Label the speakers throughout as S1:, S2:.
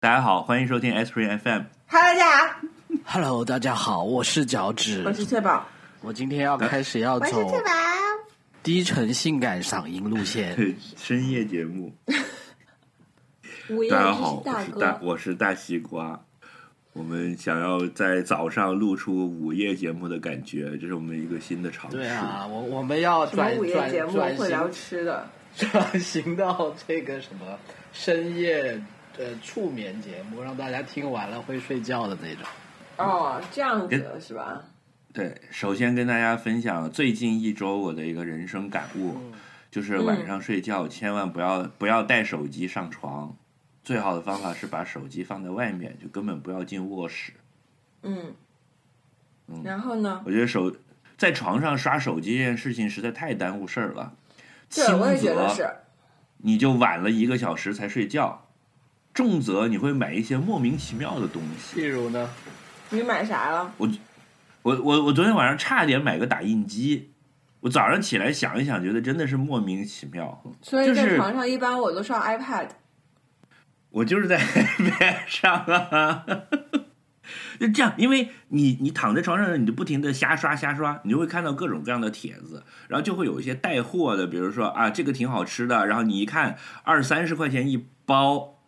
S1: 大家好，欢迎收听 S Spring FM。
S2: Hello，大家好，
S3: Hello，大家好，我是脚趾，
S2: 我是翠宝，
S3: 我今天要开始要
S2: 我是
S3: 走
S2: 翠宝。
S3: 低沉性感嗓音路线。
S1: 对，深夜节目。
S2: 午夜
S1: 大家好，我
S2: 大
S1: 是大
S2: 哥，
S1: 我是大西瓜。我们想要在早上录出午夜节目的感觉，这是我们一个新的尝试。
S3: 对啊，我我们要
S2: 什么
S3: 转
S2: 午夜
S3: 转
S2: 节目
S3: 转
S2: 会聊
S3: 型
S2: 吃的？
S3: 转型到这个什么深夜的助眠节目，让大家听完了会睡觉的那种。
S2: 哦，这样子是吧？
S1: 对，首先跟大家分享最近一周我的一个人生感悟，
S3: 嗯
S1: 就是晚上睡觉千万不要不要带手机上床，最好的方法是把手机放在外面，就根本不要进卧室。
S2: 嗯，
S1: 嗯
S2: 然后呢？
S1: 我觉得手在床上刷手机这件事情实在太耽误事儿了，轻
S2: 对，我也觉得
S1: 则
S2: 是。
S1: 你就晚了一个小时才睡觉，重则你会买一些莫名其妙的东西。
S3: 例如呢，
S2: 你买啥了？
S1: 我我我昨天晚上差点买个打印机，我早上起来想一想，觉得真的是莫名其妙。
S2: 所以
S1: 就
S2: 在
S1: 是
S2: 床上一般我都上 iPad。
S1: 我就是在 边上啊，就这样，因为你你躺在床上，你就不停的瞎刷瞎刷，你就会看到各种各样的帖子，然后就会有一些带货的，比如说啊这个挺好吃的，然后你一看二三十块钱一包，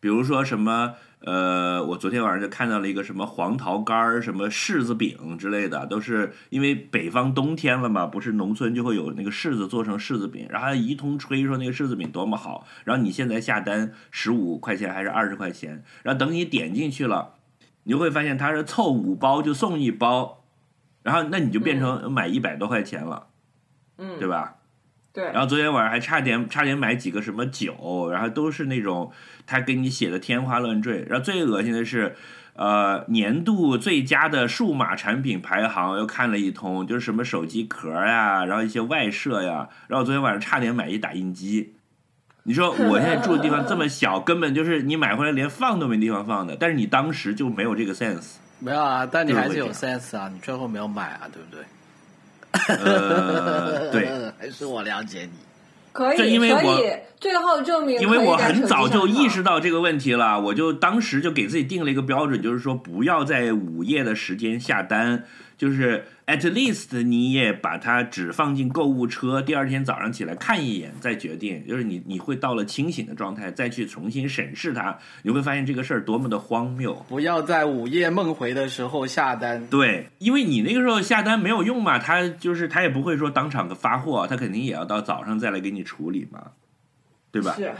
S1: 比如说什么呃，我昨天晚上就看到了一个什么黄桃干儿、什么柿子饼之类的，都是因为北方冬天了嘛，不是农村就会有那个柿子做成柿子饼，然后他一通吹说那个柿子饼多么好，然后你现在下单十五块钱还是二十块钱，然后等你点进去了，你就会发现他是凑五包就送一包，然后那你就变成买一百多块钱了，
S2: 嗯，
S1: 对吧？
S2: 对
S1: 然，后昨天晚上还差点差点买几个什么酒，然后都是那种他给你写的天花乱坠。然后最恶心的是，呃，年度最佳的数码产品排行又看了一通，就是什么手机壳呀，然后一些外设呀。然后我昨天晚上差点买一打印机。你说我现在住的地方这么小，根本就是你买回来连放都没地方放的。但是你当时就没有这个 sense，
S3: 没有啊，但你
S1: 就是
S3: 还
S1: 会
S3: 是
S1: 这
S3: 有
S1: 样
S3: sense 啊，你最后没有买啊，对不对？
S1: 呃，对，，
S3: 还是我了解你。
S2: 可
S1: 就
S2: 以，
S1: 因为
S2: 所
S1: 我
S2: 以最后证明可以
S1: 因
S2: 在
S1: 为
S2: 手机上啊
S1: 我
S2: 看，
S1: 很早就意识到这个问题了，我就当时就给自己定了一个标准，就是说不要在午夜的时间下单，就是 at least 你也把它只放进购物车，第二天早上起来看一眼再决定，就是你你会到了清醒的状态再去重新审视它，你会发现这个事儿多么的荒谬。
S3: 不要在午夜梦回的时候下单。
S1: 对，因为你那个时候下单没有用嘛，他就是他也不会说当场发货，他肯定也要到早上再来给你处理嘛，对吧？
S2: 是。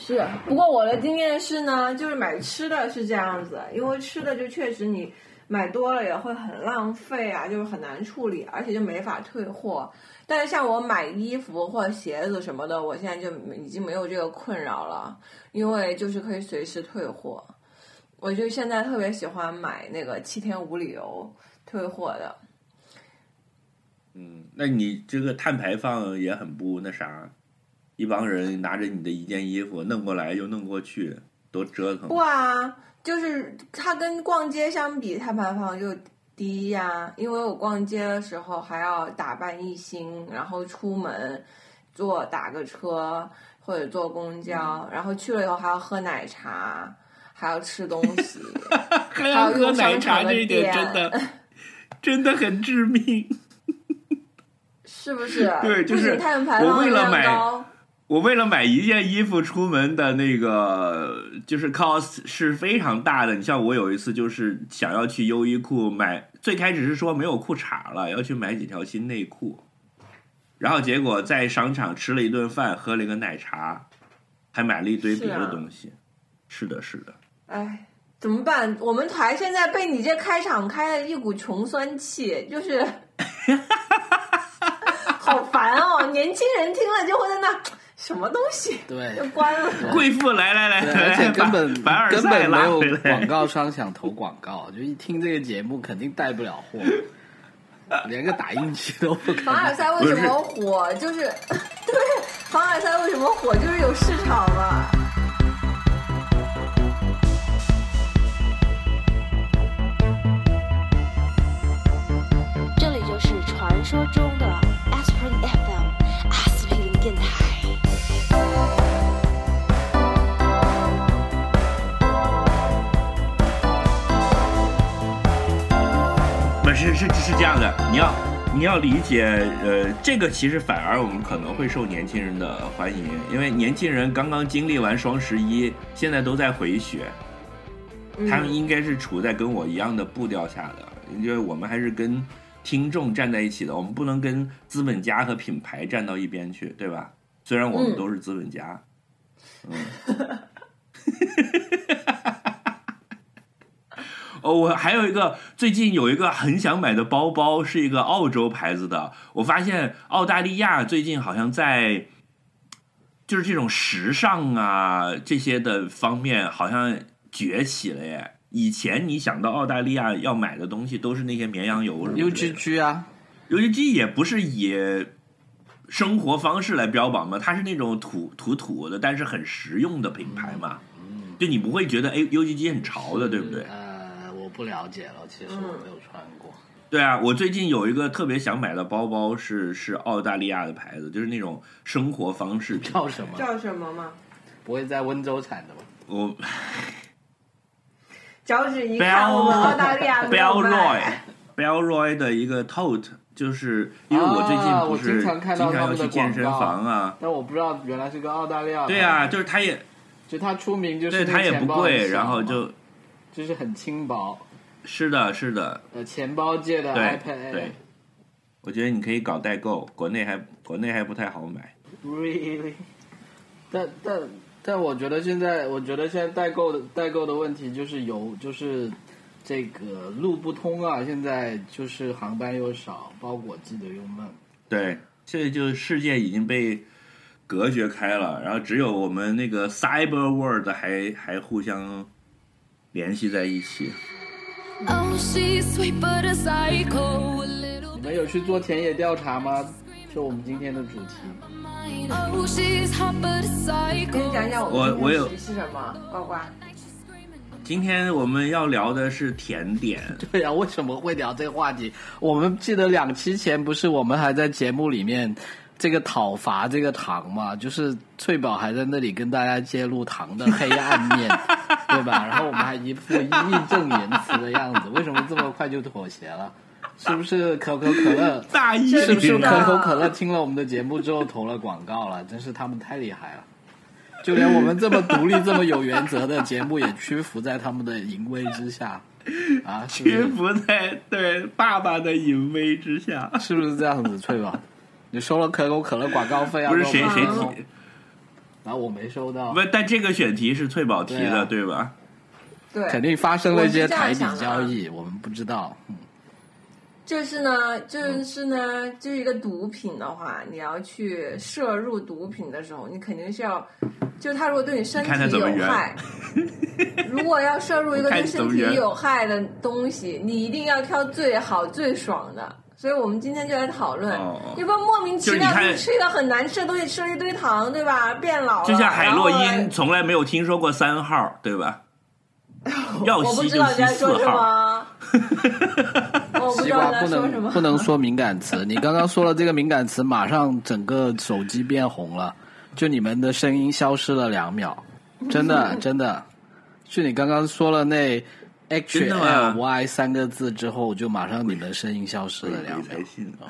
S2: 是，不过我的经验是呢，就是买吃的是这样子，因为吃的就确实你买多了也会很浪费啊，就是很难处理，而且就没法退货。但是像我买衣服或者鞋子什么的，我现在就已经没有这个困扰了，因为就是可以随时退货。我就现在特别喜欢买那个七天无理由退货的，
S1: 嗯，那你这个碳排放也很不那啥，一帮人拿着你的一件衣服弄过来又弄过去，多折腾
S2: 不。啊，就是它跟逛街相比，碳排放就低呀、因为我逛街的时候还要打扮一新，然后出门坐打个车或者坐公交，
S1: 嗯
S2: 然后去了以后还要喝奶茶，还要吃东 西，
S1: 还
S2: 要喝奶茶这一点真的
S1: 真的很致命。
S2: 是不是？
S1: 对就
S2: 不仅
S1: 是
S2: 碳排
S1: 我
S2: 放
S1: 为了
S2: 量
S1: 买
S2: 高，
S1: 我为了买一件衣服出门的那个就是 cost 是非常大的。你像我有一次就是想要去优衣库买，最开始是说没有裤衩了，要去买几条新内裤，然后结果在商场吃了一顿饭，喝了一个奶茶，还买了一堆别
S2: 是
S1: 的
S2: 啊
S1: 东西。是的，是的，
S2: 哎。怎么办？我们台现在被你这开场开的一股穷酸气， 就是，好烦哦！年轻人听了就会在那什么东西
S3: 对
S2: 就关了。
S1: 贵妇来来来
S3: 对，
S1: 来，
S3: 而且根本
S1: 把凡尔
S3: 根
S1: 赛
S3: 本没
S1: 拉
S3: 有
S1: 回来。
S3: 广告商想投广告，就一听这个节目肯定带不了货，连个打印机都不
S2: 凡尔
S3: 敢。
S2: 赛为什么火？就是对，凡尔赛为什么火？就是有市场嘛。
S4: 这里就是传说中的 Aspirin FM 阿司匹林电台。
S1: 是是是这样的，你要你要理解，呃，这个其实反而我们可能会受年轻人的欢迎，因为年轻人刚刚经历完双十一，现在都在回血，
S2: 嗯
S1: 他们应该是处在跟我一样的步调下的，因为我们还是跟听众站在一起的，我们不能跟资本家和品牌站到一边去，对吧？虽然我们
S2: 嗯
S1: 都是资本家，嗯。哦，我还有一个，最近有一个很想买的包包，是一个澳洲牌子的。我发现澳大利亚最近好像在，就是这种时尚啊这些的方面，好像崛起了耶。以前你想到澳大利亚要买的东西，都是那些绵羊油什么之类的
S3: UGG 啊，
S1: UGG 也不是以生活方式来标榜嘛，它是那种土土土的，但是很实用的品牌嘛。就你不会觉得哎，UGG 很潮的，对不对？
S3: 呃，我不了解了，其实我没有穿过。
S1: 对啊，我最近有一个特别想买的包包是是澳大利亚的牌子，就是那种生活方式品牌。
S3: 叫什么？
S2: 叫什么嘛？
S3: 不会在温州产的吧？
S1: 我
S2: 脚趾一
S1: b e
S2: 看，我们澳大利亚
S1: l
S2: 没
S1: b e
S2: 有
S1: l r o
S2: 卖
S1: y b e l r o y 的一个 tote，就是因为我最
S3: 啊
S1: 近不
S3: 我
S1: 是
S3: 经常看到他
S1: 要
S3: 们的
S1: 去健身
S3: 广告
S1: 房啊，
S3: 但我不知道原来是跟澳大利亚。
S1: 对啊，，就是它也
S3: 就它出名就
S1: 对
S3: 是
S1: 它也
S3: 那个
S1: 不
S3: 钱包很
S1: 贵，
S3: 小
S1: 然后
S3: 嘛
S1: 就
S3: 就是很轻薄，
S1: 是的是的，
S3: 呃，钱包界的
S1: 对
S3: iPad
S1: 对，我觉得你可以搞代购，国内还国内还不太好买。
S3: Really？但但但我觉得现在，我觉得现在代购的代购的问题就是有，就是这个路不通啊，现在就是航班又少，包裹寄得又慢。
S1: 对，这就是世界已经被隔绝开了，然后只有我们那个 cyber world 还还互相联系在一起。
S5: Oh, she's sweet but a psycho. A little
S3: 你
S5: bit
S3: 们有去做田野调查吗？是我们今天的主题。
S5: mine. Oh, she's hot but a
S2: 给你
S5: psycho.
S2: 讲讲
S1: 我
S2: 们
S1: 我
S2: 今天
S1: 有
S2: 主题是什么？呱呱，
S1: 今天我们要聊的是甜点，
S3: 对啊呀、为什么会聊这个话题？我们记得两期前不是我们还在节目里面这个讨伐这个糖嘛，就是翠宝还在那里跟大家揭露糖的黑暗 面，对吧？然后我们还一副义正言辞的样子，为什么这么快就妥协了？是不是可口 可乐？
S1: 大一
S3: 是不是
S1: 零
S3: 可口可乐听了我们的节目之后投了广告了？真是他们太厉害了。就连我们这么独立、这么有原则的节目，也屈服在他们的淫威之下，啊，是不是
S1: 屈服在对爸爸的淫威之下。
S3: 是不是这样子，翠宝？你收了可口可乐广告费啊？
S1: 不是
S3: 跟
S1: 谁
S3: 我
S1: 谁
S3: 们沟通
S1: 提，
S3: 然后我没收到
S1: 不，，但这个选题是翠宝提
S3: 啊
S1: 的，对吧？
S2: 对，
S3: 肯定发生了一些
S2: 我
S3: 台底
S2: 是这样
S3: 交
S2: 想的
S3: 易，我们不知道。嗯
S2: 这是呢，这是
S1: 嗯
S2: 呢，就是一个毒品的话，你要去摄入毒品的时候，你肯定是要，就是它如果对你身体
S1: 你看它怎么
S2: 有
S1: 圆
S2: 害，如果要摄入一个
S1: 我看
S2: 对
S1: 你怎
S2: 身
S1: 么
S2: 体
S1: 圆
S2: 有害的东西，你一定要挑最好最爽的。所以我们今天就来讨论，
S1: 哦
S2: 要不然莫名其
S1: 就是你
S2: 妙
S1: 看
S2: 就吃一个很难吃的东西，吃了一堆糖，对吧？变老了，
S1: 就像海洛
S2: 然后
S1: 因
S2: 呢
S1: 从来没有听说过三号，对 吧？要
S2: 我不
S1: 吸
S2: 知
S1: 就
S2: 道你
S1: 吸
S2: 在
S1: 四
S2: 说什
S1: 号。
S2: 么，我不知
S3: 西
S2: 道
S3: 瓜
S2: 你在
S3: 不
S2: 说什么
S3: 能。不能说敏感词，你刚刚说了这个敏感词，马上整个手机变红了，就你们的声音消失了两秒，真的真的，是你刚刚说了那 H
S1: 真的吗
S3: L Y 三个字之后，就马上你们的声音消失了两秒。
S1: 才信啊！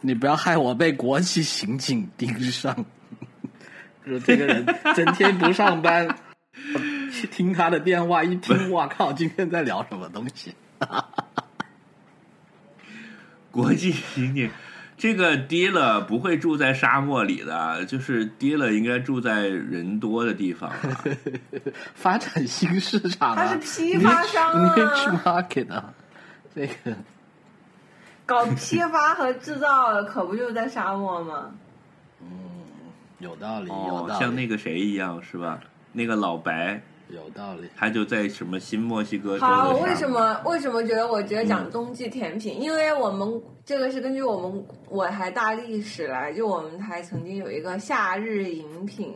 S3: 你不要害我被国际刑警盯上。说这个人整天不上班，去听他的电话，一听，哇靠，今天在聊什么东西？
S1: 国际刑警，这个迪勒不会住在沙漠里的，就是迪勒应该住在人多的地方。啊
S3: 发展新市场啊，
S2: 他是批发商啊
S3: niche market 啊，这个
S2: 搞批发和制造可不就是在沙漠吗？
S3: 有道理， 有
S1: 哦，
S3: 道
S1: 像
S3: 理，
S1: 那个谁一样是吧？那个老白，
S3: 有道理。
S1: 他就在什么新墨西哥州的沙
S2: 好了，
S1: 漠。
S3: 啊
S2: 我为什么为什么觉得我直接讲冬季甜品？因为我们这个是根据我们我台大历史来，就我们台曾经有一个夏日饮品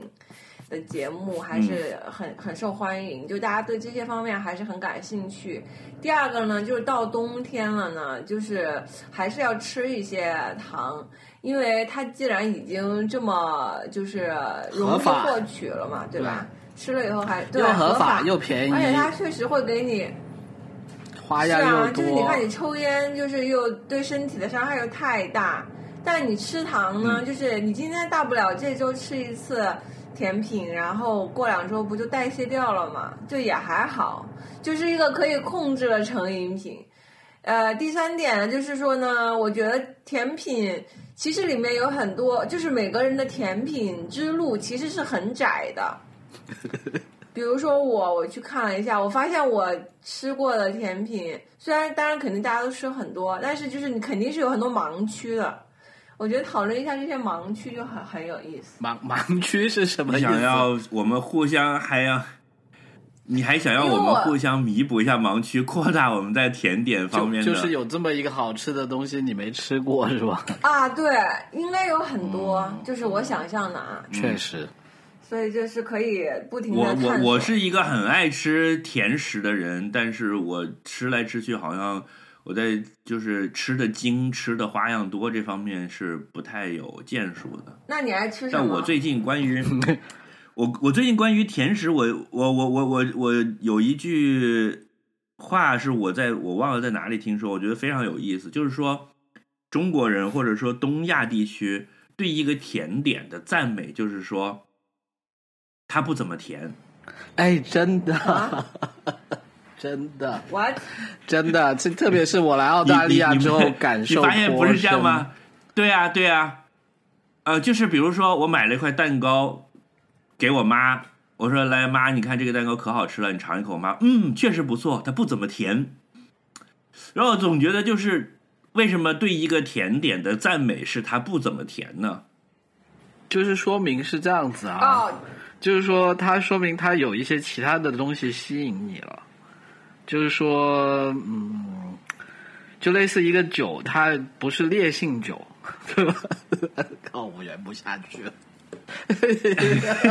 S2: 的节目，还
S3: 嗯
S2: 是很、很受欢迎，就大家对这些方面还是很感兴趣。第二个呢，就是到冬天了呢，就是还是要吃一些糖。因为它既然已经这么就是容
S3: 合
S2: 易
S3: 法
S2: 获取了嘛，对吧？吃了以后还对
S3: 又合
S2: 合
S3: 又便宜
S2: 而且它确实会给你
S3: 花
S2: 是
S3: 样又
S2: 啊，就
S3: 多。
S2: 是你看你抽烟，就是又对身体的伤害又太大，但你吃糖呢，
S3: 嗯
S2: 就是你今天大不了这周吃一次甜品，然后过两周不就代谢掉了嘛，就也还好，就是一个可以控制的成瘾品。呃，第三点呢，就是说呢，我觉得甜品其实里面有很多，就是每个人的甜品之路其实是很窄的。比如说我，我去看了一下，我发现我吃过的甜品，虽然当然肯定大家都吃很多，但是就是你肯定是有很多盲区的。我觉得讨论一下这些盲区就很很有意思。
S3: 盲盲区是什么
S1: 你
S3: 意思？
S1: 想要我们互相还要，你还想要
S2: 因为
S1: 我
S2: 我
S1: 们互相弥补一下盲区，扩大我们在甜点方面的。
S3: 就就是有这么一个好吃的东西你没吃过是吧？
S1: 嗯
S2: 啊，对，应该有很多，就是我想象的啊，
S3: 确实，
S2: 所以就是可以不停的
S1: 我
S2: 探索。
S1: 我我是一个很爱吃甜食的人，但是我吃来吃去好像我在就是吃的精、吃的花样多这方面是不太有建树的。
S2: 那你爱吃什么？
S1: 但我最近关于我我最近关于甜食，我我我我我我有一句话是我在我忘了在哪里听说，我觉得非常有意思，就是说中国人或者说东亚地区对一个甜点的赞美，就是说它不怎么甜。
S3: 哎，真的，
S2: 啊
S3: 真的，
S2: 我
S3: 真的，这特别是我来澳大利亚
S1: 你你
S3: 之
S1: 你
S3: 后
S1: 们
S3: 感受
S1: 你发现不是这样
S3: 颇深？
S1: 吗？对呀、对呀、呃，就是比如说我买了一块蛋糕给我妈，我说来妈，你看这个蛋糕可好吃了，你尝一口。我妈嗯，确实不错，它不怎么甜。然后我总觉得就是为什么对一个甜点的赞美是它不怎么甜呢？
S3: 就是说明是这样子啊，
S2: 哦，
S3: 就是说它说明它有一些其他的东西吸引你了，就是说，嗯，就类似一个酒，它不是烈性酒， 对吧？靠，我演不下 去了。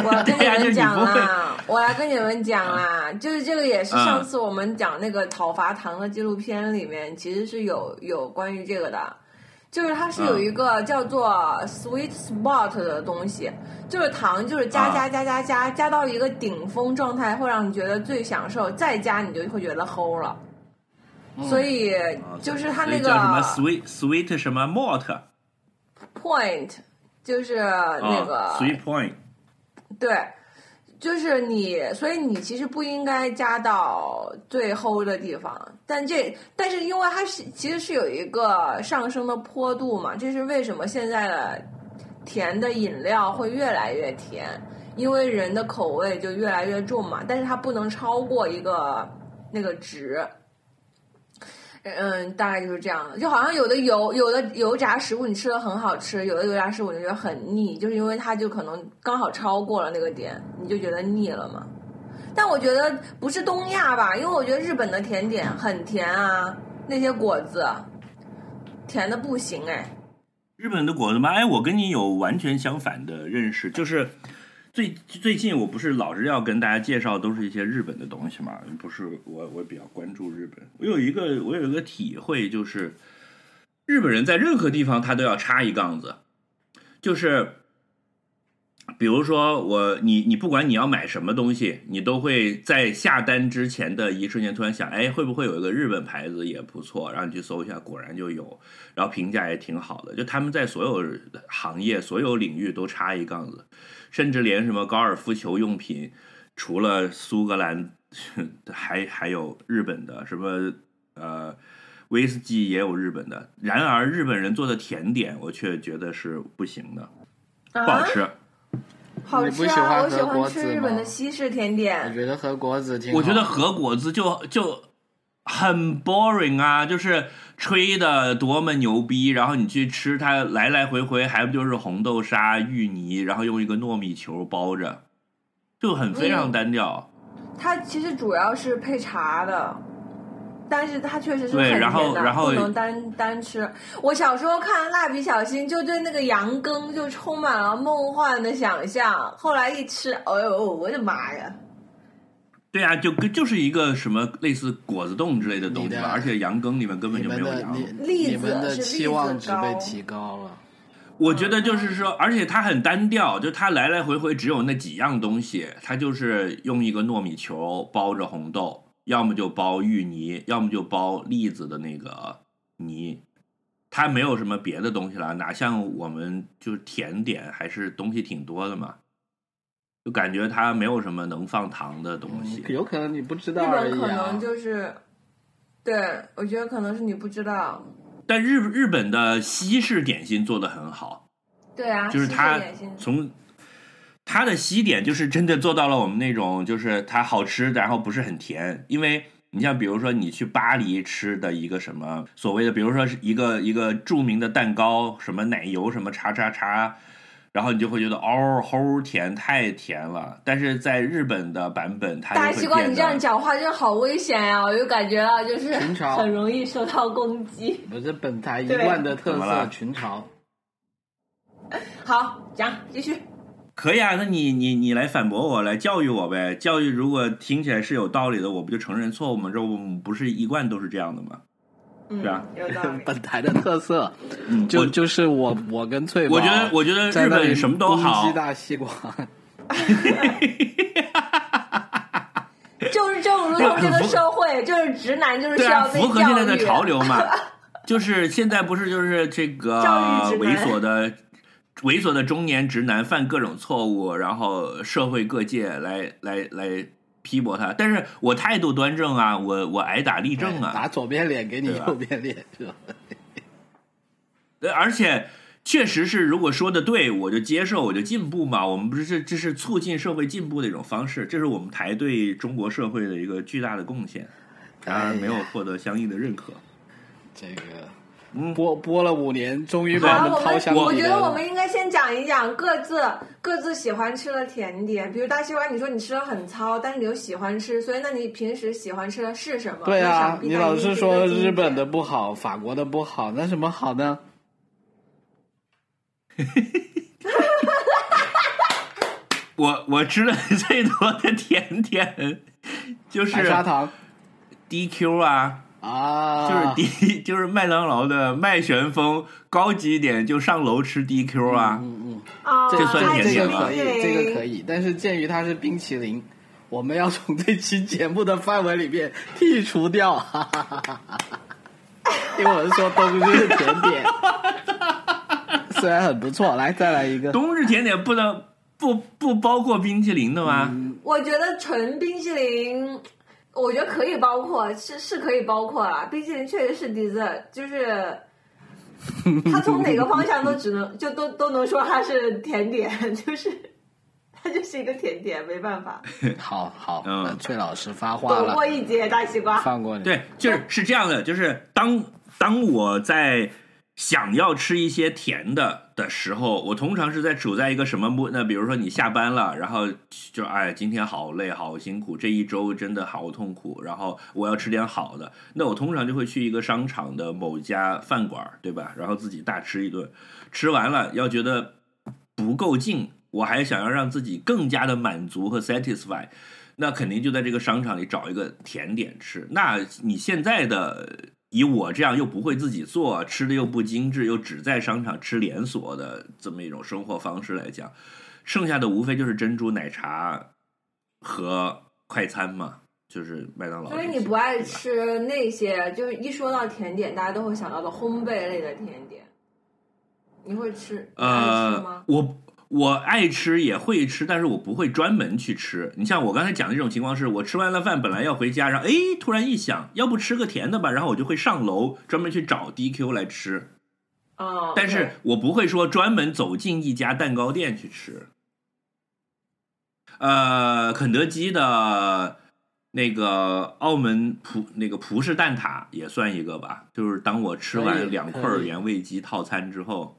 S2: 我要跟你
S1: 对呀就
S2: 们
S1: 你
S2: 讲
S1: 不会嗯
S2: 啦，我要跟你们讲啦，就是这个也是上次我们讲那个讨伐堂的纪录片里面，其实是有有关于这个的，就是它是有
S1: 嗯
S2: 一个叫做 sweet spot 的东西，就是糖就是加加
S1: 啊
S2: 加加加加到一个顶峰状态，会让你觉得最享受，再加你就会觉得齁了，所以
S1: 啊
S2: 就是它
S1: 所以
S2: 那个
S1: 叫什么 sweet sweet 什么 malt
S2: point，就是那个、
S1: 啊 sweet point
S2: 对，就是你，所以你其实不应该加到最齁的地方，但这但是因为它是其实是有一个上升的坡度嘛，这是为什么现在的甜的饮料会越来越甜，因为人的口味就越来越重嘛，但是它不能超过一个那个值。嗯，大概就是这样的，就好像有的油有的油炸食物你吃的很好吃，有的油炸食物你就觉得很腻，就是因为它就可能刚好超过了那个点，你就觉得腻了嘛。但我觉得不是东亚吧，因为我觉得日本的甜点很甜啊，那些果子甜的不行哎。
S1: 日本的果子吗？哎，我跟你有完全相反的认识，就是最最近我不是老是要跟大家介绍都是一些日本的东西嘛，不是我我比较关注日本，我有一个我有一个体会就是，日本人在任何地方他都要插一杠子，就是比如说我你你不管你要买什么东西，你都会在下单之前的一瞬间突然想，哎，会不会有一个日本牌子也不错，然后你去搜一下，果然就有，然后评价也挺好的。就他们在所有行业、所有领域都插一杠子，甚至连什么高尔夫球用品，除了苏格兰， 还还有日本的什么呃。威士忌也有日本的，然而日本人做的甜点，我却觉得是不行的，
S2: 啊
S1: 不好吃。
S2: 好
S3: 你不
S2: 吃
S3: 喜
S2: 啊！
S3: 欢
S2: 我喜
S3: 喝
S2: 欢
S3: 果
S2: 吃
S3: 子
S2: 日本
S3: 吗
S2: 的西式甜
S3: 我
S2: 点，
S3: 觉得和果子挺好，
S1: 我觉得和果子就就很 boring 啊，就是吹的多么牛逼，然后你去吃它，来来回回还不就是红豆沙、芋泥，然后用一个糯米球包着，就很非
S3: 嗯
S1: 常单调。
S2: 它其实主要是配茶的，但是它确实是很
S1: 对
S2: 甜的，
S1: 然后然后
S2: 不能单单吃。我小时候看《蜡笔小新》，就对那个羊羹就充满了梦幻的想象，后来一吃，哎呦，我的妈呀！
S1: 对啊，就跟就是一个什么类似果子冻之类的东西
S3: 你
S1: 吧
S3: 的，
S1: 而且羊羹里面根本
S3: 你
S1: 就没
S3: 们
S1: 有
S3: 的
S1: 羊。
S2: 栗
S3: 你
S2: 子
S3: 你们的
S2: 是栗
S3: 期
S2: 子
S3: 望值被
S2: 糕
S3: 提高了。
S1: 我觉得就是说，而且它很单调，就它来来回回只有那几样东西，它就是用一个糯米球包着红豆，要么就包芋泥，要么就包栗子的那个泥。它没有什么别的东西了，哪像我们就是甜点还是东西挺多的嘛，就感觉它没有什么能放糖的东西。
S3: 有嗯可能你不知道
S2: 日
S3: 而
S2: 本
S3: 已
S2: 可
S3: 啊
S2: 能。就是，对我觉得可能是你不知道。
S1: 但日日本的西式点心做的很好，
S2: 对啊，
S1: 就是
S2: 西式
S1: 它
S2: 点心
S1: 从它的西点就是真的做到了我们那种，就是它好吃，然后不是很甜。因为你像比如说你去巴黎吃的一个什么所谓的，比如说是一个一个著名的蛋糕，什么奶油什么叉叉叉，然后你就会觉得哦齁甜，太甜了。但是在日本的版本，它就
S2: 大
S1: 会
S2: 西瓜，
S1: 变
S2: 你这样
S1: 得
S2: 讲话真的好危险呀、我就感觉到就是
S3: 寻常
S2: 很容易受到攻击。
S3: 不是本台一
S2: 对
S3: 贯的特
S1: 怎么
S3: 色
S1: 了
S3: 群嘲，
S2: 好，讲继续。
S1: 可以啊，那你你你来反驳我，来教育我呗。教育如果听起来是有道理的，我不就承认错误吗？这我们不是一贯都是这样的吗？
S2: 嗯，
S1: 是啊
S2: 有道理。
S3: 本台的特色
S1: 嗯，
S3: 就
S1: 我
S3: 就是我我跟翠宝，
S1: 我觉得我觉得
S3: 在
S1: 日
S3: 那里
S1: 本什么都
S3: 攻
S1: 好
S3: 击，大西瓜，
S2: 就是正如同这个社会，就是直男就是需
S1: 对啊，
S2: 要被
S1: 符合现在的
S2: 教育
S1: 潮流嘛。就是现在不是就是这个
S2: 教育直
S1: 猥
S2: 男
S1: 琐的猥琐的中年直男犯各种错误，然后社会各界来来来批驳他。但是我态度端正啊，我我挨打立 正啊，
S3: 拿左边脸给你
S1: 对吧
S3: 右边脸，是吧？
S1: 对，呃而且确实是，如果说的对，我就接受，我就进步嘛。我们不是这这是促进社会进步的一种方式，这是我们台对中国社会的一个巨大的贡献，然而
S3: 哎
S1: 没有获得相应的认可。
S3: 这个，
S1: 嗯啊
S3: 播播了五年，终于把
S2: 好，
S3: 们
S2: 我
S3: 掏
S2: 们
S3: 箱
S2: 我
S3: 底
S2: 觉得我
S3: 了。
S2: 们应该先讲一讲各自各自喜欢吃的甜点，比如大西瓜，你说你吃的很糙，但是你又喜欢吃，所以那你平时喜欢吃的是什么？
S3: 对
S2: 那
S3: 啊
S2: 想，必
S3: 你
S2: 它
S3: 老
S2: 一定
S3: 是
S2: 一
S3: 说
S2: 个经
S3: 日
S2: 典
S3: 本的不好，法国的不好，那什么好呢？
S1: 我我吃的 最多的甜点就
S3: 白
S1: 是
S3: 砂糖
S1: DQ 啊，
S3: 啊，
S1: 就是 D 就是麦当劳的麦旋风，高级一点就上楼吃 DQ 啊。
S3: 嗯嗯，
S2: 啊，
S1: 这算
S2: 爱
S1: 甜
S3: 这
S1: 点
S3: 个
S1: 吗
S3: 可以，这个可
S2: 以。
S3: 以，但是鉴于它是冰淇淋，我们要从这期节目的范围里面剔除掉，哈哈哈哈哈因为我是说冬日甜点，虽然很不错，来再来一个，
S1: 冬日甜点不能不不包括冰淇淋的
S3: 嗯
S1: 吗？
S2: 我觉得纯冰淇淋，我觉得可以包括，是是可以包括啦。冰淇淋确实是 dessert，就是它从哪个方向都只能就都都能说它是甜点，就是它就是一个甜点，没办法，
S3: 好好，
S1: 嗯
S3: 那崔老师发话
S2: 躲
S3: 了
S2: 过，一劫。大西瓜，
S3: 放过你，
S1: 对，就是是这样的，就是当当我在想要吃一些甜的的时候，我通常是在处在一个什么 mood？那比如说你下班了，然后就哎，今天好累，好辛苦，这一周真的好痛苦，然后我要吃点好的。那我通常就会去一个商场的某家饭馆儿，对吧？然后自己大吃一顿，吃完了要觉得不够劲，我还想要让自己更加的满足和 satisfy，那肯定就在这个商场里找一个甜点吃。那你现在的以我这样又不会自己做，吃的又不精致，又只在商场吃连锁的这么一种生活方式来讲，剩下的无非就是珍珠奶茶和快餐嘛，就是麦当劳这
S2: 所
S1: 些。
S2: 以你不爱
S1: 对吧
S2: 吃那些，就是一说到甜点，大家都会想到的烘焙类的甜点。你会吃？你爱吃
S1: 呃
S2: 吗，？
S1: 我我爱吃也会吃，但是我不会专门去吃。你像我刚才讲的这种情况是，我吃完了饭本来要回家，然后哎，突然一想，要不吃个甜的吧，然后我就会上楼专门去找 DQ 来吃。
S2: 啊、
S1: 但是我不会说专门走进一家蛋糕店去吃。呃，肯德基的那个澳门葡那个葡式蛋挞也算一个吧，就是当我吃
S3: 可以
S1: 完两
S3: 可以
S1: 块原味鸡套餐之后，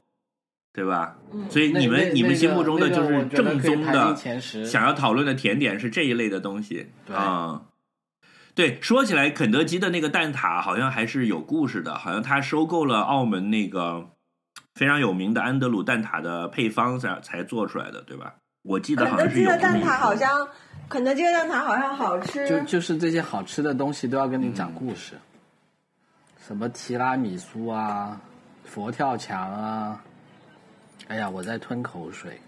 S1: 对吧？
S2: 嗯
S1: 所以
S3: 那
S1: 你们、
S3: 那
S1: 你们心目中的
S3: 那个
S1: 就
S3: 我
S1: 是
S3: 觉得
S1: 正
S3: 可以
S1: 宗
S3: 排
S1: 的
S3: 进前十
S1: 想要讨论的甜点是这一类的东西
S3: 对
S1: 啊、对，说起来，肯德基的那个蛋挞好像还是有故事的，好像他收购了澳门那个非常有名的安德鲁蛋挞的配方才才做出来的，对吧？我记得
S2: 肯
S1: 好
S2: 德
S1: 像是
S2: 基
S1: 有
S2: 的
S1: 这么
S2: 蛋
S1: 一
S2: 挞好
S1: 说
S2: 像，肯德基的蛋挞好像好吃。
S3: 就就是这些好吃的东西都要跟你讲故事，什么提拉米苏啊，佛跳墙啊。哎呀，我在吞口水，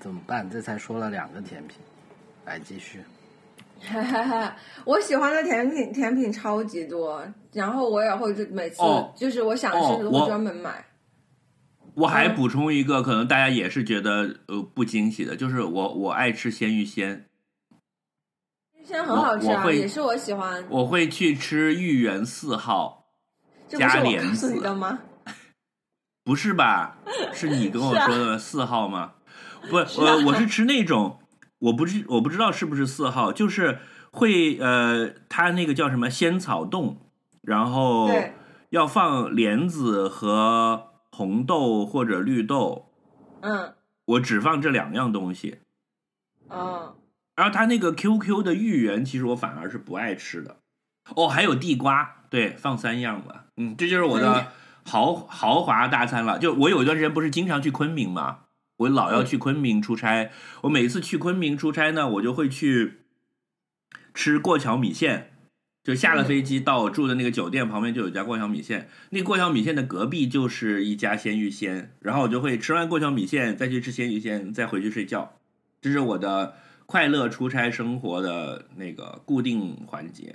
S3: 怎么办？这才说了两个甜品，来继续。
S2: 我喜欢的甜品甜品超级多，然后我也会就每次、
S1: 哦
S2: 就是我想
S1: 哦
S2: 吃的会
S1: 我
S2: 专门买。
S1: 我还
S2: 嗯
S1: 补充一个，可能大家也是觉得呃不惊喜的，就是我我爱吃鲜芋仙，
S2: 现在很好吃
S1: 我我
S2: 啊，
S1: 会
S2: 也是我喜欢。
S1: 我会去吃豫园四号，
S2: 这不是
S1: 加
S2: 我
S1: 莲
S2: 告诉
S1: 子
S2: 你的吗？
S1: 不是 吧？是你跟我
S2: 是啊
S1: 说的四号 吗？不，
S2: 是啊
S1: 呃，我是吃那种，我不知我不知道是不是四号，就是会呃，它那个叫什么仙草冻，然后
S2: 对
S1: 要放莲子和红豆或者绿豆，
S2: 嗯
S1: 我只放这两样东西。
S2: 嗯，
S1: 然后它那个 QQ 的芋圆，其实我反而是不爱吃的。哦，还有地瓜，对，放三样吧。嗯，这就是我的豪豪华大餐了。就我有一段时间不是经常去昆明嘛，我老要去昆明出差。我每次去昆明出差呢，我就会去吃过桥米线。就下了飞机到我住的那个酒店旁边就有一家过桥米线，那过桥米线的隔壁就是一家鲜芋仙，然后我就会吃完过桥米线再去吃鲜芋仙，再回去睡觉。这是我的快乐出差生活的那个固定环节。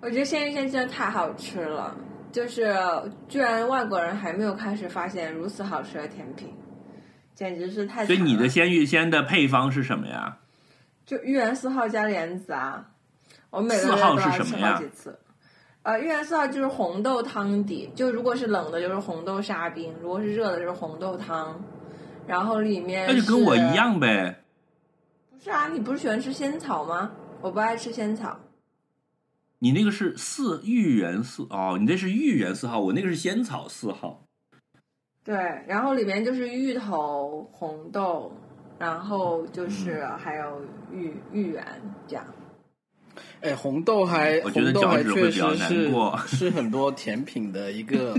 S2: 我觉得鲜芋仙真的太好吃了，就是居然外国人还没有开始发现如此好吃的甜品，简直是太惨了。
S1: 所以你的鲜芋仙的配方是什么呀？
S2: 就豫园四号加莲子啊，我每个
S1: 四
S2: 月
S1: 号
S2: 都要
S1: 是什
S2: 吃
S1: 么呀
S2: 好几次。呃，豫园四号就是红豆汤底，就如果是冷的，就是红豆沙冰；如果是热的，就是红豆汤。然后里面
S1: 那就跟我
S2: 是
S1: 一。样呗。
S2: 不是啊，你不是喜欢吃仙草吗？我不爱吃仙草。
S1: 你那个是四芋圆四哦，你那是芋圆四号，我那个是仙草四号。
S2: 对，然后里面就是芋头、红豆，然后就是
S1: 嗯
S2: 还有芋芋圆这样。
S3: 哎，红豆还
S1: 我觉得
S3: 红豆还
S1: 脚趾会
S3: 确
S1: 比较
S3: 实
S1: 难
S3: 是
S1: 过
S3: 是很多甜品的一 个，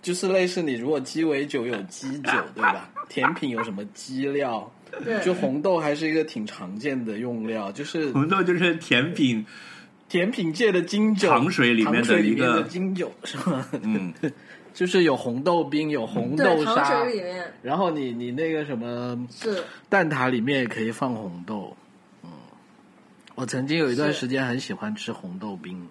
S3: 就是类似你如果鸡尾酒有鸡酒对吧？甜品有什么鸡料？
S2: 对，
S3: 就红豆还是一个挺常见的用料，就是
S1: 红豆就是甜品，
S3: 甜品界的金酒，
S1: 糖水里面的
S3: 糖水
S1: 一
S3: 里
S1: 个
S3: 面的金酒是吗？
S1: 嗯，
S3: 就是有红豆冰，有红
S2: 对
S3: 豆
S2: 糖
S3: 沙，
S2: 水里面
S3: 然后你你那个什么
S2: 是
S3: 蛋挞里面也可以放红豆。嗯，我曾经有一段时间很喜欢吃红豆冰，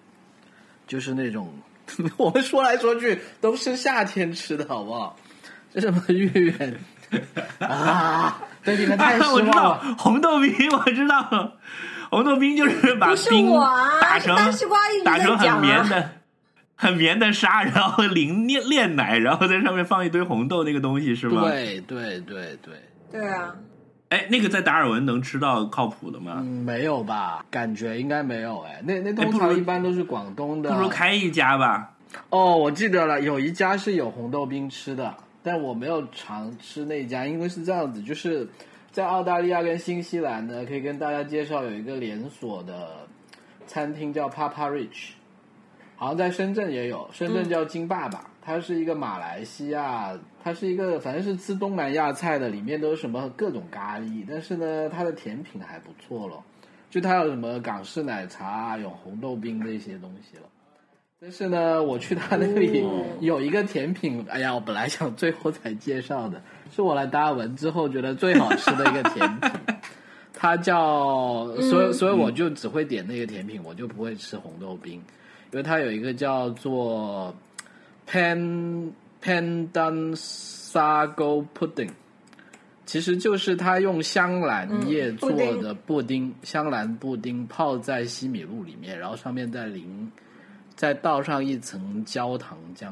S3: 就是那种 我们说来说去都是夏天吃的好不好？这什么芋圆 啊？对你们太失
S1: 啊 我
S3: 望
S1: 知
S3: 了。
S1: 道红豆冰，我知道红豆冰就是把
S2: 不是
S1: 冰
S2: 我啊
S1: 打
S2: 是
S1: 成
S2: 大西瓜一直
S1: 打
S2: 在
S1: 成
S2: 讲
S1: 很
S2: 啊
S1: 绵的。很绵的沙，然后淋炼炼奶，然后在上面放一堆红豆，那个东西是吗？
S3: 对对对对，
S2: 对啊，
S1: 哎，那个在达尔文能吃到靠谱的
S3: 嗯，
S1: 吗？
S3: 没有吧？感觉应该没有哎。那那
S1: 哎
S3: 通
S1: 不如
S3: 常一般都是广东的。
S1: 不如开一家吧。
S3: 哦，我记得了，有一家是有红豆冰吃的，但我没有尝吃那家，因为是这样子，就是在澳大利亚跟新西兰呢，可以跟大家介绍有一个连锁的餐厅叫 Papa Rich，好像在深圳也有，深
S1: 嗯
S3: 圳叫金爸爸，它是一个马来西亚，它是一个反正是吃东南亚菜的，里面都是什么各种咖喱，但是呢，它的甜品还不错咯，就它有什么港式奶茶啊，有红豆冰这些东西了。但是呢，我去他那里有一个甜品，哎呀，我本来想最后才介绍的，是我来达尔文之后觉得最好吃的一个甜品，它叫，所以所以我就只会点那个甜品，我就不会吃红豆冰，因为它有一个叫做 pan pandan sago pudding，其实就是它用香兰叶
S2: 嗯
S3: 做
S2: 布丁
S3: 的布丁，香兰布丁泡在西米露里面，然后上面再淋，再倒上一层焦糖浆。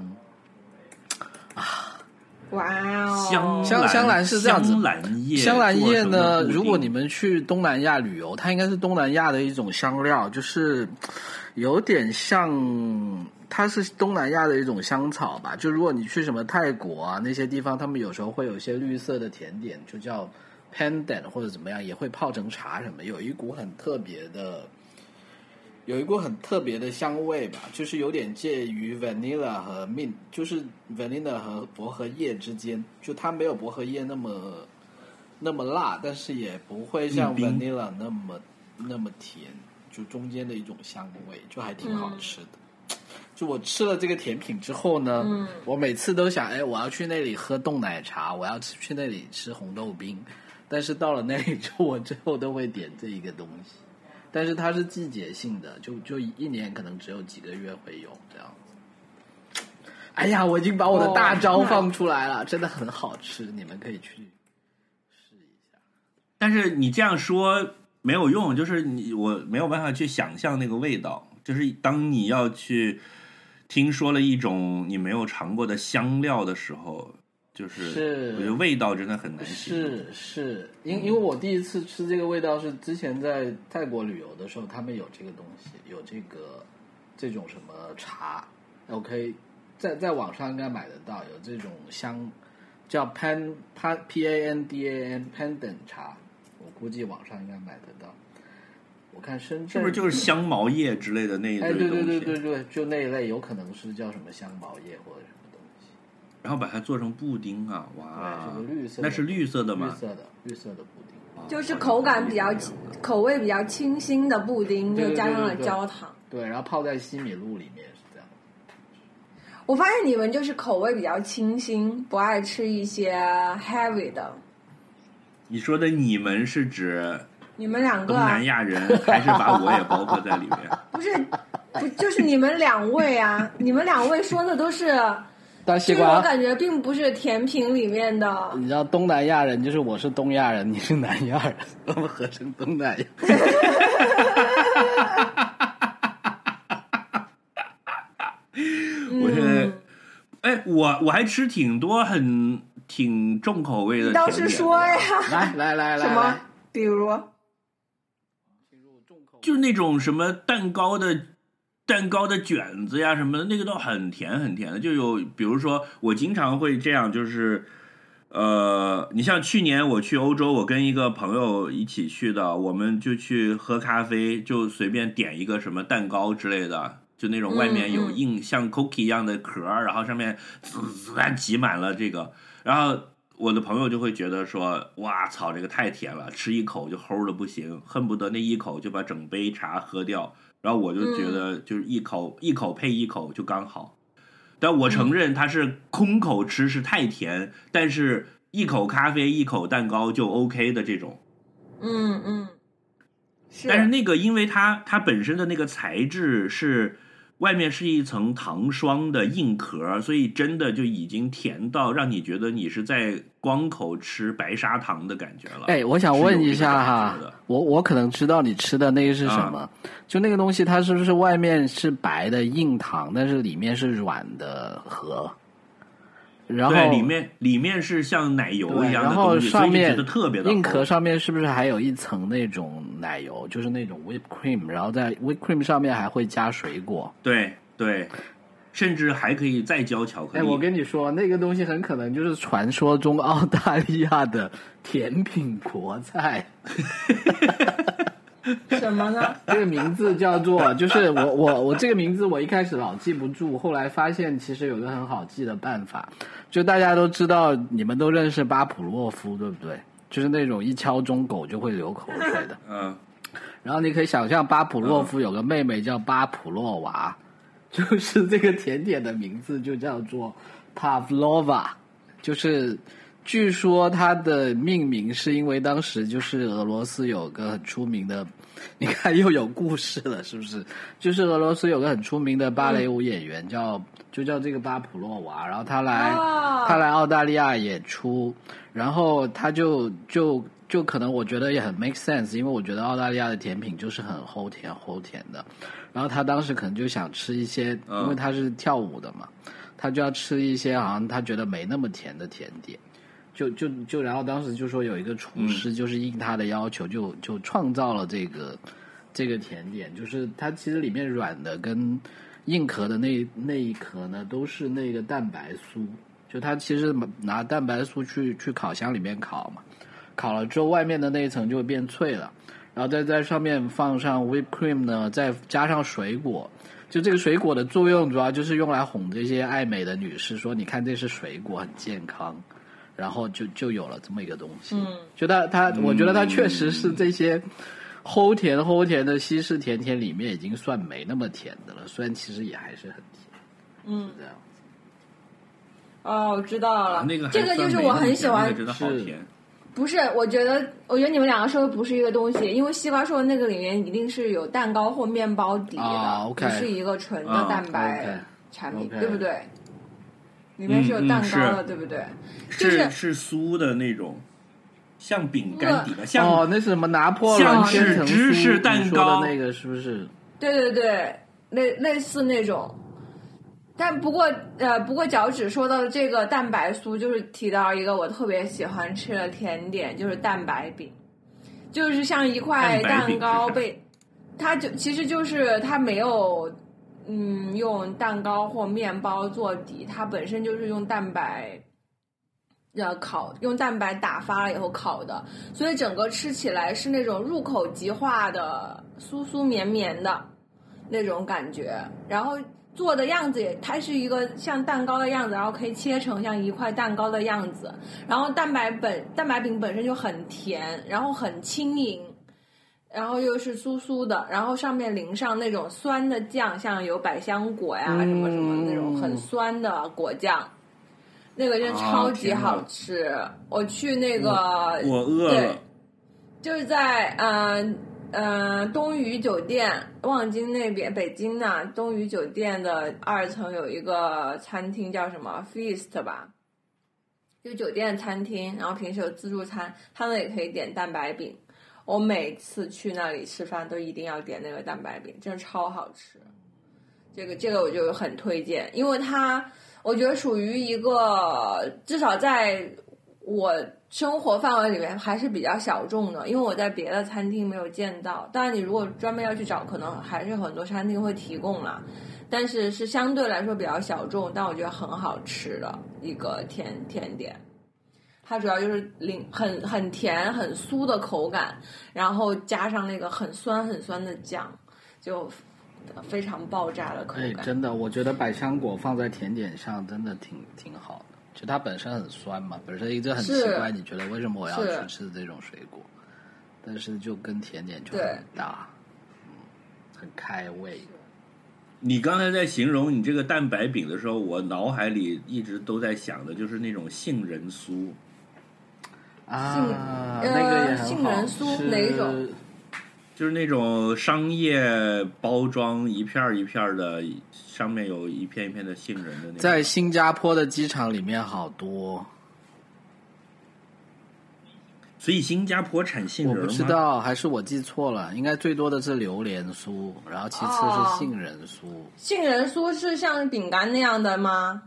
S2: 哇哦，
S1: 香
S3: 香香兰是这样子
S1: 香兰叶，
S3: 香兰叶
S1: 做
S3: 呢，
S1: 成的布丁
S3: 如果你们去东南亚旅游，它应该是东南亚的一种香料，就是有点像，它是东南亚的一种香草吧。就如果你去什么泰国啊那些地方，他们有时候会有一些绿色的甜点，就叫 pandan 或者怎么样，也会泡成茶什么，有一股很特别的。有一股很特别的香味吧，就是有点介于 vanilla 和 mint，就是 vanilla 和薄荷叶之间，就它没有薄荷叶那么那么辣，但是也不会像
S1: 硬冰
S3: vanilla 那么那么甜，就中间的一种香味，就还挺好吃的。就我吃了这个甜品之后呢，我每次都想，哎，我要去那里喝冻奶茶，我要去那里吃红豆冰，但是到了那里之后，我最后都会点这一个东西。但是它是季节性的，就就一年可能只有几个月会有这样子。哎呀，我已经把我的大招放出来了，真的很好吃，你们可以去试一下。
S1: 但是你这样说没有用，就是你我没有办法去想象那个味道。就是当你要去听说了一种你没有尝过的香料的时候，就是
S3: 是
S1: 我觉得味道真的很难形容。
S3: 是是，因因为我第一次吃这个味道是之前在泰国旅游的时候，他们有这个东西，有这个这种什么茶，OK，在在网上应该买得到，有这种香叫 pan pan p a n d a n pandan 茶，我估计网上应该买得到。我看深圳
S1: 是不是就是香茅叶之类的那一
S3: 哎，
S1: 堆
S3: 对
S1: 东西，
S3: 对对对对，就那一类，有可能是叫什么香茅叶或者什么东西，
S1: 然后把它做成布丁啊，哇
S3: 对，什么，绿色的，
S1: 那是绿色的
S3: 绿
S1: 吗？哦
S3: 色的绿色的布丁。
S2: 就是口感比较口味比较清新的布丁，
S3: 对
S2: 又
S3: 对
S2: 加上
S3: 对
S2: 了
S3: 对
S2: 焦糖。
S3: 对，然后泡在西米露里面是这样。
S2: 我发现你们就是口味比较清新，不爱吃一些 heavy 的。
S1: 你说的你们是指
S2: 你们两
S1: 东
S2: 个啊
S1: 南亚 人，还是把我也包括在里面？
S2: 不是不就是你们两位 啊？你们两位说的都是，
S3: 大
S2: 就
S3: 西
S2: 是我
S3: 瓜，
S2: 感觉并不是甜品里面的。
S3: 你知道东南亚人就是我是东亚人，你是南亚人，我们合成东南亚。
S2: 嗯
S1: 我现
S3: 呃
S1: 在，哎，我我还吃挺多很挺重口味的
S2: 你
S1: 甜
S2: 倒
S1: 点的。
S2: 是说呀，
S3: 来来来
S2: 什
S3: 来
S2: 么
S3: 来，？
S2: 比如
S1: 就是那种什么蛋糕的蛋糕的卷子呀什么的，那个都很甜很甜的。就有比如说，我经常会这样，就是呃，你像去年我去欧洲，我跟一个朋友一起去的，我们就去喝咖啡，就随便点一个什么蛋糕之类的。就那种外面有
S2: 嗯嗯
S1: 硬像 cookie 一样的壳儿，然后上面滋滋啊挤满了这个，然后我的朋友就会觉得说，哇操，这个太甜了，吃一口就齁的不行，恨不得那一口就把整杯茶喝掉。然后我就觉得，就是一口、一口配一口就刚好。但我承认它是空口吃是太甜，但是一口咖啡一口蛋糕就 OK 的这种。
S2: 嗯嗯，是
S1: 但是那个，因为它它本身的那个材质是外面是一层糖霜的硬壳，所以真的就已经甜到让你觉得你是在光口吃白砂糖的感觉了。
S3: 哎，我想问一下
S1: 是
S3: 哈
S1: 有这个感觉的，啊
S3: 我我可能知道你吃的那个是什么，就那个东西，它是不是外面是白的硬糖，但是里面是软的核？然后
S1: 对，里面里面是像奶油
S3: 对，
S1: 一样的
S3: 然后
S1: 东西，所
S3: 上
S1: 以你
S3: 面
S1: 觉得特别的
S3: 硬
S1: 齁
S3: 壳上面是不是还有一层那种奶油，就是那种 whip cream，然后在 whip cream 上面还会加水果。
S1: 对对，甚至还可以再浇巧克
S3: 哎，
S1: 力。
S3: 我跟你说，那个东西很可能就是传说中澳大利亚的甜品 国菜，
S2: 什么呢？
S3: 这个名字叫做，就是我我我这个名字我一开始老记不住，后来发现其实有个很好记的办法，就大家都知道，你们都认识巴甫洛夫，对不对？就是那种一敲钟狗就会流口水 的。
S1: 嗯，
S3: 然后你可以想象，巴甫洛夫有个妹妹叫巴甫洛娃，就是这个甜点的名字就叫做 Pavlova，就是据说它的命名是因为当时就是俄罗斯有个很出名的，你看又有故事了，是不是？就是俄罗斯有个很出名的芭蕾舞演员叫就叫这个巴甫洛娃，然后他来、
S2: 哦
S3: 他来澳大利亚演出，然后他就就就可能我觉得也很 make sense，因为我觉得澳大利亚的甜品就是很齁甜齁甜的，然后他当时可能就想吃一些，
S1: 嗯
S3: 因为他是跳舞的嘛，他就要吃一些好像他觉得没那么甜的甜点。就就就，然后当时就说有一个厨师，就是应他的要求就，就创造了这个这个甜点，就是它其实里面软的跟硬壳的那那一壳呢，都是那个蛋白酥，就它其实拿蛋白酥去去烤箱里面烤嘛，烤了之后外面的那一层就会变脆了，然后再在上面放上 whip cream 呢，再加上水果。就这个水果的作用，主要就是用来哄这些爱美的女士说：“你看这是水果，很健康。”然后就就有了这么一个东西。嗯，就它它，我觉得它确实是这些齁甜齁甜的西式甜甜里面已经算没那么甜的了，虽然其实也还是很甜。嗯，这样。
S2: 哦，我知道了。
S1: 那个还
S2: 这个就
S1: 算
S2: 是
S1: 没
S2: 我
S1: 啊那么
S2: 很
S1: 甜
S2: 喜欢
S1: 那个真的好
S3: 是
S1: 甜。
S2: 不是，我觉得，我觉得你们两个说的不是一个东西，因为西瓜说的那个里面一定是有蛋糕或面包底的，
S3: 啊，OK
S2: 不是一个纯的
S1: 啊
S2: 蛋白
S3: OK
S2: 产品，
S3: OK
S2: 对不对？里面是有蛋糕的，
S1: 嗯嗯是
S2: 对不对？就是
S1: 是酥的那种，像饼干底吧，像、
S3: 哦，那是什么拿破仑
S1: 像
S3: 千
S1: 是
S3: 层
S1: 芝士
S3: 酥
S1: 蛋
S3: 你说的
S1: 糕
S3: 那个是不是？
S2: 对对对，类类似那种。但不过，呃，不过脚趾说到的这个蛋白酥，就是提到一个我特别喜欢吃的甜点，就是蛋白饼，就是像一块
S1: 蛋白饼
S2: 蛋糕
S1: 是啥
S2: 被，它就其实就是它没有，嗯，用蛋糕或面包做底，它本身就是用蛋白，呃，烤用蛋白打发了以后烤的，所以整个吃起来是那种入口即化的酥酥绵绵的那种感觉，然后做的样子也，它是一个像蛋糕的样子，然后可以切成像一块蛋糕的样子，然后蛋白本蛋白饼本身就很甜，然后很轻盈。然后又是酥酥的，然后上面淋上那种酸的酱，像有百香果呀、什么什么那种很酸的果酱，那个真的超级好吃。我去那个
S1: 我饿
S2: 对
S1: 了，，
S2: 就是在呃呃东宇酒店望京那边，北京呐、东宇酒店的二层有一个餐厅叫什么 Feast 吧，就酒店餐厅，然后平时有自助餐，他们也可以点蛋白饼。我每次去那里吃饭都一定要点那个蛋白饼，真的超好吃。这个这个我就很推荐，因为它我觉得属于一个至少在我生活范围里面还是比较小众的，因为我在别的餐厅没有见到。当然，你如果专门要去找，可能还是很多餐厅会提供啦，但是是相对来说比较小众，但我觉得很好吃的一个甜甜点。它主要就是零很很甜很酥的口感，然后加上那个很酸很酸的酱，就非常爆炸的口
S3: 哎，
S2: 感。
S3: 真的，我觉得百香果放在甜点上真的挺挺好的，就它本身很酸嘛，本身一直很奇
S2: 是
S3: 怪，你觉得为什么我要
S2: 是
S3: 去吃这种水果？但是就跟甜点就
S2: 对
S3: 很搭，嗯，很开胃。
S1: 你刚才在形容你这个蛋白饼的时候，我脑海里一直都在想的就是那种杏仁酥，
S3: 啊，
S2: 呃
S3: 那个也很好
S2: 杏仁酥
S3: 是
S2: 哪一种
S1: 就是那种商业包装一片儿一片儿的，上面有一片一片的杏仁的那种。
S3: 在新加坡的机场里面好多，
S1: 所以新加坡产杏
S3: 我
S1: 仁吗？
S3: 不知道，还是我记错了？应该最多的是榴莲酥，然后其次
S2: 哦
S3: 是杏仁酥。
S2: 杏仁酥是像饼干那样的吗？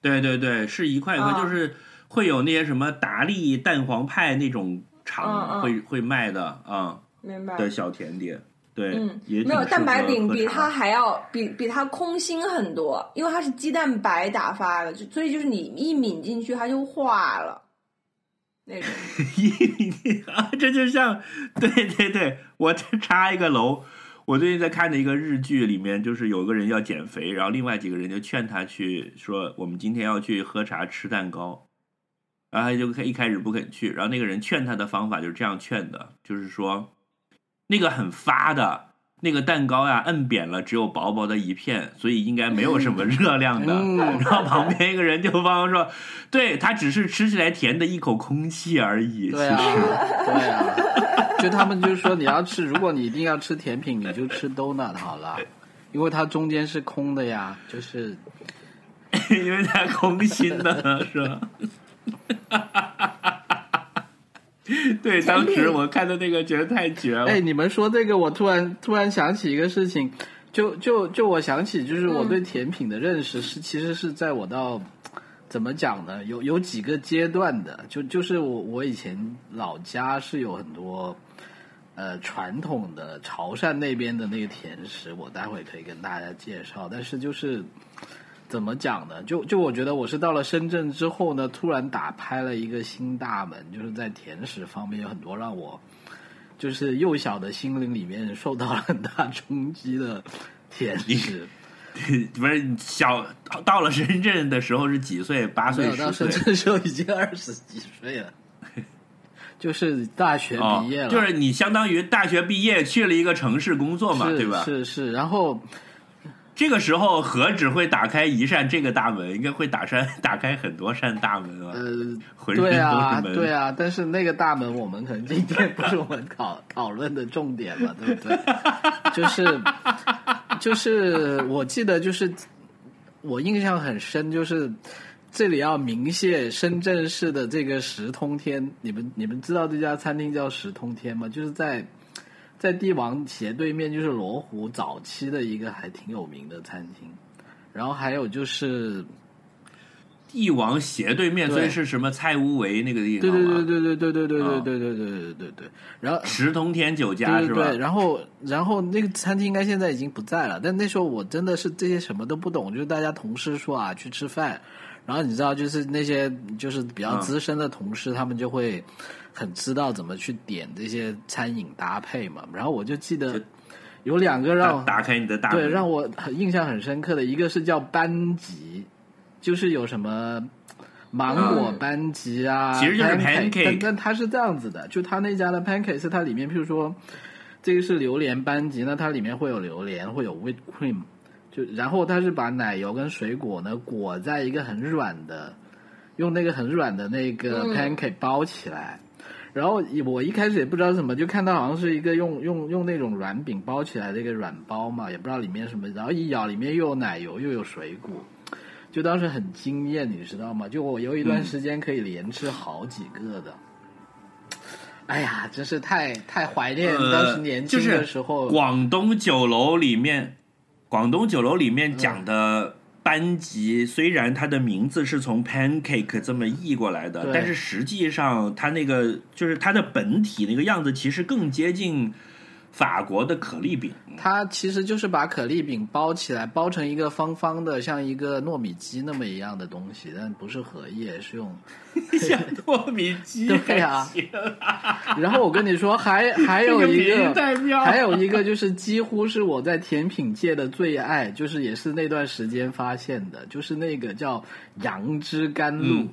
S1: 对对对，是一块一块，
S2: 啊
S1: 就是会有那些什么达利蛋黄派那种
S2: 嗯
S1: 厂
S2: 嗯
S1: 会、会卖的啊、
S2: 明白。
S1: 的小甜点，对，
S2: 嗯，
S1: 也挺
S2: 没有
S1: 适合
S2: 蛋白饼
S1: 喝
S2: 比
S1: 茶
S2: 它还要比比它空心很多，因为它是鸡蛋白打发的，就所以就是你一抿进去它就化了，那 种
S1: 啊， 这就像对对对，我再插一个楼。我最近在看的一个日剧，里面就是有个人要减肥，然后另外几个人就劝他去说，我们今天要去喝茶吃蛋糕，然后他就开一开始不肯去，然后那个人劝他的方法就是这样劝的，就是说那个很发的那个蛋糕呀、摁扁了只有薄薄的一片，所以应该没有什么热量的。
S3: 嗯
S1: 然后旁边一个人就帮他说，对他只是吃起来甜的一口空气而已，
S3: 对啊，对啊，就他们就说你要吃，如果你一定要吃甜品，你就吃 donut 好了，因为它中间是空的呀，就是
S1: 因为他空心的， 是吧？对，当时我看的那个觉得太绝了。
S3: 哎，你们说这个，我突然突然想起一个事情，就就就我想起，就是我对甜品的认识是，其实是在我到怎么讲呢？有有几个阶段的，就就是我我以前老家是有很多呃传统的潮汕那边的那个甜食，我待会可以跟大家介绍，但是就是。怎么讲呢？就就我觉得我是到了深圳之后呢，突然打开了一个新大门，就是在甜食方面有很多让我就是幼小的心灵里面受到了很大冲击的甜食。
S1: 不是小到了深圳的时候是几岁？八
S3: 没
S1: 岁、
S3: 有到
S1: 十
S3: 深
S1: 岁
S3: 圳的时候已经二十几岁 了，就是大学
S1: 哦
S3: 毕业了，，
S1: 就是你相当于大学毕业去了一个城市工作嘛，
S3: 是
S1: 对吧？
S3: 是是，然后
S1: 这个时候何止会打开一扇这个大门，应该会打扇 打开很多扇大门啊，
S3: 呃，
S1: 浑身都
S3: 对
S1: 是
S3: 啊，
S1: 门。
S3: 对啊，但是那个大门，我们可能今天不是我们讨讨论的重点了，对不对？就是就是，我记得就是我印象很深，就是这里要鸣谢深圳市的这个十通天，你们你们知道这家餐厅叫十通天吗？就是在在帝王斜对面，就是罗湖早期的一个还挺有名的餐厅，然后还有就是。
S1: 帝王斜对面，
S3: 对
S1: 所以是什么蔡乌维那个地
S3: 对
S1: 方啊
S3: 对对
S1: 吗？
S3: 对对对对对
S1: 啊
S3: 对对对对对对对，然后
S1: 十通天酒家
S3: 对对对，
S1: 是吧？
S3: 然后然后那个餐厅应该现在已经不在了，但那时候我真的是这些什么都不懂，就是大家同事说啊去吃饭，然后你知道就是那些就是比较
S1: 嗯
S3: 资深的同事，他们就会很知道怎么去点这些餐饮搭配嘛，然后我就记得
S1: 就
S3: 有两个让
S1: 打打开你的大门，
S3: 对，让我很印象很深刻的一个是叫班级，就是有什么芒果班级啊，
S1: 嗯其实就是
S3: pancake，但
S1: pancake
S3: 但它是这样子的，就它那家的 pancake 是它里面，譬如说这个是榴莲班级，那它里面会有榴莲，会有 whipped cream，就然后它是把奶油跟水果呢裹在一个很软的，用那个很软的那个
S2: 嗯
S3: pancake 包起来。然后我一开始也不知道是什么，就看到好像是一个用用用那种软饼包起来的一个软包嘛，也不知道里面什么，然后一咬里面又有奶油又有水果，就当时很惊艳，你知道吗？就我有一段时间可以连吃好几个的。哎呀，真是太太怀念
S1: 呃
S3: 当时年轻的时候。
S1: 就是、广东酒楼里面，广东酒楼里
S3: 嗯
S1: 面讲的班级，虽然它的名字是从 pancake 这么译过来的
S3: 对，
S1: 但是实际上它那个就是它的本体那个样子，其实更接近法国的可丽 饼。
S3: 它其实就是把可丽饼包起来，包成一个方方的，像一个糯米鸡那么一样的东西，但不是荷叶，是用
S1: 像糯米鸡
S3: 对啊 然后我跟你说，还还有一
S1: 这个比喻
S3: 个，
S1: 太妙了
S3: 还有一个就是几乎是我在甜品界的最爱，就是也是那段时间发现的，就是那个叫杨枝甘露。
S1: 嗯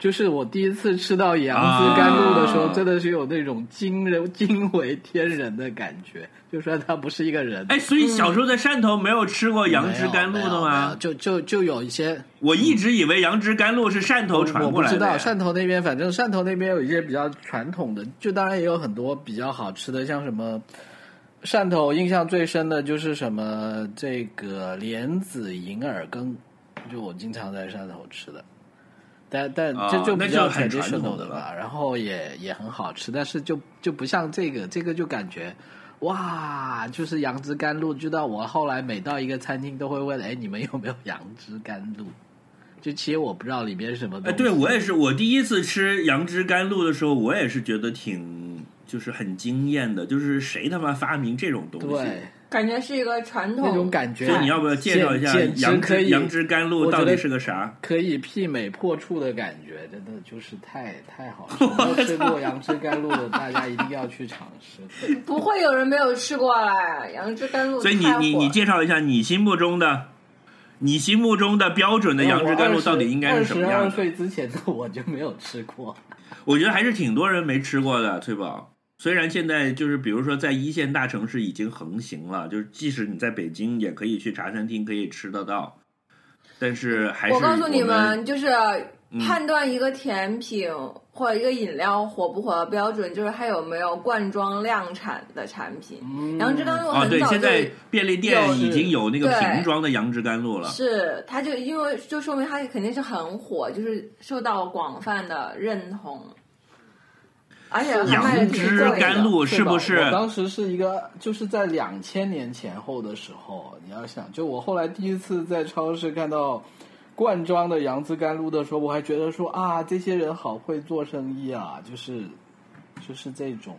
S3: 就是我第一次吃到杨枝甘露的时候，
S1: 啊
S3: 真的是有那种惊人、惊为天人的感觉。就说它不是一个人，
S1: 哎，所以小时候在汕头没有吃过杨枝甘露
S3: 没有
S1: 的
S3: 嗯没有没有
S1: 吗？
S3: 就就就有一些
S1: 我一直以为杨枝甘露是汕头传
S3: 我
S1: 过
S3: 不
S1: 来
S3: 知
S1: 的呀。
S3: 道汕头那边，反正汕头那边有一些比较传统的，就当然也有很多比较好吃的，像什么汕头印象最深的就是什么这个莲子银耳羹，就我经常在汕头吃的。但但
S1: 啊
S3: 这就
S1: 那
S3: 比
S1: 就
S3: 较
S1: 很传
S3: traditional
S1: 统
S3: 的
S1: 的
S3: 吧，然后也也很好吃，但是就就不像这个，这个就感觉哇，就是杨枝甘露。就到我后来每到一个餐厅都会问，哎，你们有没有杨枝甘露？就其实我不知道里边是什么东
S1: 哎，
S3: 西。
S1: 对我也是，我第一次吃杨枝甘露的时候，我也是觉得挺就是很惊艳的，就是谁他妈发明这种东西？
S3: 对
S2: 感觉是一个传统
S3: 那种感觉。
S1: 所以你要不要介绍一下
S3: 简简直
S1: 杨
S3: 可
S1: 枝
S3: 以
S1: 杨枝甘露
S3: 我觉
S1: 到
S3: 得
S1: 底是个啥？
S3: 可以媲美破处的感觉，真的就是太太好 吃。没有吃过杨枝甘露的，大家一定要去尝试。
S2: 不会有人没有吃过啦，杨枝甘露
S1: 所以你
S2: 太火
S1: 你你
S2: 了
S1: 介绍一下你心目中的你心目中的标准
S3: 嗯
S1: 的杨枝甘露到底应该是什么
S3: 二十
S1: 样
S3: 二
S1: 的？
S3: 岁之前的我就没有吃过。
S1: 我觉得还是挺多人没吃过的，崔宝。虽然现在就是，比如说在一线大城市已经横行了，就是即使你在北京也可以去茶餐厅可以吃得到，但是还是
S2: 我告诉你
S1: 们嗯
S2: 们，就是判断一个甜品或者一个饮料火不火的标准，就是它有没有灌装量产的产品。
S3: 嗯
S2: 杨枝甘露
S1: 哦，
S2: 很
S1: 对，
S2: 早
S1: 现
S2: 就
S1: 在便利店已经有那个
S2: 对
S1: 瓶装的杨枝甘露了。
S2: 是，它就因为就说明它肯定是很火，就是受到广泛的认同，而且还卖的
S1: 杨
S2: 挺
S1: 枝
S2: 贵
S1: 甘
S2: 的。
S1: 露是不
S3: 对吧
S1: 是
S3: 我？当时是一个，就是在两千年前后的时候，你要想，就我后来第一次在超市看到罐装的杨枝甘露的时候，我还觉得说啊，这些人好会做生意啊，就是就是这种。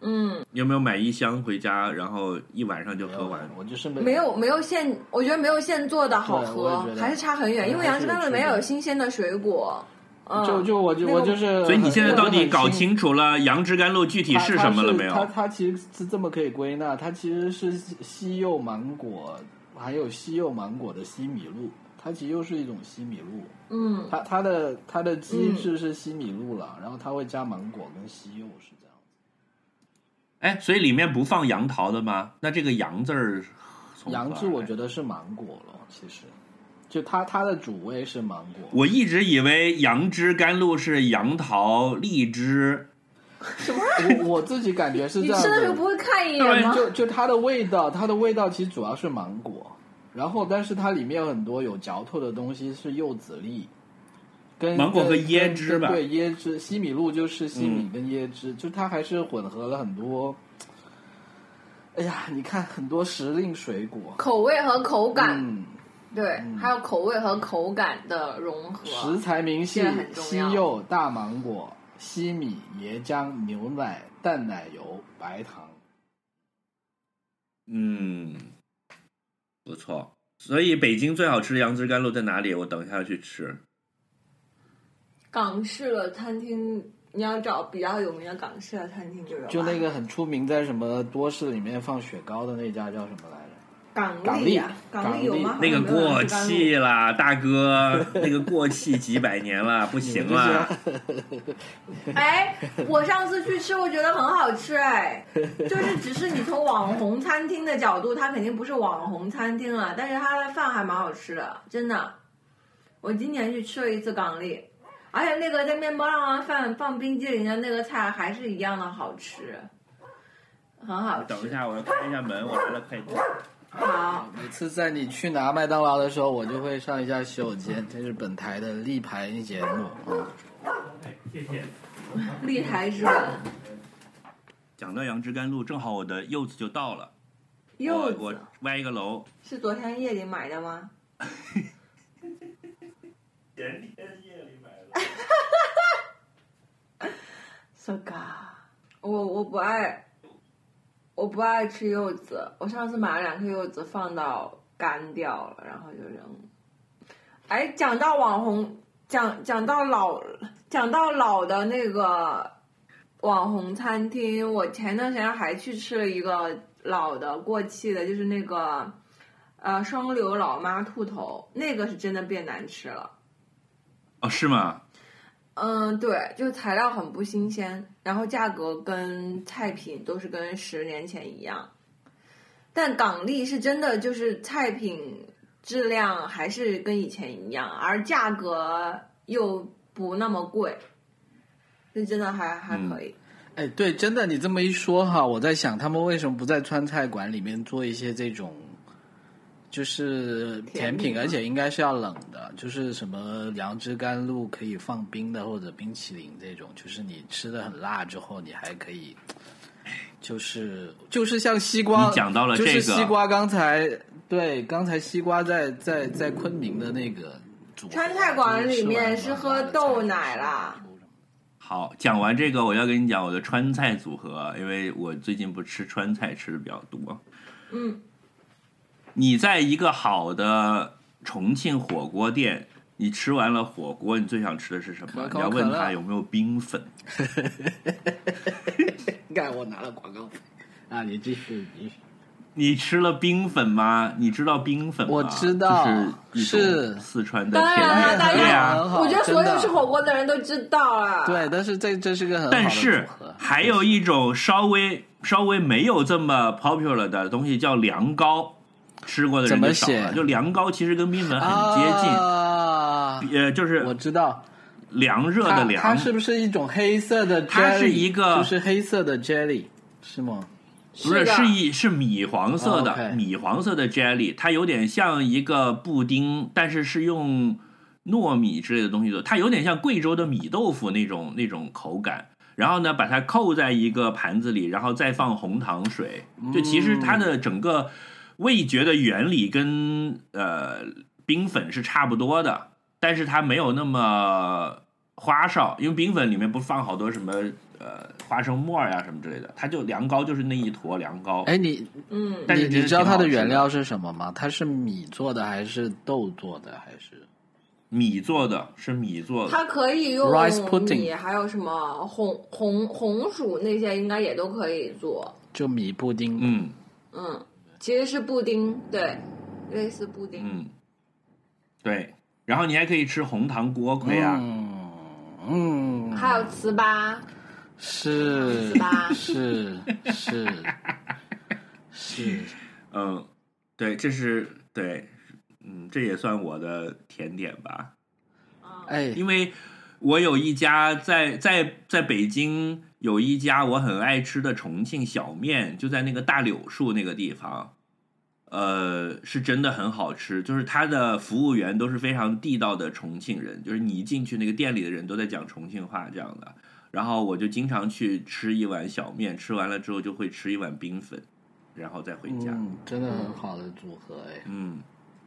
S2: 嗯，
S1: 有没有买一箱回家，然后一晚上就喝完？
S3: 我就是
S2: 没有没有现，我觉得没有现做的好
S3: 对我也
S2: 喝
S3: 觉，得
S2: 还是差很远，因为杨枝甘露里面
S3: 还是
S2: 有
S3: 有区别
S2: 新鲜的水果。嗯，
S3: 就就我就
S2: 那个
S3: 我就是，
S1: 所以你现在到
S3: 我就
S1: 底
S3: 很
S1: 搞
S3: 清
S1: 清楚了杨枝甘露具体
S3: 它
S1: 是
S3: 它
S1: 什么了没
S3: 它
S1: 有？
S3: 它其实是这么可以归纳，它其实是西西柚芒果，还有西柚芒果的西米露，它其实又是一种西米露。
S2: 嗯，
S3: 它它的它的
S1: 嗯
S3: 机制是西米露了，然后它会加芒果跟西柚，是这样。
S1: 哎，所以里面不放杨桃的吗？那这个杨字儿葱花
S3: 杨枝我觉得是芒果了，其实就它它的主味是芒果，
S1: 我一直以为杨枝甘露是杨桃、荔枝，
S2: 什么？
S3: 我我自己感觉是
S2: 你
S3: 这样
S2: 吃的时候
S3: 的
S2: 不。会看一眼吗？
S3: 就就它的味道，它的味道其实主要是芒果，然后但是它里面有很多有嚼头的东西是柚子粒，跟
S1: 芒果和
S3: 跟
S1: 椰汁
S3: 跟
S1: 吧
S3: 对，椰汁西米露就是西米
S1: 嗯
S3: 跟椰汁，就它还是混合了很多。哎呀，你看很多时令水果，
S2: 口味和口感，
S3: 嗯，
S2: 对，还有口味和口感的融合。
S3: 食材明细
S2: 这个很：重
S3: 西
S2: 要
S3: 柚、大芒果、西米、椰浆、牛奶、淡奶油、白糖。
S1: 嗯，不错。所以北京最好吃的杨枝甘露在哪里？我等一下去吃。
S2: 港式的餐厅，你要找比较有名的港式的餐厅就有吧。
S3: 就那个很出名，在什么多士里面放雪糕的那家叫什么来着？
S2: 港
S3: 港
S2: 丽
S3: 丽
S2: 啊，港
S3: 港
S2: 丽有
S3: 丽
S2: 吗？
S1: 那个
S2: 好像没有人
S1: 过
S2: 吃甘露
S1: 气啦，大哥，那个过气几百年了，不行 了。
S2: 哎，我上次去吃，我觉得很好吃哎，就是只是你从网红餐厅的角度，它肯定不是网红餐厅了，但是它的饭还蛮好吃的，真的。我今年去吃了一次港丽，而且那个在面包上放放冰激凌的那个菜还是一样的好吃，很
S3: 啊
S2: 好
S1: 等一
S2: 吃。
S1: 下，我要开一下门，我来了快递。
S2: 好，
S3: 哦每次在你去拿麦当劳的时候，我就会上一下洗手间，这是本台的立牌节目啊。
S1: 谢谢。
S2: 立台之吻，
S1: 讲到杨枝甘露，正好我的柚子就到了。
S2: 柚
S1: 我
S2: 子
S1: 我歪一个楼。
S2: 是昨天夜里买的吗？
S1: 前天夜里买的。
S2: so g 我我不爱，我不爱吃柚子。我上次买了两颗柚子，放到干掉了，然后就扔了。哎，讲到网红，讲讲到老，讲到老的那个网红餐厅，我前段时间还去吃了一个老的过气的，就是那个呃双流老妈兔头，那个是真的变难吃了。
S1: 哦，是吗？
S2: 嗯，对，就材料很不新鲜，然后价格跟菜品都是跟十年前一样。但港丽是真的，就是菜品质量还是跟以前一样，而价格又不那么贵，这真的还还可以。
S3: 哎，对，真的，你这么一说哈，我在想他们为什么不在川菜馆里面做一些这种，就是
S2: 甜
S3: 甜
S2: 品
S3: 品，
S2: 吗
S3: 而且应该是要冷的，就是什么杨枝甘露可以放冰的，或者冰淇淋这种，就是你吃的很辣之后，你还可以。就是就是像西瓜，
S1: 你讲到了这个
S3: 就是西瓜。刚才对，刚才西瓜在在在昆明的那个组合
S2: 川菜馆里面
S3: 就是是吃完
S2: 喝
S3: 了
S2: 豆奶啦，
S1: 好，讲完这个，我要跟你讲我的川菜组合，啊因为我最近不吃川菜吃的比较多。
S2: 嗯，
S1: 你在一个好的重庆火锅店，你吃完了火锅，你最想吃的是什么？
S3: 可口
S1: 你要问
S3: 可乐
S1: 他有没有冰粉。
S3: 你看我拿了广告 费啊！你继续，你继续。
S1: 你吃了冰粉吗？你知道冰粉吗？
S3: 我知道
S1: 就是一种
S3: 是
S1: 四川的
S2: 当
S1: 甜
S2: 然了，
S1: 点，
S2: 大
S1: 对
S2: 家，
S1: 啊。
S2: 我觉得所有吃火锅的人都知道了。
S3: 对，但是这这是个很好的
S1: 但
S3: 组
S1: 是
S3: 合。
S1: 还有一种稍微稍微没有这么 popular 的东西叫凉糕，吃过的人就少
S3: 怎么
S1: 了。
S3: 写
S1: 就凉糕其实跟冰粉很接近，
S3: 啊，
S1: 呃，就是
S3: 我知道，
S1: 凉热
S3: 它
S1: 的凉，
S3: 它是不是一种黑色的 jelly？
S1: 它是一个
S3: 就是黑色的 jelly，是吗？
S1: 不是
S2: 的
S1: 是一是米黄色的、
S3: 哦，OK
S1: 米黄色的 jelly，它有点像一个布丁，但是是用糯米之类的东西做，它有点像贵州的米豆腐那种那种口感。然后呢，把它扣在一个盘子里，然后再放红糖水。就其实它的整个味觉的原理跟呃冰粉是差不多的，但是它没有那么花哨，因为冰粉里面不放好多什么呃花生沫呀、什么之类的，它就凉糕就是那一坨凉糕。
S3: 哎，你
S2: 嗯，
S1: 哦但
S3: 你
S1: 是
S3: 你知道它的原料是什么吗？它是米做的还是豆做的还是？
S1: 米做的，是米做的。
S2: 它可以用
S3: 哦 Rice
S2: 米，
S3: pudding
S2: 还有什么红红红薯那些，应该也都可以做。
S3: 就米布丁，
S1: 嗯
S2: 嗯，其实是布丁，对，类似布丁。
S1: 嗯，对。然后你还可以吃红糖锅盔啊，
S3: 嗯，
S2: 还有糍粑，
S3: 是
S2: 吧
S3: 是是是，
S1: 嗯，对，这是对，嗯，这也算我的甜点吧，
S3: 哎，
S1: 因为我有一家在在在北京有一家我很爱吃的重庆小面，就在那个大柳树那个地方，呃，是真的很好吃，就是他的服务员都是非常地道的重庆人，就是你一进去那个店里的人都在讲重庆话这样的。然后我就经常去吃一碗小面，吃完了之后就会吃一碗冰粉，然后再回家。
S3: 嗯，真的很好的组合哎。
S1: 嗯，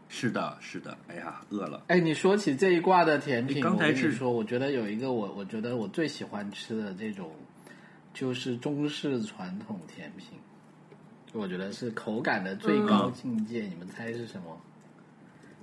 S1: 是的，是的。哎呀，饿了。
S3: 哎，你说起这一挂的甜
S1: 你
S3: 品，
S1: 哎刚才
S3: 我跟
S1: 是
S3: 你说，我觉得有一个我，我觉得我最喜欢吃的这种，就是中式传统甜品，我觉得是口感的最高境界。你们猜是什么？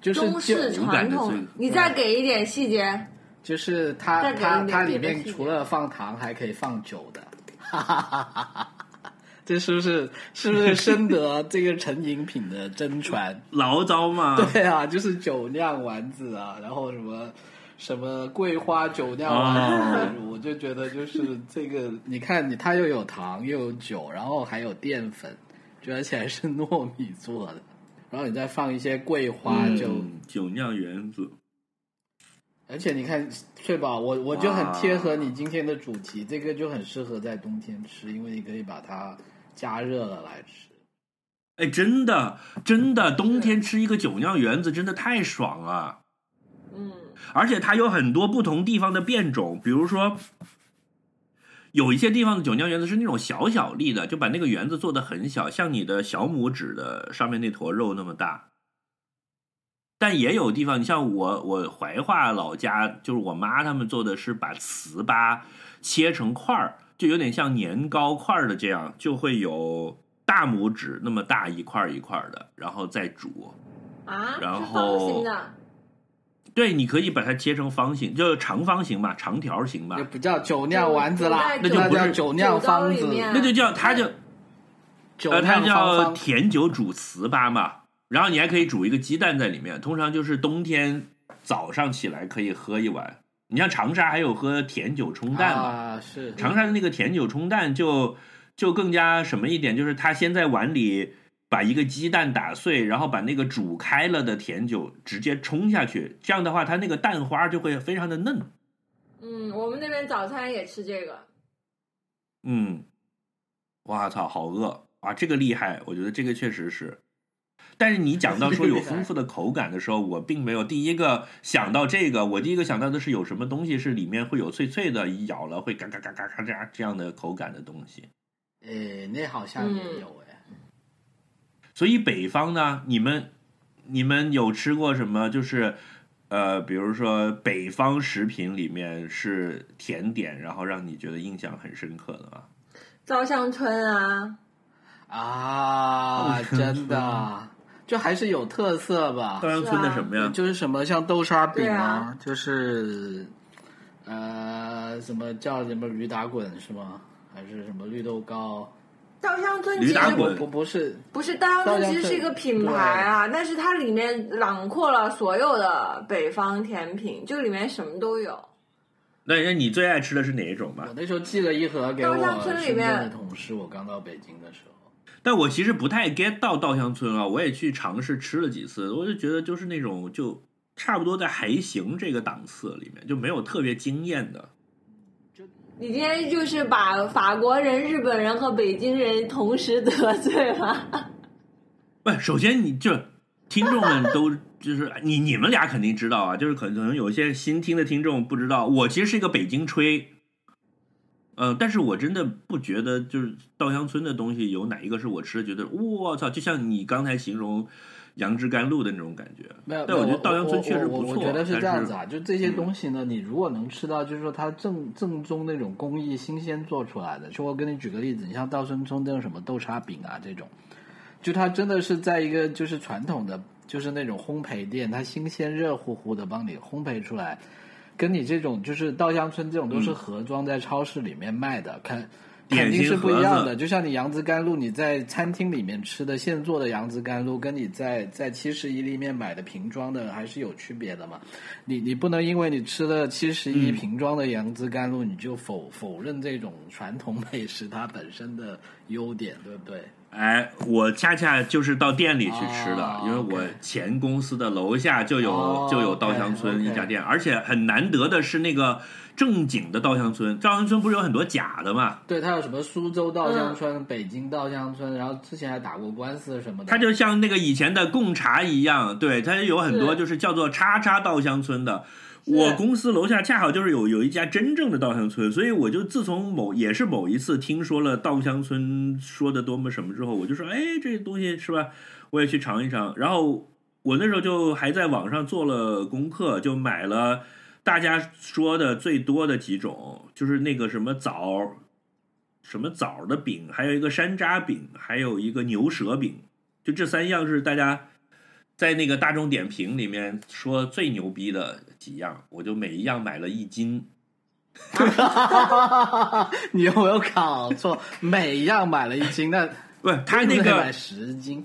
S3: 就是
S2: 中式
S1: 酒感
S2: 传
S1: 的
S2: 统
S1: 最，
S2: 你再给一点细节。
S3: 就就是它
S2: 再给
S3: 它
S2: 一点
S3: 它里
S2: 别的
S3: 面
S2: 细节
S3: 除了放糖，还可以放酒的。 哈哈哈哈哈！这是不是是不是深得这个成饮品的真传？
S1: 醪糟嘛，
S3: 对啊，就是酒酿丸子啊，然后什么什么桂花酒酿
S1: 啊
S3: 丸子，我就觉得就是这个，你看你它又有糖又有酒，然后还有淀粉，就而且还是糯米做的， 然后你再放一些桂花
S1: 嗯
S3: 就，
S1: 酒酿圆子。
S3: 而且你看翠宝，我我就很贴合你今天的主题，这个就很适合在冬天吃，因为你可以把它加热了来吃。
S1: 哎，真的，真的，冬天吃一个酒酿圆子真的太爽了，
S2: 嗯，
S1: 而且它有很多不同地方的变种，比如说。有一些地方的酒酿圆子是那种小小粒的，就把那个圆子做的很小，像你的小拇指的上面那坨肉那么大。但也有地方，你像我，我怀化老家，就是我妈他们做的是把糍粑切成块儿，就有点像年糕块儿的这样，就会有大拇指那么大一块儿一块儿的，然后再煮。
S2: 啊，
S1: 然后
S2: 是方形的，
S1: 对，你可以把它切成方形，就是长方形吧，长条形吧
S3: 就，不叫酒酿丸子啦，
S2: 那就
S1: 不是
S3: 叫酒酿方子
S2: 酒糟里，面
S1: 那就
S3: 嗯
S1: 叫它就
S3: 酒
S1: 呃，它
S3: 酿方
S1: 叫
S3: 方
S1: 甜酒煮糍粑嘛，然后你还可以煮一个鸡蛋在里面，通常就是冬天早上起来可以喝一碗。你像长沙还有喝甜酒冲蛋嘛，
S3: 啊，是
S1: 长沙的那个甜酒冲蛋就就更加什么一点，就是他先在碗里把一个鸡蛋打碎，然后把那个煮开了的甜酒直接冲下去，这样的话它那个蛋花就会非常的嫩。
S2: 嗯，我们那边早餐也吃这个，
S1: 嗯，哇操，好饿啊！这个厉害，我觉得这个确实是。但是你讲到说有丰富的口感的时候，我并没有第一个想到这个，我第一个想到的是有什么东西是里面会有脆脆的，一咬了会嘎嘎嘎嘎嘎嘎这样的口感的东西。
S3: 诶，那好像也
S2: 嗯
S3: 有诶。
S1: 所以北方呢，你们你们有吃过什么？就是呃，比如说北方食品里面是甜点，然后让你觉得印象很深刻的吗？
S2: 稻香村啊，
S3: 啊，真的，就还是有特色吧
S1: 稻。香村的什么呀？
S3: 啊就是什么像豆沙饼
S2: 对
S3: 啊
S2: 啊，
S3: 就是呃，什么叫什么驴打滚是吗？还是什么绿豆糕？
S2: 稻香村其
S1: 驴
S2: 实
S1: 打滚
S3: 不不是，
S2: 不是稻香村，其实是一个品牌啊，但是它里面囊括了所有的北方甜品，就里面什么都有。
S1: 那那你最爱吃的是哪一种吧
S3: 我？那时候寄了一盒给我
S2: 稻香村里
S3: 深圳的
S2: 面
S3: 同事，我刚到北京的时候。
S1: 但我其实不太 get 到稻香村啊，我也去尝试吃了几次，我就觉得就是那种就差不多在还行这个档次里面，就没有特别惊艳的。
S2: 你今天就是把法国人、日本人和北京人同时得罪了。
S1: 不，首先你就听众们 都就是你你们俩肯定知道啊，就是可能可能有一些新听的听众不知道，我其实是一个北京吹，呃，但是我真的不觉得就是稻香村的东西有哪一个是我吃的觉得我操，就像你刚才形容杨枝甘露的那种感觉，
S3: 没有，
S1: 但我
S3: 没
S1: 觉
S3: 有
S1: 得稻香村确实
S3: 我
S1: 不
S3: 我我
S1: 错，
S3: 我觉得是这样子
S1: 但
S3: 啊，就这些东西呢，你如果能吃到，就是说它正正宗那种工艺新鲜做出来的，就我给你举个例子，你像稻香村那种什么豆沙饼啊这种，就它真的是在一个就是传统的，就是那种烘焙店，它新鲜热乎乎的帮你烘焙出来，跟你这种就是稻香村这种都是
S1: 嗯
S3: 盒装在超市里面卖的，肯肯
S1: 点
S3: 定
S1: 心
S3: 是不一样
S1: 盒
S3: 的。
S1: 子
S3: 就像你杨枝甘露，你在餐厅里面吃的现做的杨枝甘露，跟你在在七十一里面买的瓶装的还是有区别的嘛。你你不能因为你吃了七十一
S1: 嗯
S3: 瓶装的杨枝甘露，你就否否认这种传统美食它本身的优点，对不对？
S1: 哎，我恰恰就是到店里去吃的，
S3: 哦
S1: 因为我
S3: OK
S1: 前公司的楼下就有、
S3: 哦
S1: 就有稻香村
S3: OK，OK
S1: 一家店，而且很难得的是那个正经的稻香村。稻香村不是有很多假的嘛？
S3: 对，它有什么苏州稻香村、北京稻香村，然后之前还打过官司什么的。
S1: 它就像那个以前的贡茶一样，对，它有很多
S2: 是
S1: 就是叫做“叉叉稻香村”的。我公司楼下恰好就是有有一家真正的稻香村，所以我就自从某也是某一次听说了稻香村说的多么什么之后，我就说，哎，这东西是吧？我也去尝一尝。然后我那时候就还在网上做了功课，就买了大家说的最多的几种，就是那个什么枣，什么枣的饼，还有一个山楂饼，还有一个牛舌饼，就这三样是大家在那个大众点评里面说最牛逼的几样，我就每一样买了一斤。
S3: 你有没有搞错？每一样买了一斤，那
S1: 不是，他
S3: 为
S1: 那
S3: 什么得
S1: 个
S3: 买十斤，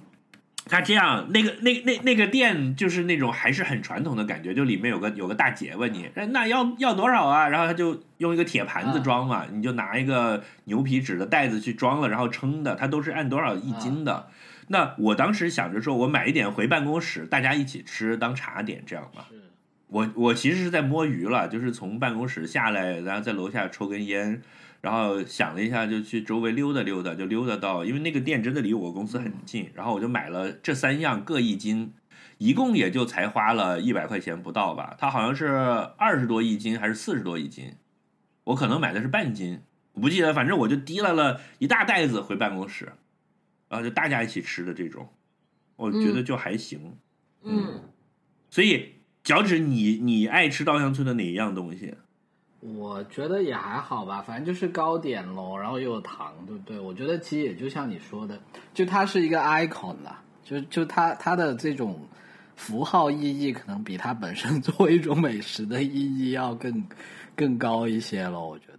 S1: 他这样，那个那那那个店就是那种还是很传统的感觉，就里面有个有个大姐问你，哎那要要多少啊？然后他就用一个铁
S3: 嗯
S1: 盘子装嘛，你就拿一个牛皮纸的袋子去装了，然后称的，它都是按多少一斤
S3: 嗯
S1: 的。那我当时想着说，我买一点回办公室，大家一起吃当茶点这样嘛。
S3: 是
S1: 我我其实是在摸鱼了，就是从办公室下来，然后在楼下抽根烟，然后想了一下，就去周围溜达溜达，就溜达到，因为那个店真的离我公司很近，然后我就买了这三样各一斤，一共也就才花了一百块钱不到吧，它好像是二十多一斤还是四十多一斤，我可能买的是半斤，我不记得，反正我就提拉了一大袋子回办公室，然后就大家一起吃的这种，我觉得就还行。
S2: 嗯，
S1: 所以脚趾你，你爱吃稻香村的哪一样东西？
S3: 我觉得也还好吧，反正就是糕点咯，然后又有糖，对不对？我觉得其实也就像你说的，就它是一个 icon 啦，就就它它的这种符号意义，可能比它本身作为一种美食的意义要更更高一些咯，我觉得。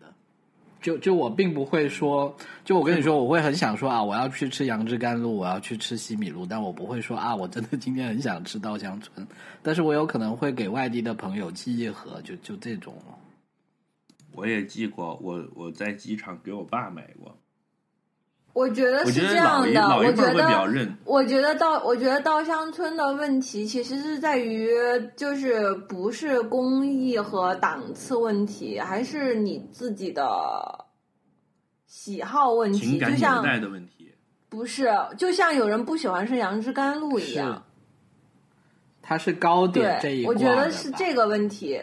S3: 就就我并不会说，就我跟你说，我会很想说啊，我要去吃杨枝甘露，我要去吃西米露，但我不会说啊，我真的今天很想吃稻香村，但是我有可能会给外地的朋友寄一盒，就就这种咯。
S1: 我也记过，我我在机场给我爸买过。
S2: 我觉得
S1: 我
S2: 呃是
S1: 觉得
S2: 这样
S1: 老
S2: 的，
S1: 一老一
S2: 我
S1: 辈
S2: 觉
S1: 儿会比较
S2: 得。
S1: 认，
S2: 我觉得稻，我觉得稻香村的问题其实是在于，就是不是工艺和档次问题，还是你自己的喜好问
S1: 情
S2: 题。
S1: 感
S2: 就
S1: 纽带
S2: 像
S1: 的问题。
S2: 不是，就像有人不喜欢吃杨枝甘露一样，
S3: 它是糕点这
S2: 对，
S3: 一挂
S2: 我
S3: 的
S2: 觉得是
S3: 吧
S2: 这个问题。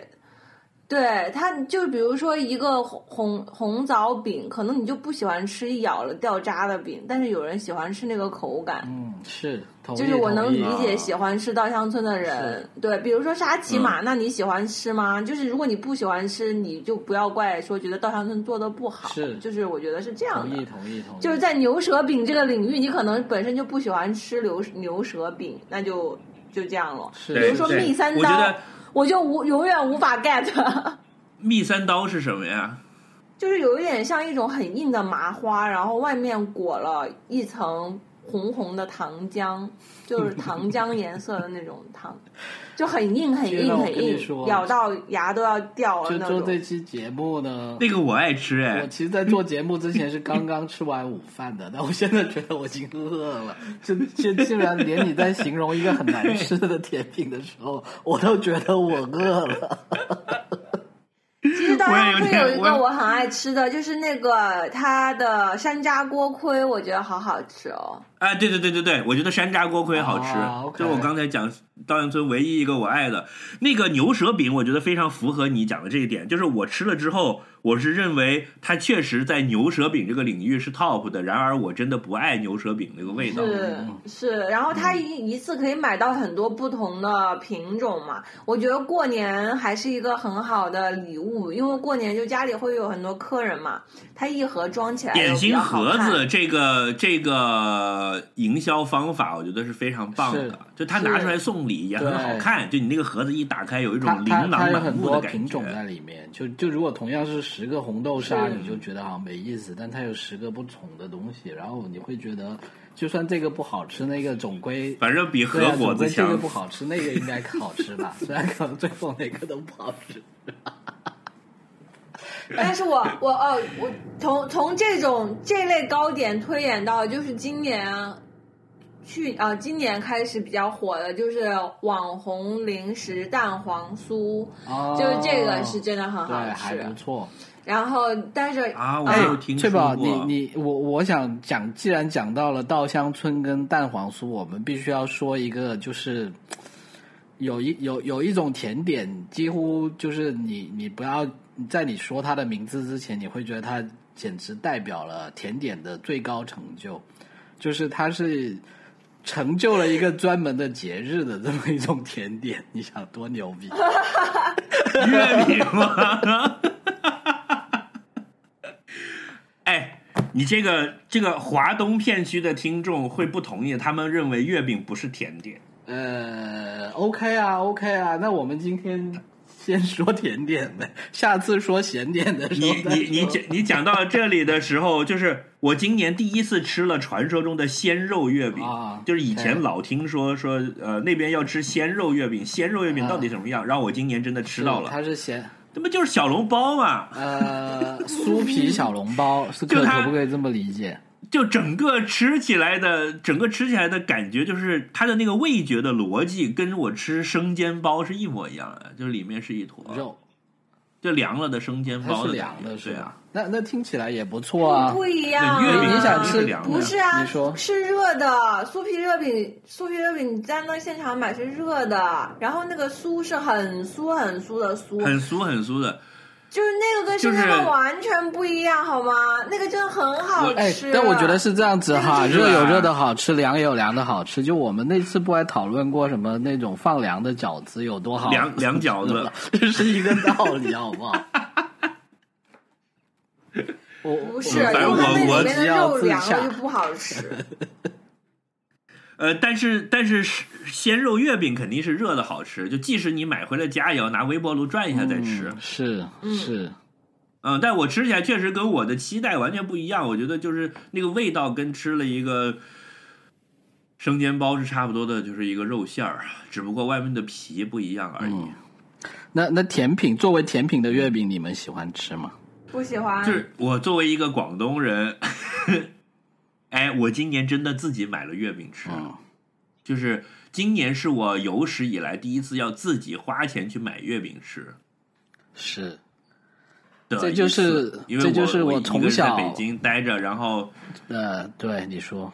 S2: 对它，就比如说一个红红红枣饼，可能你就不喜欢吃一咬了掉渣的饼，但是有人喜欢吃那个口感。
S3: 嗯，是，同意
S2: 就是我能理解喜
S3: 小
S2: 欢吃稻香村的人，对，比如说沙琪
S3: 嗯
S2: 玛，那你喜欢吃吗？就是如果你不喜欢吃，你就不要怪说觉得稻香村做的不好，
S3: 是
S2: 就是我觉得是这样
S3: 啊同意
S2: 的，
S3: 同意同意，
S2: 就是在牛舌饼这个领域，你可能本身就不喜欢吃牛牛舌饼，那就就这样了。
S3: 是
S2: 比如说
S1: 对
S2: 蜜三
S1: 我觉
S2: 刀
S1: 得，
S2: 我就无永远无法 get，
S1: 蜜三刀是什么呀？
S2: 就是有一点像一种很硬的麻花，然后外面裹了一层红红的糖浆，就是糖浆颜色的那种糖，就很硬很
S3: 天哪
S2: 硬
S3: 我
S2: 很
S3: 跟你
S2: 硬，
S3: 说
S2: 咬到牙都要掉了
S3: 就
S2: 那
S3: 做这
S2: 种。
S3: 期节目呢。
S1: 那个我爱吃
S3: 我
S1: 哎，
S3: 其实，在做节目之前是刚刚吃完午饭的，但我现在觉得我已经饿了。就就竟然连你在形容一个很难吃的甜品的时候，我都觉得我饿了。
S2: 其实大家
S1: 我也有
S2: 会
S1: 点
S2: 有一
S1: 我
S2: 个我很爱吃的，就是那个它的山楂锅盔，我觉得好好吃哦。
S1: 啊，对对对对对，我觉得山楂锅盔好吃，
S3: 啊，OK
S1: 这是我刚才讲稻香村唯一一个我爱的那个牛舌饼，我觉得非常符合你讲的这一点，就是我吃了之后，我是认为它确实在牛舌饼这个领域是 top 的，然而我真的不爱牛舌饼那嗯个味道。
S2: 是是，然后它一一次可以买到很多不同的品种嘛。我觉得过年还是一个很好的礼物，因为过年就家里会有很多客人嘛，它一盒装起来
S1: 点
S2: 又比
S1: 心
S3: 哎
S2: 较好
S1: 盒
S2: 看
S1: 子这个这个营销方法，我觉得是非常棒
S3: 是
S1: 的。就他拿出来送礼也很好看，就你那个盒子一打开，有一
S3: 它
S1: 种琳
S3: 它
S1: 琅
S3: 它有
S1: 满
S3: 很
S1: 目
S3: 多
S1: 的感
S3: 品种
S1: 觉。
S3: 在里面，就就如果同样是十个红豆沙，
S2: 是
S3: 你就觉得好像没意思，但它有十个不同的东西，然后你会觉得，就算这个不好吃，那个总归
S1: 反正比
S3: 对
S1: 和
S3: 啊，
S1: 果
S3: 总
S1: 子
S3: 归这
S1: 强
S3: 个。不好吃，那个应该好吃吧？虽然可能最后哪个都不好吃。
S2: 但是我我哦，我从从这种这类糕点推演到就是今年啊去啊、今年开始比较火的就是网红零食蛋黄酥，
S3: 哦
S2: 就是这个是真的很好
S3: 对，还
S2: 吃
S3: 不。错。
S2: 然后但是
S1: 啊，我
S2: 哎
S1: 没有听
S3: 翠
S1: 说
S3: 宝，
S1: 过。
S3: 你你我我想讲，既然讲到了稻香村跟蛋黄酥，我们必须要说一个，就是有一有有一种甜点，几乎就是你你不要在你说它的名字之前，你会觉得它简直代表了甜点的最高成就，就是它是成就了一个专门的节日的这么一种甜点，你想多牛逼？
S1: 月饼吗？ 哎，你这个这个华东片区的听众会不同意，他们认为月饼不是甜点。
S3: 呃，OK 啊，OK 啊，那我们今天先说甜点呗，下次说咸点的时
S1: 你
S3: 候再
S1: 你你
S3: 说
S1: 讲你讲到这里的时候，就是我今年第一次吃了传说中的鲜肉月饼，
S3: 啊
S1: 就是以前
S3: 对
S1: 老听说说呃那边要吃鲜肉月饼，鲜肉月饼到底什么样？然后我今年真的吃到
S3: 啊是
S1: 了，
S3: 嗯它是咸
S1: 这不就是小笼包嘛？
S3: 呃酥皮小笼包，是可
S1: 就它
S3: 可不可以这么理解？
S1: 就整个吃起来的，整个吃起来的感觉，就是它的那个味觉的逻辑，跟我吃生煎包是一模一样的，就是里面是一坨，
S3: 肉
S1: 就凉了的生煎
S3: 它
S1: 哦包
S3: 是
S1: 的
S3: 凉
S1: 感觉，
S3: 的，是
S1: 对
S3: 吧
S1: 啊，？
S3: 那那听起来也不错啊。
S2: 不一样、啊，
S1: 月饼
S3: 你你想
S1: 肯定
S3: 吃
S1: 是凉的，
S2: 不是啊，
S3: 你说
S2: 是热的酥皮热饼，酥皮热饼你在那现场买是热的，然后那个酥是很酥很酥的酥，
S1: 很酥很酥的，
S2: 就是那个跟
S1: 就是
S2: 生煎包完全不一样，好吗？那个真的很好
S3: 哎
S2: 吃。，
S3: 但我觉得是这样子哈，
S1: 这个就是
S3: 热有热的好吃，凉也有凉的好吃。就我们那次不还讨论过什么那种放凉的饺子有多好吃
S1: 凉凉饺子
S3: 了，这 是一个道理，好不好？ 我
S2: 不是，
S1: 反
S2: 因
S1: 正
S2: 为它那
S1: 我
S2: 里面
S3: 只
S2: 的
S3: 要
S2: 肉
S3: 自
S2: 凉
S3: 洽
S2: 了就不好吃。
S1: 呃，但是但是是鲜肉月饼肯定是热的好吃，就即使你买回了家，也要拿微波炉转一下再吃。
S3: 嗯是
S2: 嗯
S3: 是，
S1: 嗯，但我吃起来确实跟我的期待完全不一样。我觉得就是那个味道跟吃了一个生煎包是差不多的，就是一个肉馅儿，啊只不过外面的皮不一样而已。
S3: 嗯那那甜品作为甜品的月饼，你们喜欢吃吗？
S2: 不喜欢
S1: 就，是我作为一个广东人，哎，我今年真的自己买了月饼吃，
S3: 嗯，
S1: 就是今年是我有史以来第一次要自己花钱去买月饼吃
S3: 是
S1: 的一次。
S3: 这就是
S1: 因为
S3: 这就是
S1: 我
S3: 我
S1: 一个
S3: 从
S1: 人
S3: 小
S1: 在北京待着，然后
S3: 呃，对你说，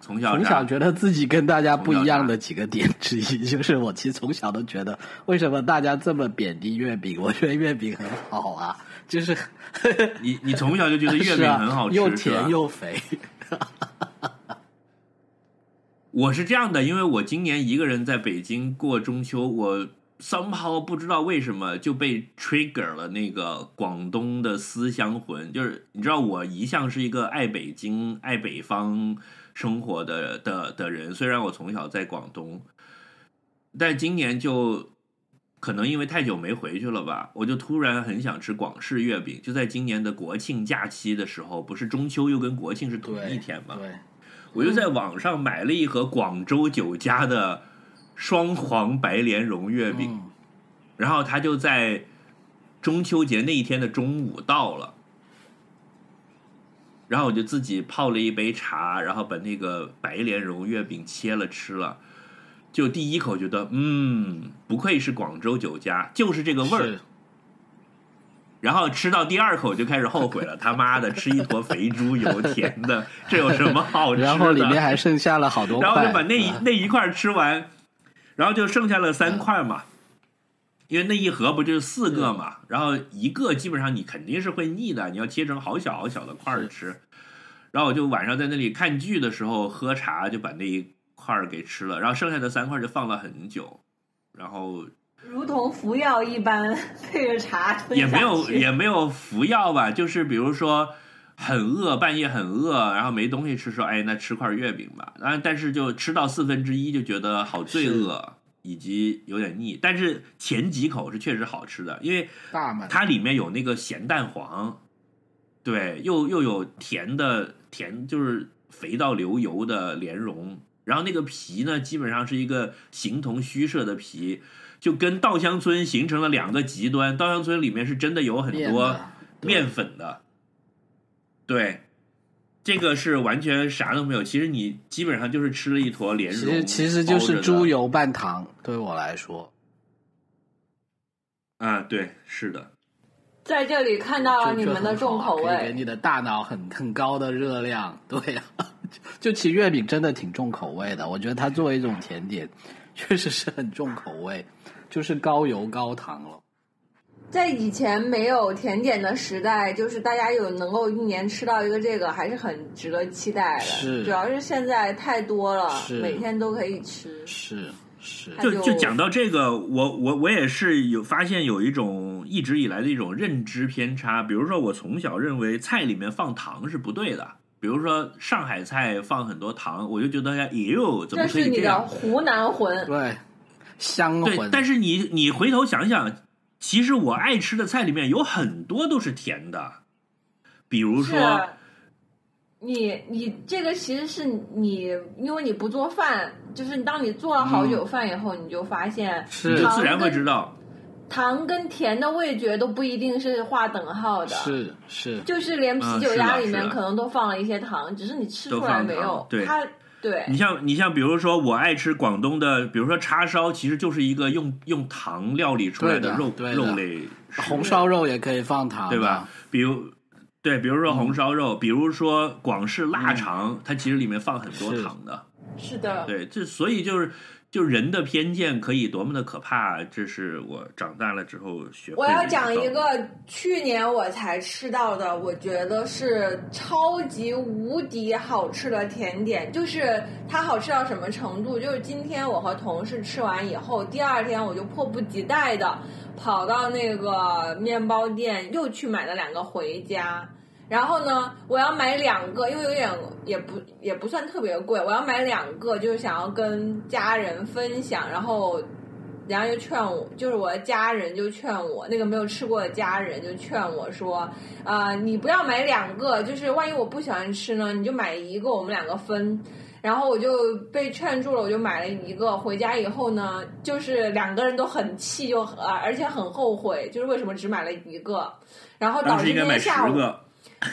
S1: 从小
S3: 从
S1: 啥
S3: 小觉得自己跟大家不一样
S1: 从小
S3: 的
S1: 啥
S3: 几个点之一， 就是我其实从小都觉得，为什么大家这么贬低月饼？ 我觉得月饼很好啊，就是
S1: 你你从小就觉得月
S3: 是
S1: 饼
S3: 啊
S1: 很好吃，
S3: 又
S1: 是吧
S3: 甜又肥。
S1: 我是这样的，因为我今年一个人在北京过中秋，我 somehow 不知道为什么就被 trigger 了那个广东的思乡魂，就是你知道我一向是一个爱北京、爱北方生活的的的人，虽然我从小在广东，但今年就可能因为太久没回去了吧，我就突然很想吃广式月饼。就在今年的国庆假期的时候，不是中秋又跟国庆是同一天吗？
S3: 对，
S1: 我就在
S3: 嗯
S1: 网上买了一盒广州酒家的双黄白莲蓉月饼，
S3: 嗯
S1: 然后它就在中秋节那一天的中午到了，然后我就自己泡了一杯茶，然后把那个白莲蓉月饼切了吃了，就第一口觉得，嗯，不愧是广州酒家，就是这个味儿
S3: 是。
S1: 然后吃到第二口就开始后悔了，他妈的，吃一坨肥猪 油，甜的，这有什么好吃的？
S3: 然后里面还剩下了好多块，
S1: 然后就把那一
S3: 啊
S1: 那一块儿吃完，然后就剩下了三块嘛，因为那一盒不就是四个嘛，然后一个基本上你肯定是会腻的，你要切成好小好小的块儿吃。然后我就晚上在那里看剧的时候喝茶，就把那一块儿给吃了，然后剩下的三块儿就放了很久，然后
S2: 如同服药一般 配着茶吞
S1: 也没
S2: 下
S1: 有
S2: 去
S1: 也没有服药吧， 就是比如说很饿，半夜很饿，然后没东西吃，说哎，那吃块月饼吧。啊，但是就吃到四分之一就觉得好罪恶，以及有点腻。但是前几口是确实好吃的，因为
S3: 大满
S1: 它里面有那个咸蛋黄，对，又又有甜的甜，就是肥到流油的莲蓉，然后那个皮呢，基本上是一个形同虚设的皮，就跟稻香村形成了两个极端。稻香村里面是真的有很
S3: 变
S1: 多
S3: 的
S1: 面粉的，对，这个是完全啥都没有。其实你基本上就是吃了一坨莲
S3: 其
S1: 蓉包着
S3: 实
S1: 的，
S3: 其实就是猪油拌糖，对我来说，
S1: 啊，对，是的，
S2: 在这里看到了
S3: 就
S2: 啊你们的重口
S3: 就很好啊可以给
S2: 味，
S3: 你的大脑很很高的热量。对呀、就其实月饼真的挺重口味的，我觉得它作为一种甜点，确实是很重口味，就是高油高糖了。
S2: 在以前没有甜点的时代，就是大家有能够一年吃到一个这个，还是很值得期待的。
S3: 是
S2: 主要是现在太多了
S3: 是，
S2: 每天都可以吃。
S3: 是是，
S2: 它
S1: 就
S2: 就
S1: 就讲到这个，我我我也是有发现有一种一直以来的一种认知偏差，比如说我从小认为菜里面放糖是不对的，比如说上海菜放很多糖，我就觉得哎呦怎么
S2: 这
S1: 可
S2: 是
S1: 以
S2: 你
S1: 这
S2: 的
S1: 样？
S2: 湖南魂，
S3: 对，香
S1: 对
S3: 魂。，
S1: 但是你你回头想想，其实我爱吃的菜里面有很多都是甜的，比如
S2: 是啊
S1: 说
S2: 你你这个其实是你，因为你不做饭，就是当你做了好久饭以后，你就发现
S1: 你
S3: 是
S1: 就嗯
S2: 糖
S1: 自然会
S2: 跟
S1: 知道，
S2: 糖跟甜的味觉都不一定是划等号的，
S3: 是是，
S2: 就是连啤酒
S1: 嗯是
S2: 鸭
S1: 的
S2: 里
S1: 是
S2: 面
S1: 的
S2: 可能都放了一些糖，只是你吃出来没
S1: 都放
S2: 有
S1: 糖，对
S2: 它对
S1: 你像你像比如说，我爱吃广东的，比如说叉烧，其实就是一个用用糖料理出来
S3: 对的
S1: 肉
S3: 对的
S1: 肉类食物，
S3: 红烧肉也可以放糖，
S1: 对吧？？比如对，比如
S3: 嗯
S1: 说红烧肉，比如说广式腊肠，它其实里面放很多
S3: 是
S1: 糖的。
S2: 是的，
S1: 对，这所以就是就人的偏见可以多么的可怕，这是我长大了之后学会
S2: 我
S1: 的
S2: 要
S1: 一
S2: 讲
S1: 道
S2: 一
S1: 理
S2: 个去年我才吃到的，我觉得是超级无敌好吃的甜点，就是它好吃到什么程度？就是今天我和同事吃完以后，第二天我就迫不及待的跑到那个面包店又去买了两个回家。然后呢，我要买两个，因为有点也不也不算特别贵，我要买两个，就是想要跟家人分享，然后然后就劝我，就是我的家人就劝我，那个没有吃过的家人就劝我说，呃，你不要买两个，就是万一我不喜欢吃呢，你就买一个，我们两个分。然后我就被劝住了，我就买了一个。回家以后呢，就是两个人都很气，就呃，而且很后悔，就是为什么只买了一个。然后导
S1: 当
S2: 致
S1: 时应
S2: 今
S1: 该买
S2: 天
S1: 十
S2: 下午
S1: 个，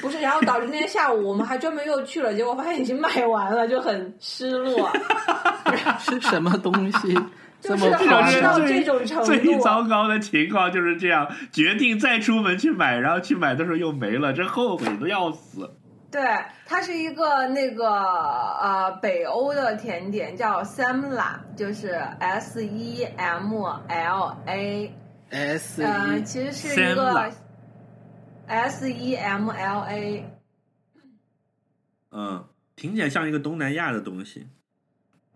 S2: 不是，然后导致那天下午我们还专门又去了，结果发现已经卖完了，就很失落。
S3: 啊是什么东 西这
S2: 就是
S3: 么
S2: 好
S3: 夸
S2: 吃到
S3: 张？
S2: 这种程度
S1: 最糟糕的情况就是这样，决定再出门去买，然后去买的时候又没了，这后悔的要死。
S2: 对，它是一个那个呃北欧的甜点，叫 semla，就是 S E M L A，
S3: S E，
S2: 呃，
S3: 一
S2: 其实是一个
S1: Semla
S2: S E M L A，
S1: 嗯，听起来像一个东南亚的东西。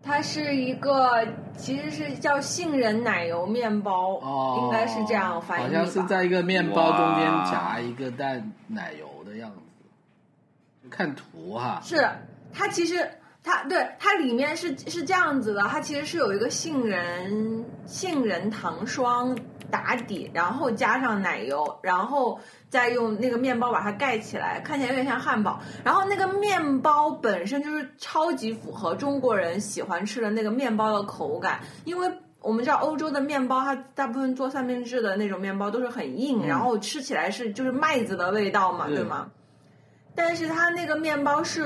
S2: 它是一个其实是叫杏仁奶油面包，
S3: 哦，
S2: 应该是这样翻译吧
S3: 好像是在一个面包中间
S1: 哇
S3: 夹一个蛋奶油的样子，看图哈，
S2: 是它其实它对它里面是是这样子的，它其实是有一个杏仁杏仁糖霜打底，然后加上奶油，然后再用那个面包把它盖起来，看起来有点像汉堡。然后那个面包本身就是超级符合中国人喜欢吃的那个面包的口感，因为。我们知道欧洲的面包，它大部分做三明治的那种面包都是很硬，然后吃起来是就是麦子的味道嘛，
S3: 是
S2: 对吗？但是它那个面包是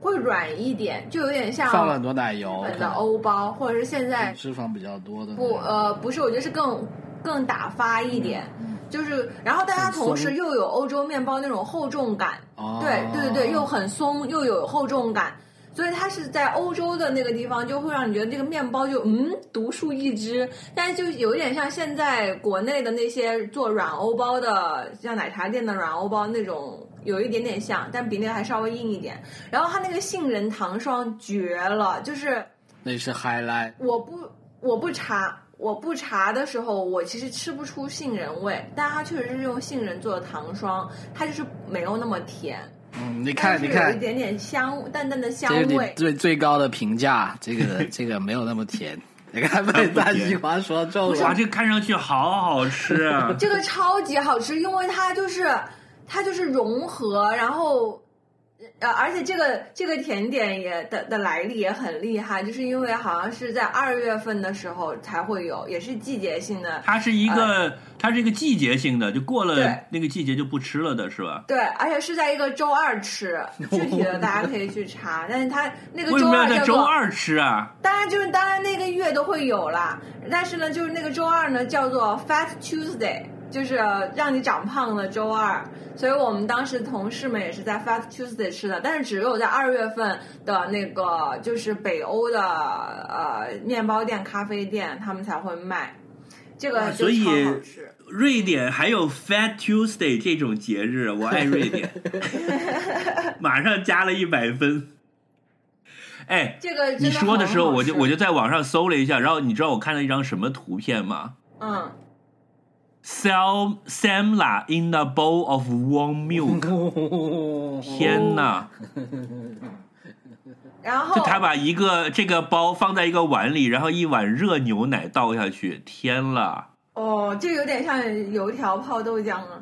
S2: 会软一点，就有点像
S3: 放了很多奶油，
S2: 日本的欧包，或者是现在
S3: 脂肪比较多的那
S2: 不
S3: 种，
S2: 呃不是，我觉得是更更打发一点，就是然后但它
S3: 嗯很松
S2: 同时又有欧洲面包那种厚重感，
S3: 哦
S2: 对对对对，又很松又有厚重感。所以它是在欧洲的那个地方，就会让你觉得这个面包就嗯独树一帜，但是就有点像现在国内的那些做软欧包的，像奶茶店的软欧包那种，有一点点像，但比那个还稍微硬一点。然后它那个杏仁糖霜绝了，就是
S3: 那是 highlight，
S2: 我不我不查我不查的时候，我其实吃不出杏仁味，但它确实是用杏仁做的糖霜，它就是没有那么甜，
S3: 嗯，你
S2: 但
S3: 看
S2: 是
S3: 你
S2: 有一
S3: 看，
S2: 点点香淡淡的香
S3: 这是你
S2: 味。
S3: 最最高的评价，这个 这个没有那么甜，你看被大西瓜说中
S1: 哇，
S3: 了，
S1: 这看上去好好吃 啊！
S2: 这个超级好吃，因为它就是它就是融合，然后呃，而且这个这个甜点也的的来历也很厉害，就是因为好像是在二月份的时候才会有，也是季节性的。
S1: 它是一个，它是一个季节性的，就过了
S2: 哎对
S1: 那个季节就不吃了的是吧？
S2: 对，而且是在一个周二吃， 具体的大家可以去查。但是它那个
S1: 为什
S2: 周
S1: 么要
S2: 二
S1: 在
S2: 叫
S1: 周
S2: 做，
S1: 二吃啊？
S2: 当然就是当然那个月都会有啦。但是呢，就是那个周二呢叫做 Fat Tuesday，就是让你长胖的周二。所以我们当时同事们也是在 Fat Tuesday 吃的，但是只有在二月份的那个就是北欧的呃面包店、咖啡店，他们才会卖。这个
S1: 啊
S2: 就
S1: 所以
S2: 超好吃。
S1: 瑞典还有 Fat Tuesday 这种节日，我爱瑞 典，马上加了一百分。哎，
S2: 这个真
S1: 你说的
S2: 很
S1: 时候，
S2: 好
S1: 我就
S2: 吃
S1: 我就在网上搜了一下，然后你知道我看到一张什么图片吗
S2: 嗯。
S1: ？Sam Samla in a bowl of warm milk，天哦哪！
S2: 然后
S1: 就他把一个这个包放在一个碗里，然后一碗热牛奶倒下去，天啦！
S2: 哦，这个有点像油条泡豆浆啊，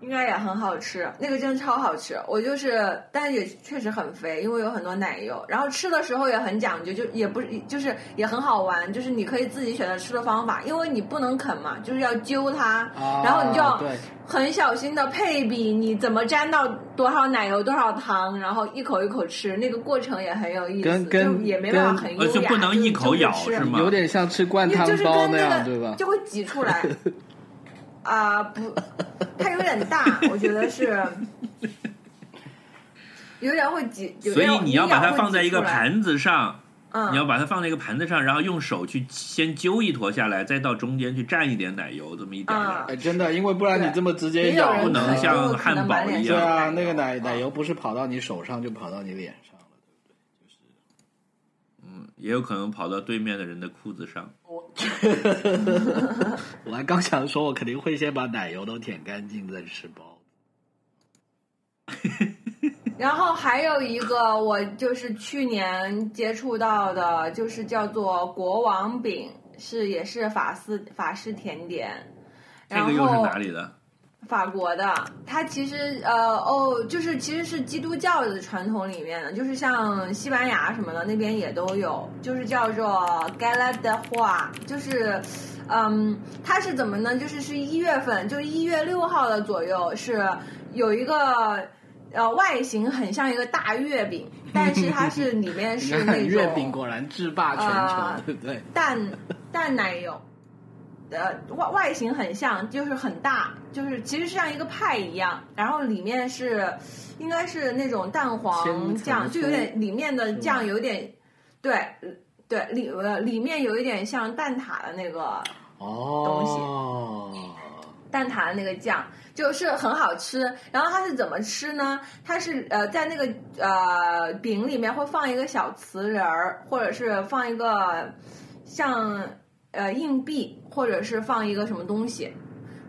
S2: 应该也很好吃，那个真的超好吃。我就是，但也确实很肥，因为有很多奶油。然后吃的时候也很讲究，就也不是，就是也很好玩，就是你可以自己选择吃的方法，因为你不能啃嘛，就是要揪它，
S3: 啊
S2: 然后你就要
S3: 对
S2: 很小心的配比，你怎么沾到多少奶油多少糖，然后一口一口吃，那个过程也很有意思，
S3: 跟跟
S2: 就也没办法
S3: 跟
S2: 很优
S1: 呃
S2: 雅，
S1: 就不能一口咬
S2: 就是
S1: 吗
S3: 有点像吃灌
S2: 因为
S3: 汤
S2: 就是
S3: 包
S2: 跟
S3: 样，
S2: 那
S3: 对吧
S2: 个？就会挤出 来。啊、不，它有点大，我觉得 是有点会挤，有
S1: 所
S2: 点
S1: 以你要把它
S2: 会
S1: 放在
S2: 挤
S1: 一个
S2: 出来，
S1: 盘子上，
S2: 嗯，
S1: 你要把它放在一个盘子上，然后用手去先揪一坨下来，再到中间去蘸一点奶油，这么一点点。
S2: 嗯
S3: 哎，真的，因为不然你这么直接
S2: 也有
S3: 咬
S2: 人
S1: 不能
S2: 啃
S1: 像
S2: 因为我可能
S1: 汉
S2: 满
S1: 堡
S2: 脸
S1: 一
S2: 都
S1: 样
S3: 对
S2: 是
S3: 啊，那个奶
S2: 油
S3: 奶油不是跑到你手上，就跑到你脸上了。
S1: 也有可能跑到对面的人的裤子上。
S3: 我还刚想说，我肯定会先把奶油都舔干净再吃包子。
S2: 然后还有一个，我就是去年接触到的，就是叫做国王饼，是也是法式法式甜点。
S1: 这
S2: 然
S1: 个又是
S2: 后
S1: 哪里的？
S2: 法国的，它其实呃哦，就是其实是基督教的传统里面的，就是像西班牙什么的那边也都有，就是叫做 Gala de Hoa，就是嗯，它是怎么呢？就是是一月份，就是一月六号的左右是有一个。呃，外形很像一个大月饼，但是它是里面
S3: 你
S2: 是那
S3: 看
S2: 种
S3: 月饼果然制霸全
S2: 啊
S3: 球，对不对？
S2: 淡淡奶油，呃，外外形很像，就是很大，就是其实像一个派一样，然后里面是应该是那种蛋黄
S3: 千层
S2: 酱，就有
S3: 酥
S2: 点里面的酱有点，对对里呃里面有一点像蛋挞的那个
S3: 哦，
S2: 蛋挞的那个酱，就是很好吃。然后它是怎么吃呢？它是呃，在那个呃饼里面会放一个小瓷人儿，或者是放一个像呃硬币，或者是放一个什么东西。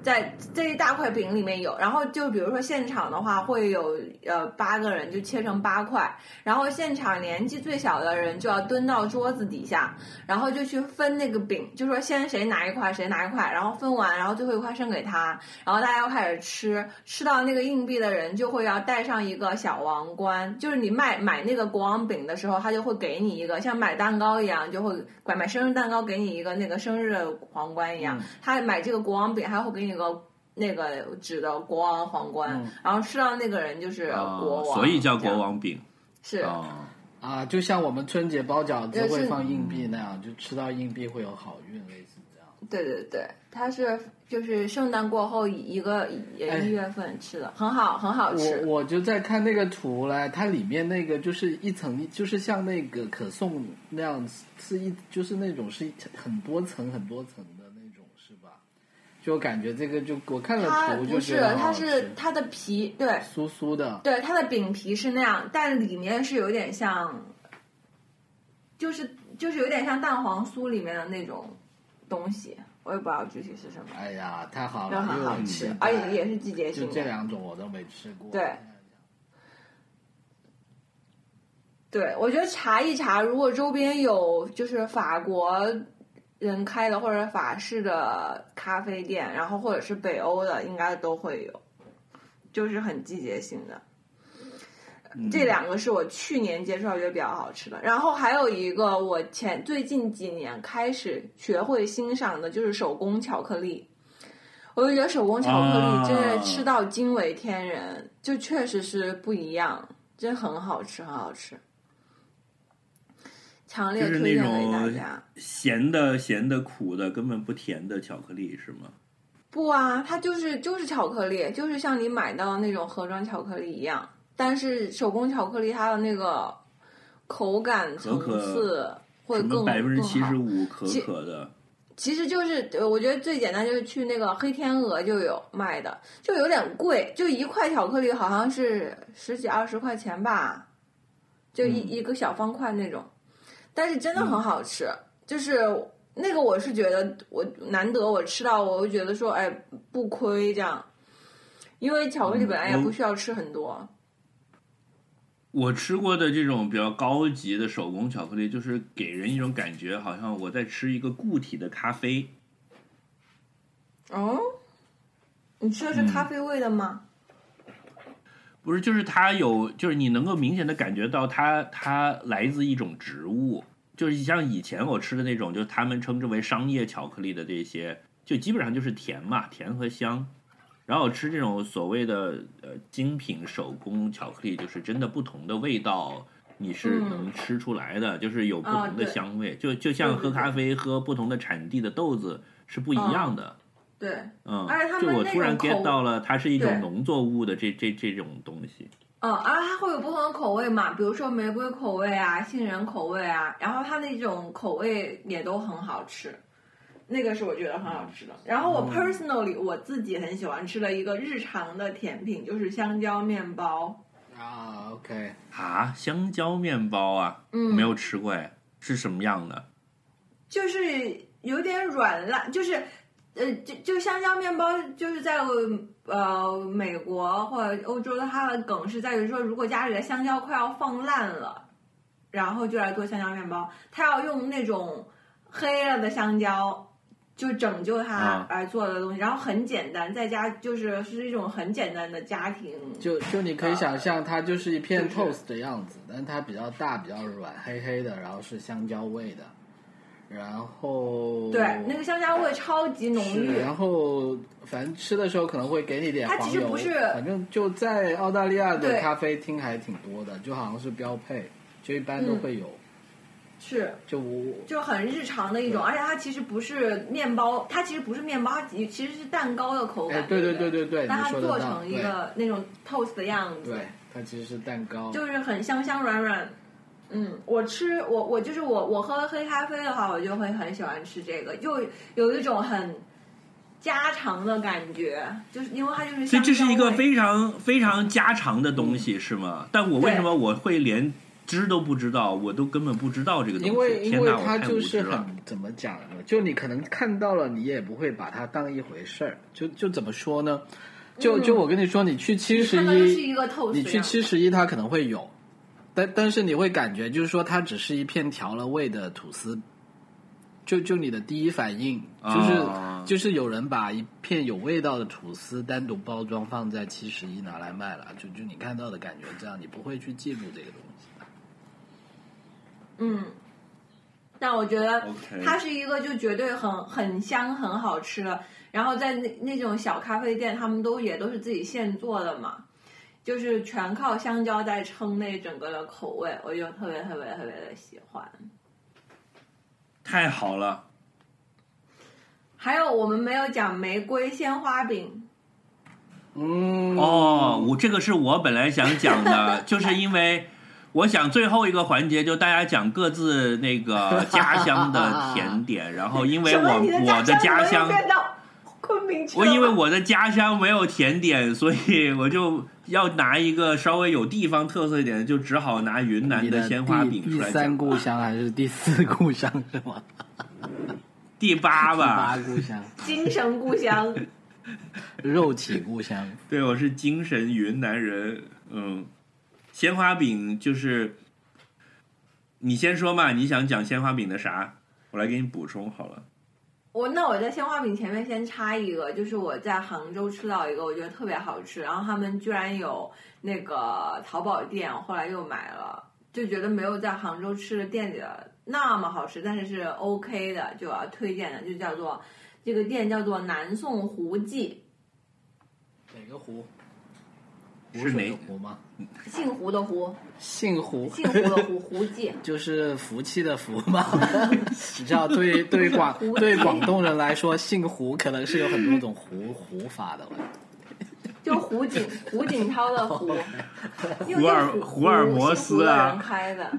S2: 在这一大块饼里面有，然后就比如说现场的话，会有呃八个人就切成八块，然后现场年纪最小的人就要蹲到桌子底下，然后就去分那个饼，就说先谁拿一块，谁拿一块，然后分完，然后最后一块剩给他，然后大家要开始吃，吃到那个硬币的人就会要戴上一个小王冠，就是你卖买那个国王饼的时候，他就会给你一个像买蛋糕一样，就会买买生日蛋糕给你一个那个生日皇冠一样，
S1: 嗯
S2: 他买这个国王饼还会给你个。那个指的国王皇冠，然后吃到那个人就是国
S1: 哦
S2: 王，
S1: 嗯所以叫
S2: 这
S1: 国
S2: 样
S1: 王饼。
S2: 是、
S1: 哦，
S3: 啊，就像我们春节包饺子
S2: 就
S3: 会
S2: 是
S3: 放硬币那样，就吃到硬币会有好运，类似这样。
S2: 对对对，它是就是圣诞过后一个呃
S3: 哎
S2: 一月份吃的，很好很好
S3: 我
S2: 吃。
S3: 我就在看那个图嘞，它里面那个就是一层，就是像那个可颂那样子，是一就是那种是一很多层很多层的那种，是吧？就感觉这个就我看
S2: 它
S3: 了图
S2: 不
S3: 就是觉，得
S2: 它
S3: 好吃
S2: 是它的皮，对
S3: 酥酥的，
S2: 对，它的饼皮是那样，但里面是有点像，就是就是有点像蛋黄酥里面的那种东西，我也不知道具体是什么，
S3: 哎呀，太好
S2: 但
S3: 了，
S2: 很
S3: 又
S2: 好
S3: 有
S2: 吃
S3: 期待，
S2: 而且也是季节
S3: 就
S2: 性
S3: 这
S2: 的。
S3: 两种我都没吃过。
S2: 对对，我觉得查一查，如果周边有就是法国人开的或者法式的咖啡店，然后或者是北欧的，应该都会有，就是很季节性的。
S1: 嗯
S2: 这两个是我去年接触到觉得比较好吃的。然后还有一个我前最近几年开始学会欣赏的就是手工巧克力，我就觉得手工巧克力真
S1: 啊
S2: 的吃到惊为天人，就确实是不一样，真很好吃，很好吃。强烈
S1: 就是
S2: 推
S1: 那
S2: 荐给大
S1: 种
S2: 家。
S1: 咸的、咸的、苦的，根本不甜的巧克力是吗？
S2: 不啊，它就是就是巧克力，就是像你买到的那种盒装巧克力一样，但是手工巧克力它的那个口感层
S1: 可
S2: 次会
S1: 什么
S2: 更
S1: 百分之七十
S2: 更好。
S1: 五可
S2: 其
S1: 可的，
S2: 其实就是呃我觉得最简单就是去那个黑天鹅就有卖的，就有点贵，就一块巧克力好像是十几二十块钱吧，就一、
S1: 嗯
S2: 一个小方块那种，但是真的很好吃，就是那个我是觉得我难得我吃到，我会觉得说哎不亏这样，因为巧克力本来也
S1: 嗯我
S2: 不需要吃很多，
S1: 我吃过的这种比较高级的手工巧克力，就是给人一种感觉，好像我在吃一个固体的咖啡。
S2: 哦，你吃的是
S1: 嗯
S2: 咖啡味的吗？
S1: 不是，就是它有，就是你能够明显的感觉到它，它来自一种植物，就是像以前我吃的那种，就是他们称之为商业巧克力的这些，就基本上就是甜嘛，甜和香。然后我吃这种所谓的呃精品手工巧克力，就是真的不同的味道，你是
S2: 嗯
S1: 能吃出来的，就是有不
S2: 啊
S1: 同的
S2: 对
S1: 香味，就就像
S2: 对对
S1: 喝
S2: 对
S1: 咖啡喝不同的产地的豆子是不一样的。
S2: 对，
S1: 嗯
S2: 而且他，
S1: 就
S2: 们
S1: 我
S2: 那
S1: 突然
S2: 种
S1: get
S2: 口
S1: 到了，它是一种
S2: 对
S1: 农作物的这这这种东西。
S2: 嗯，而它会有不同的口味嘛，比如说玫瑰口味啊、杏仁口味啊，然后它那种口味也都很好吃，那个是我觉得很好吃的。然后我 personally 我自己很喜欢吃的一个日常的甜品就是香蕉面包，
S3: 啊，OK，
S1: 啊，香蕉面包啊，
S2: 嗯
S1: 没有吃过哎，是什么样的？
S2: 就是有点软烂，就是。呃，就就香蕉面包，就是在呃美国或者欧洲的，它的梗是在于说，如果家里的香蕉快要放烂了，然后就来做香蕉面包。他要用那种黑了的香蕉，就拯救它
S1: 啊
S2: 来做的东西，然后很简单，在家就是是一种很简单的家庭。
S3: 就就你可以想象，它就是一片
S2: 啊就是
S3: toast 的样子，但它比较大，比较软，黑黑的，然后是香蕉味的，然后
S2: 对，那个香蕉味超级浓
S3: 是
S2: 郁。
S3: 然后反正吃的时候可能会给你点
S2: 它
S3: 黄
S2: 其实
S3: 油，
S2: 不是
S3: 反正就在澳大利亚的
S2: 对
S3: 咖啡厅还挺多的，就好像是标配，就一般都
S2: 嗯
S3: 会有。
S2: 是，
S3: 就我
S2: 就很日常的一种，而
S3: 对
S2: 且它其实不是面包，它其实不是面包，它其其实是蛋糕的口
S3: 哎
S2: 感。，
S3: 对
S2: 对
S3: 对
S2: 不
S3: 对对，
S2: 但
S3: 你
S2: 它
S3: 说得
S2: 做
S3: 到，
S2: 成一
S3: 对
S2: 个那种 toast 的样子。
S3: 对，它其实是蛋糕，
S2: 就是很香香软软。嗯，我吃我我就是我我喝黑咖啡的话，我就会很喜欢吃这个，就有一种很家常的感觉，就是因为它就
S1: 所
S2: 是
S1: 以
S2: 香
S1: 这是一个
S2: 蕉味
S1: 非常非常家常的东西是吗？但我为
S2: 对
S1: 什么我会连知都不知道，我都根本不知道这个东西？
S3: 因为因
S1: 天
S3: 为
S1: 哪，我
S3: 它
S1: 太
S3: 就
S1: 无
S3: 是
S1: 知
S3: 很
S1: 了。
S3: 怎么讲呢？就你可能看到了，你也不会把它当一回事儿。就就怎么说呢？就
S1: 嗯
S3: 就我跟你说，你去七十
S2: 看到就是一
S3: 一，
S2: 个 toast，
S3: 你去
S2: 样
S3: 七十一，它可能会有，但但是你会感觉就是说，它只是一片调了味的吐司。就就你的第一反应就是、
S1: 啊
S3: 就是有人把一片有味道的吐司单独包装放在七十一拿来卖了，就就你看到的感觉这样，你不会去记住这个东西的。
S2: 嗯。但我觉得
S1: OK
S2: 它是一个就绝对很很香很好吃的，然后在那那种小咖啡店，他们都也都是自己现做的嘛，就是全靠香蕉在撑那整个的口味，我就特别特别特别的喜欢。
S1: 太好了，
S2: 还有我们没有讲玫瑰鲜花饼，
S3: 嗯
S1: 哦，我这个是我本来想讲 的，就是因为我想最后一个环节就大家讲各自那个家乡的甜点，然后因为
S2: 什
S1: 我
S2: 么你
S1: 我的
S2: 的
S1: 家乡
S2: 乡怎么又变到昆明去
S1: 我
S2: 了吗，
S1: 因为我的家乡没有甜点，所以我就要拿一个稍微有地方特色一点的，就只好拿云南
S3: 你的
S1: 鲜花饼
S3: 第
S1: 出来
S3: 第三
S1: 讲。
S3: 故乡还是第四故乡是 吗？
S1: 第八
S3: 第
S1: 吧
S3: 八，故乡，
S2: 精神故乡，
S3: 肉体故乡。
S1: 对，我是精神云南人。嗯，鲜花饼就是你先说嘛，你想讲鲜花饼的啥？我来给你补充好了。
S2: 我那我在鲜花饼前面先插一个，就是我在杭州吃到一个我觉得特别好吃，然后他们居然有那个淘宝店，后来又买了，就觉得没有在杭州吃的店里的那么好吃，但是是 OK 的，就要推荐的，就叫做这个店叫做南宋胡记，
S3: 哪个湖？
S1: 是哪
S3: 湖吗？
S2: 姓胡的胡，
S3: 姓胡，
S2: 姓胡的胡，胡记。
S3: 就是福气的福 嘛。你知道，对对广
S2: 胡
S3: 对广东人来说，姓胡可能是有很多种胡胡法的。
S2: 就 胡锦胡锦涛的胡，因为
S1: 哦胡尔
S2: 这个
S1: 胡尔摩斯啊
S2: 胡是胡人开的。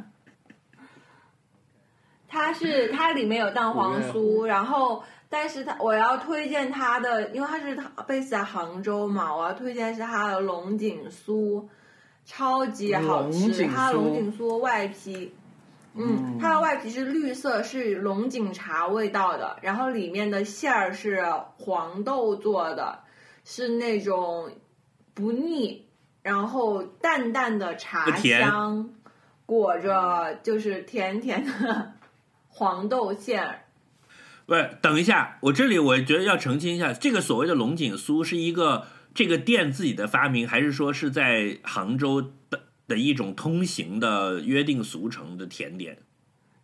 S2: 它是它里面有蛋黄酥，然后但是它我要推荐它的，因为它是 base 在杭州嘛，我要推荐是它的龙井酥，超级好
S3: 龙
S2: 吃。
S3: 井酥
S2: 它的龙井酥外皮，嗯，它的外皮是绿色，是龙井茶味道的，然后里面的馅儿是黄豆做的，是那种不腻，然后淡淡的茶
S1: 不甜
S2: 香，裹着就是甜甜的黄豆馅儿。
S1: 不是，等一下，我这里我觉得要澄清一下，这个所谓的龙井酥是一个这个店自己的发明，还是说是在杭州的的一种通行的约定俗成的甜点？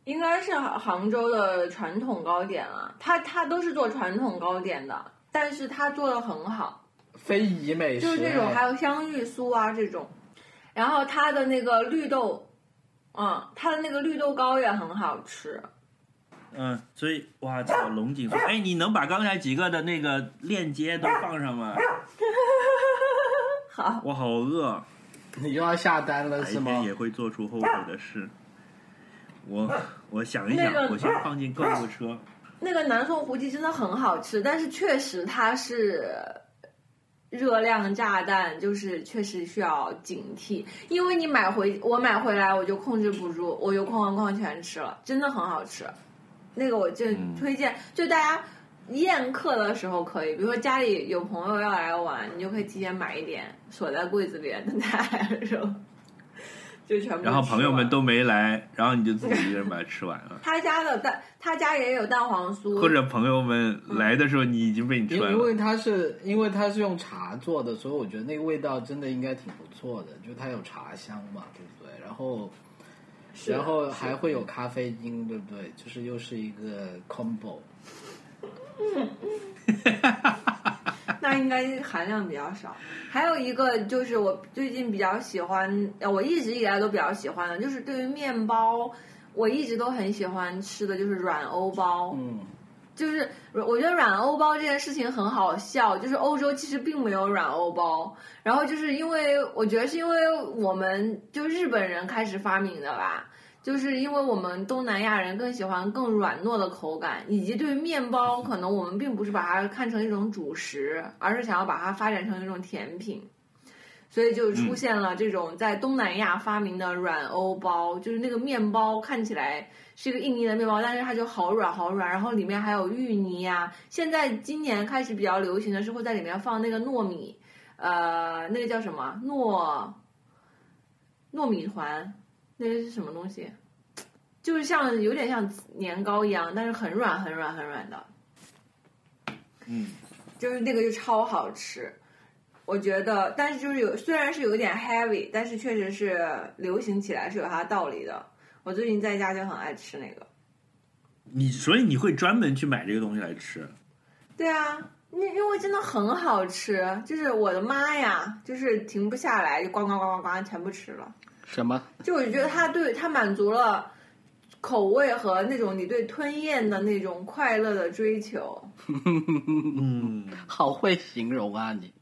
S2: 应该是杭杭州的传统糕点啊，它它都是做传统糕点的，但是它做的很好，
S3: 非遗美食，啊
S2: 就是那种还有香芋酥啊这种，然后它的那个绿豆，嗯，它的那个绿豆糕也很好吃，
S1: 嗯，所以哇操，龙井酥，哎，你能把刚才几个的那个链接都放上吗？
S2: 好，
S1: 我好饿，
S3: 你又要下单了
S1: 白
S3: 是
S1: 天
S3: 吗？
S1: 也会做出后悔的事。我我想一想，
S2: 那个
S1: 我先放进购物车。
S2: 那个南宋胡记真的很好吃，但是确实它是热量炸弹，就是确实需要警惕，因为你买回我买回来我就控制不住，我就哐哐哐全吃了，真的很好吃。那个我就
S1: 嗯
S2: 推荐，就大家宴客的时候可以，比如说家里有朋友要来玩，你就可以提前买一点，锁在柜子里，等他来的时候 就全部吃完。。
S1: 然后朋友们都没来，然后你就自己一人把它吃完了
S2: 他家的蛋，他家也有蛋黄酥，
S1: 或者朋友们来的时候，你已经被你吃
S3: 因
S1: 完
S3: 因
S1: 了。
S3: 为它是因为它是用茶做的，所以我觉得那个味道真的应该挺不错的，就它有茶香嘛，对不对？然后
S2: 是
S3: 然后还会有咖啡因，对不对？就是又是一个 combo。
S2: 那应该含量比较少。还有一个就是我最近比较喜欢，呃我一直以来都比较喜欢的，就是对于面包，我一直都很喜欢吃的就是软欧包。
S3: 嗯，
S2: 就是我觉得软欧包这件事情很好笑，就是欧洲其实并没有软欧包，然后就是因为我觉得是因为我们就日本人开始发明的吧，就是因为我们东南亚人更喜欢更软糯的口感，以及对于面包，可能我们并不是把它看成一种主食，而是想要把它发展成一种甜品。所以就出现了这种在东南亚发明的软欧包，就是那个面包看起来是一个印尼的面包，但是它就好软好软，然后里面还有芋泥啊。现在今年开始比较流行的是会在里面放那个糯米，呃，那个叫什么糯糯米团，那个是什么东西？就是像有点像年糕一样，但是很软很软很软的，
S1: 嗯，
S2: 就是那个就超好吃。我觉得，但是就是有，虽然是有点 heavy，但是确实是流行起来是有它的道理的。我最近在家就很爱吃那个。
S1: 你所以你会专门去买这个东西来吃。
S2: 对啊，因因为真的很好吃，就是我的妈呀，就是停不下来，就呱呱呱呱呱全部吃了。
S3: 什么？
S2: 就我觉得它对它满足了口味和那种你对吞咽的那种快乐的追求。
S1: 嗯，
S3: 好会形容啊你！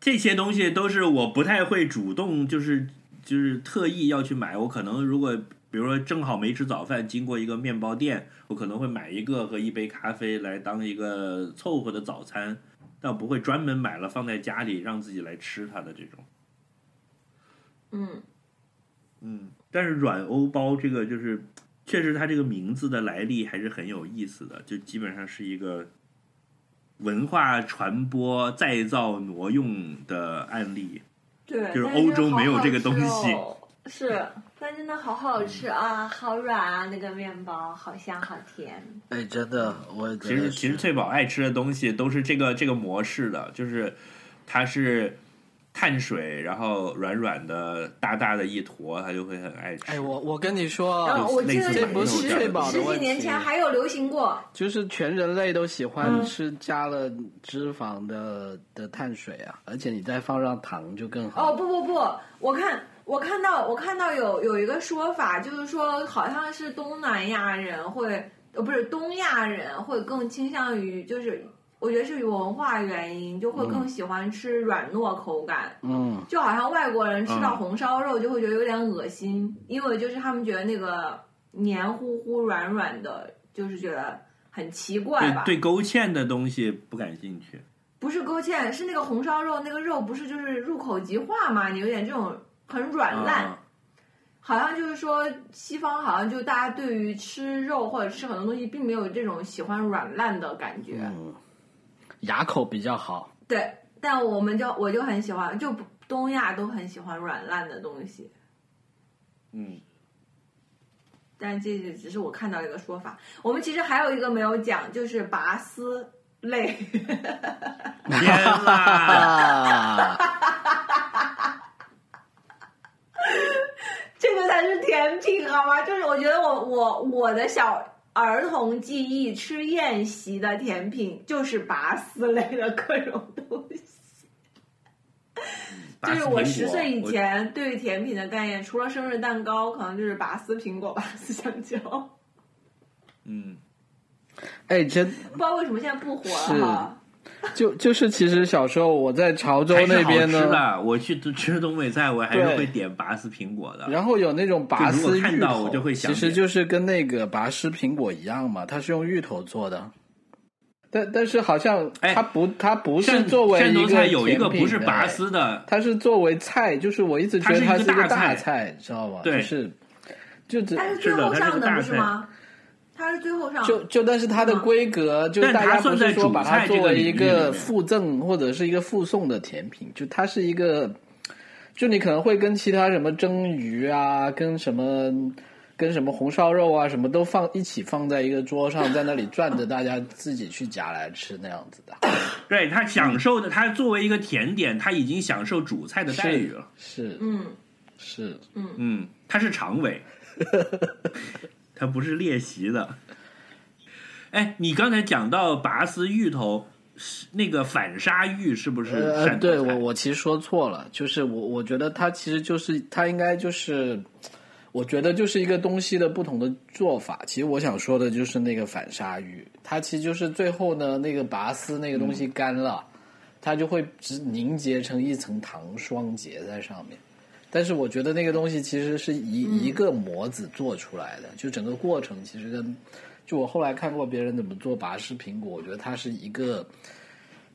S1: 这些东西都是我不太会主动，就是就是特意要去买。我可能如果比如说正好没吃早饭，经过一个面包店，我可能会买一个和一杯咖啡来当一个凑合的早餐，但不会专门买了放在家里让自己来吃它的这种。
S2: 嗯，
S1: 嗯，但是软欧包这个就是，确实它这个名字的来历还是很有意思的，就基本上是一个文化传播、再造、挪用的案例。
S2: 对，
S1: 就是
S2: 但
S1: 欧洲没有这个东西
S2: 好好吃哦是，但真的好好吃啊，好软啊，那个面包好香好甜。
S3: 哎，真的，我也觉
S1: 其
S3: 得
S1: 实
S3: 是
S1: 其实翠宝爱吃的东西都是这个这个模式的，就是它是碳水，然后软软的、大大的一坨，她就会很爱吃。
S3: 哎，我我跟你说
S2: 然
S3: 啊
S2: 后，我记
S1: 类似于
S2: 得有
S1: 这
S3: 不是
S2: 十
S3: 翠宝的
S2: 十几
S3: 问题
S2: 年前还有流行过，
S3: 就是全人类都喜欢
S2: 嗯
S3: 吃加了脂肪的的碳水啊，而且你再放上糖就更好。
S2: 哦不不不，我看我看到我看到有有一个说法，就是说好像是东南亚人会呃不是东亚人会更倾向于就是我觉得是文化原因，就会更喜欢吃软糯口感。
S3: 嗯，
S2: 就好像外国人吃到
S1: 嗯
S2: 红烧肉就会觉得有点恶心，因为就是他们觉得那个黏糊糊、软软的，就是觉得很奇怪吧？
S1: 对对勾芡的东西不感兴趣。
S2: 不是勾芡，是那个红烧肉，那个肉不是就是入口即化嘛？你有点这种很软烂，
S1: 啊
S2: 好像就是说西方好像就大家对于吃肉或者吃很多东西，并没有这种喜欢软烂的感觉。
S3: 嗯，牙口比较好。
S2: 对，但我们就我就很喜欢，就不东亚都很喜欢软烂的东西。
S1: 嗯，
S2: 但这只只是我看到一个说法。我们其实还有一个没有讲，就是拔丝类。
S1: 天啦！
S3: 啊，
S2: 这个才是甜品好吗？就是我觉得我我我的小儿童记忆吃宴席的甜品就是拔丝类的各种东西。
S1: 拔丝
S2: 就是
S1: 苹
S2: 我
S1: 果
S2: 十岁以
S1: 我
S2: 前对于甜品的概念，除了生日蛋糕，可能就是拔丝苹果、 拔丝香蕉。不
S1: 嗯，
S3: 哎，真
S2: 知道为什么现在不火
S3: 是
S2: 了哈。
S3: 就就是，其实小时候我在潮州
S1: 还是
S3: 那
S1: 好
S3: 边
S1: 吃
S3: 呢，
S1: 的。我去吃东北菜，我还是
S3: 对
S1: 会点拔丝苹果的。
S3: 然后有那种拔
S1: 就
S3: 丝
S1: 如果看
S3: 芋
S1: 到
S3: 头，
S1: 我就会想
S3: 其实
S1: 念
S3: 就是跟那个拔丝苹果一样嘛，它是用芋头做的。但但是好像
S1: 哎
S3: 它不，它不是
S1: 汕
S3: 作为
S1: 汕
S3: 一
S1: 头
S3: 个
S1: 菜有一个
S3: 甜品
S1: 不是
S3: 的哎
S1: 拔丝的，
S3: 它是作为菜，就是我一直觉得它
S1: 它是
S3: 是一
S1: 一
S3: 个
S1: 个
S3: 大
S1: 大菜
S3: 菜，你知道吗？
S1: 对
S3: 就是就只
S2: 它是
S1: 是
S2: 最
S1: 的
S2: 后
S1: 它是
S2: 上
S1: 个
S2: 的
S1: 大
S2: 不是
S1: 菜
S2: 吗？它是最后上
S3: 就就但是它的
S2: 嗯
S3: 规格，就
S1: 但
S3: 大
S1: 它
S3: 家不
S1: 算
S3: 是
S1: 在
S3: 说
S1: 主
S3: 把它
S1: 菜这
S3: 作
S1: 个
S3: 为
S1: 领
S3: 一
S1: 域里
S3: 个
S1: 面
S3: 附赠或者是一个附送的甜品，就它是一个，就你可能会跟其他什么蒸鱼啊，跟什么。跟什么红烧肉啊，什么都放一起放在一个桌上，在那里转着，大家自己去夹来吃那样子的。
S1: 对他享受的，他作为一个甜点，他已经享受主菜的待遇了。
S3: 是
S2: 嗯
S3: 是，
S1: 嗯，他是常 委，他不是练习的。哎，你刚才讲到拔丝芋头，是那个反杀芋是不是汕
S3: 呃，
S1: 头菜？
S3: 对我我其实说错了，就是我我觉得它其实就是它应该就是，我觉得就是一个东西的不同的做法。其实我想说的就是那个反杀鱼，它其实就是最后呢那个拔丝那个东西干了，它就会只凝结成一层糖霜结在上面。但是我觉得那个东西其实是一、一个模子做出来的，就整个过程其实跟就我后来看过别人怎么做拔丝苹果，我觉得它是一个。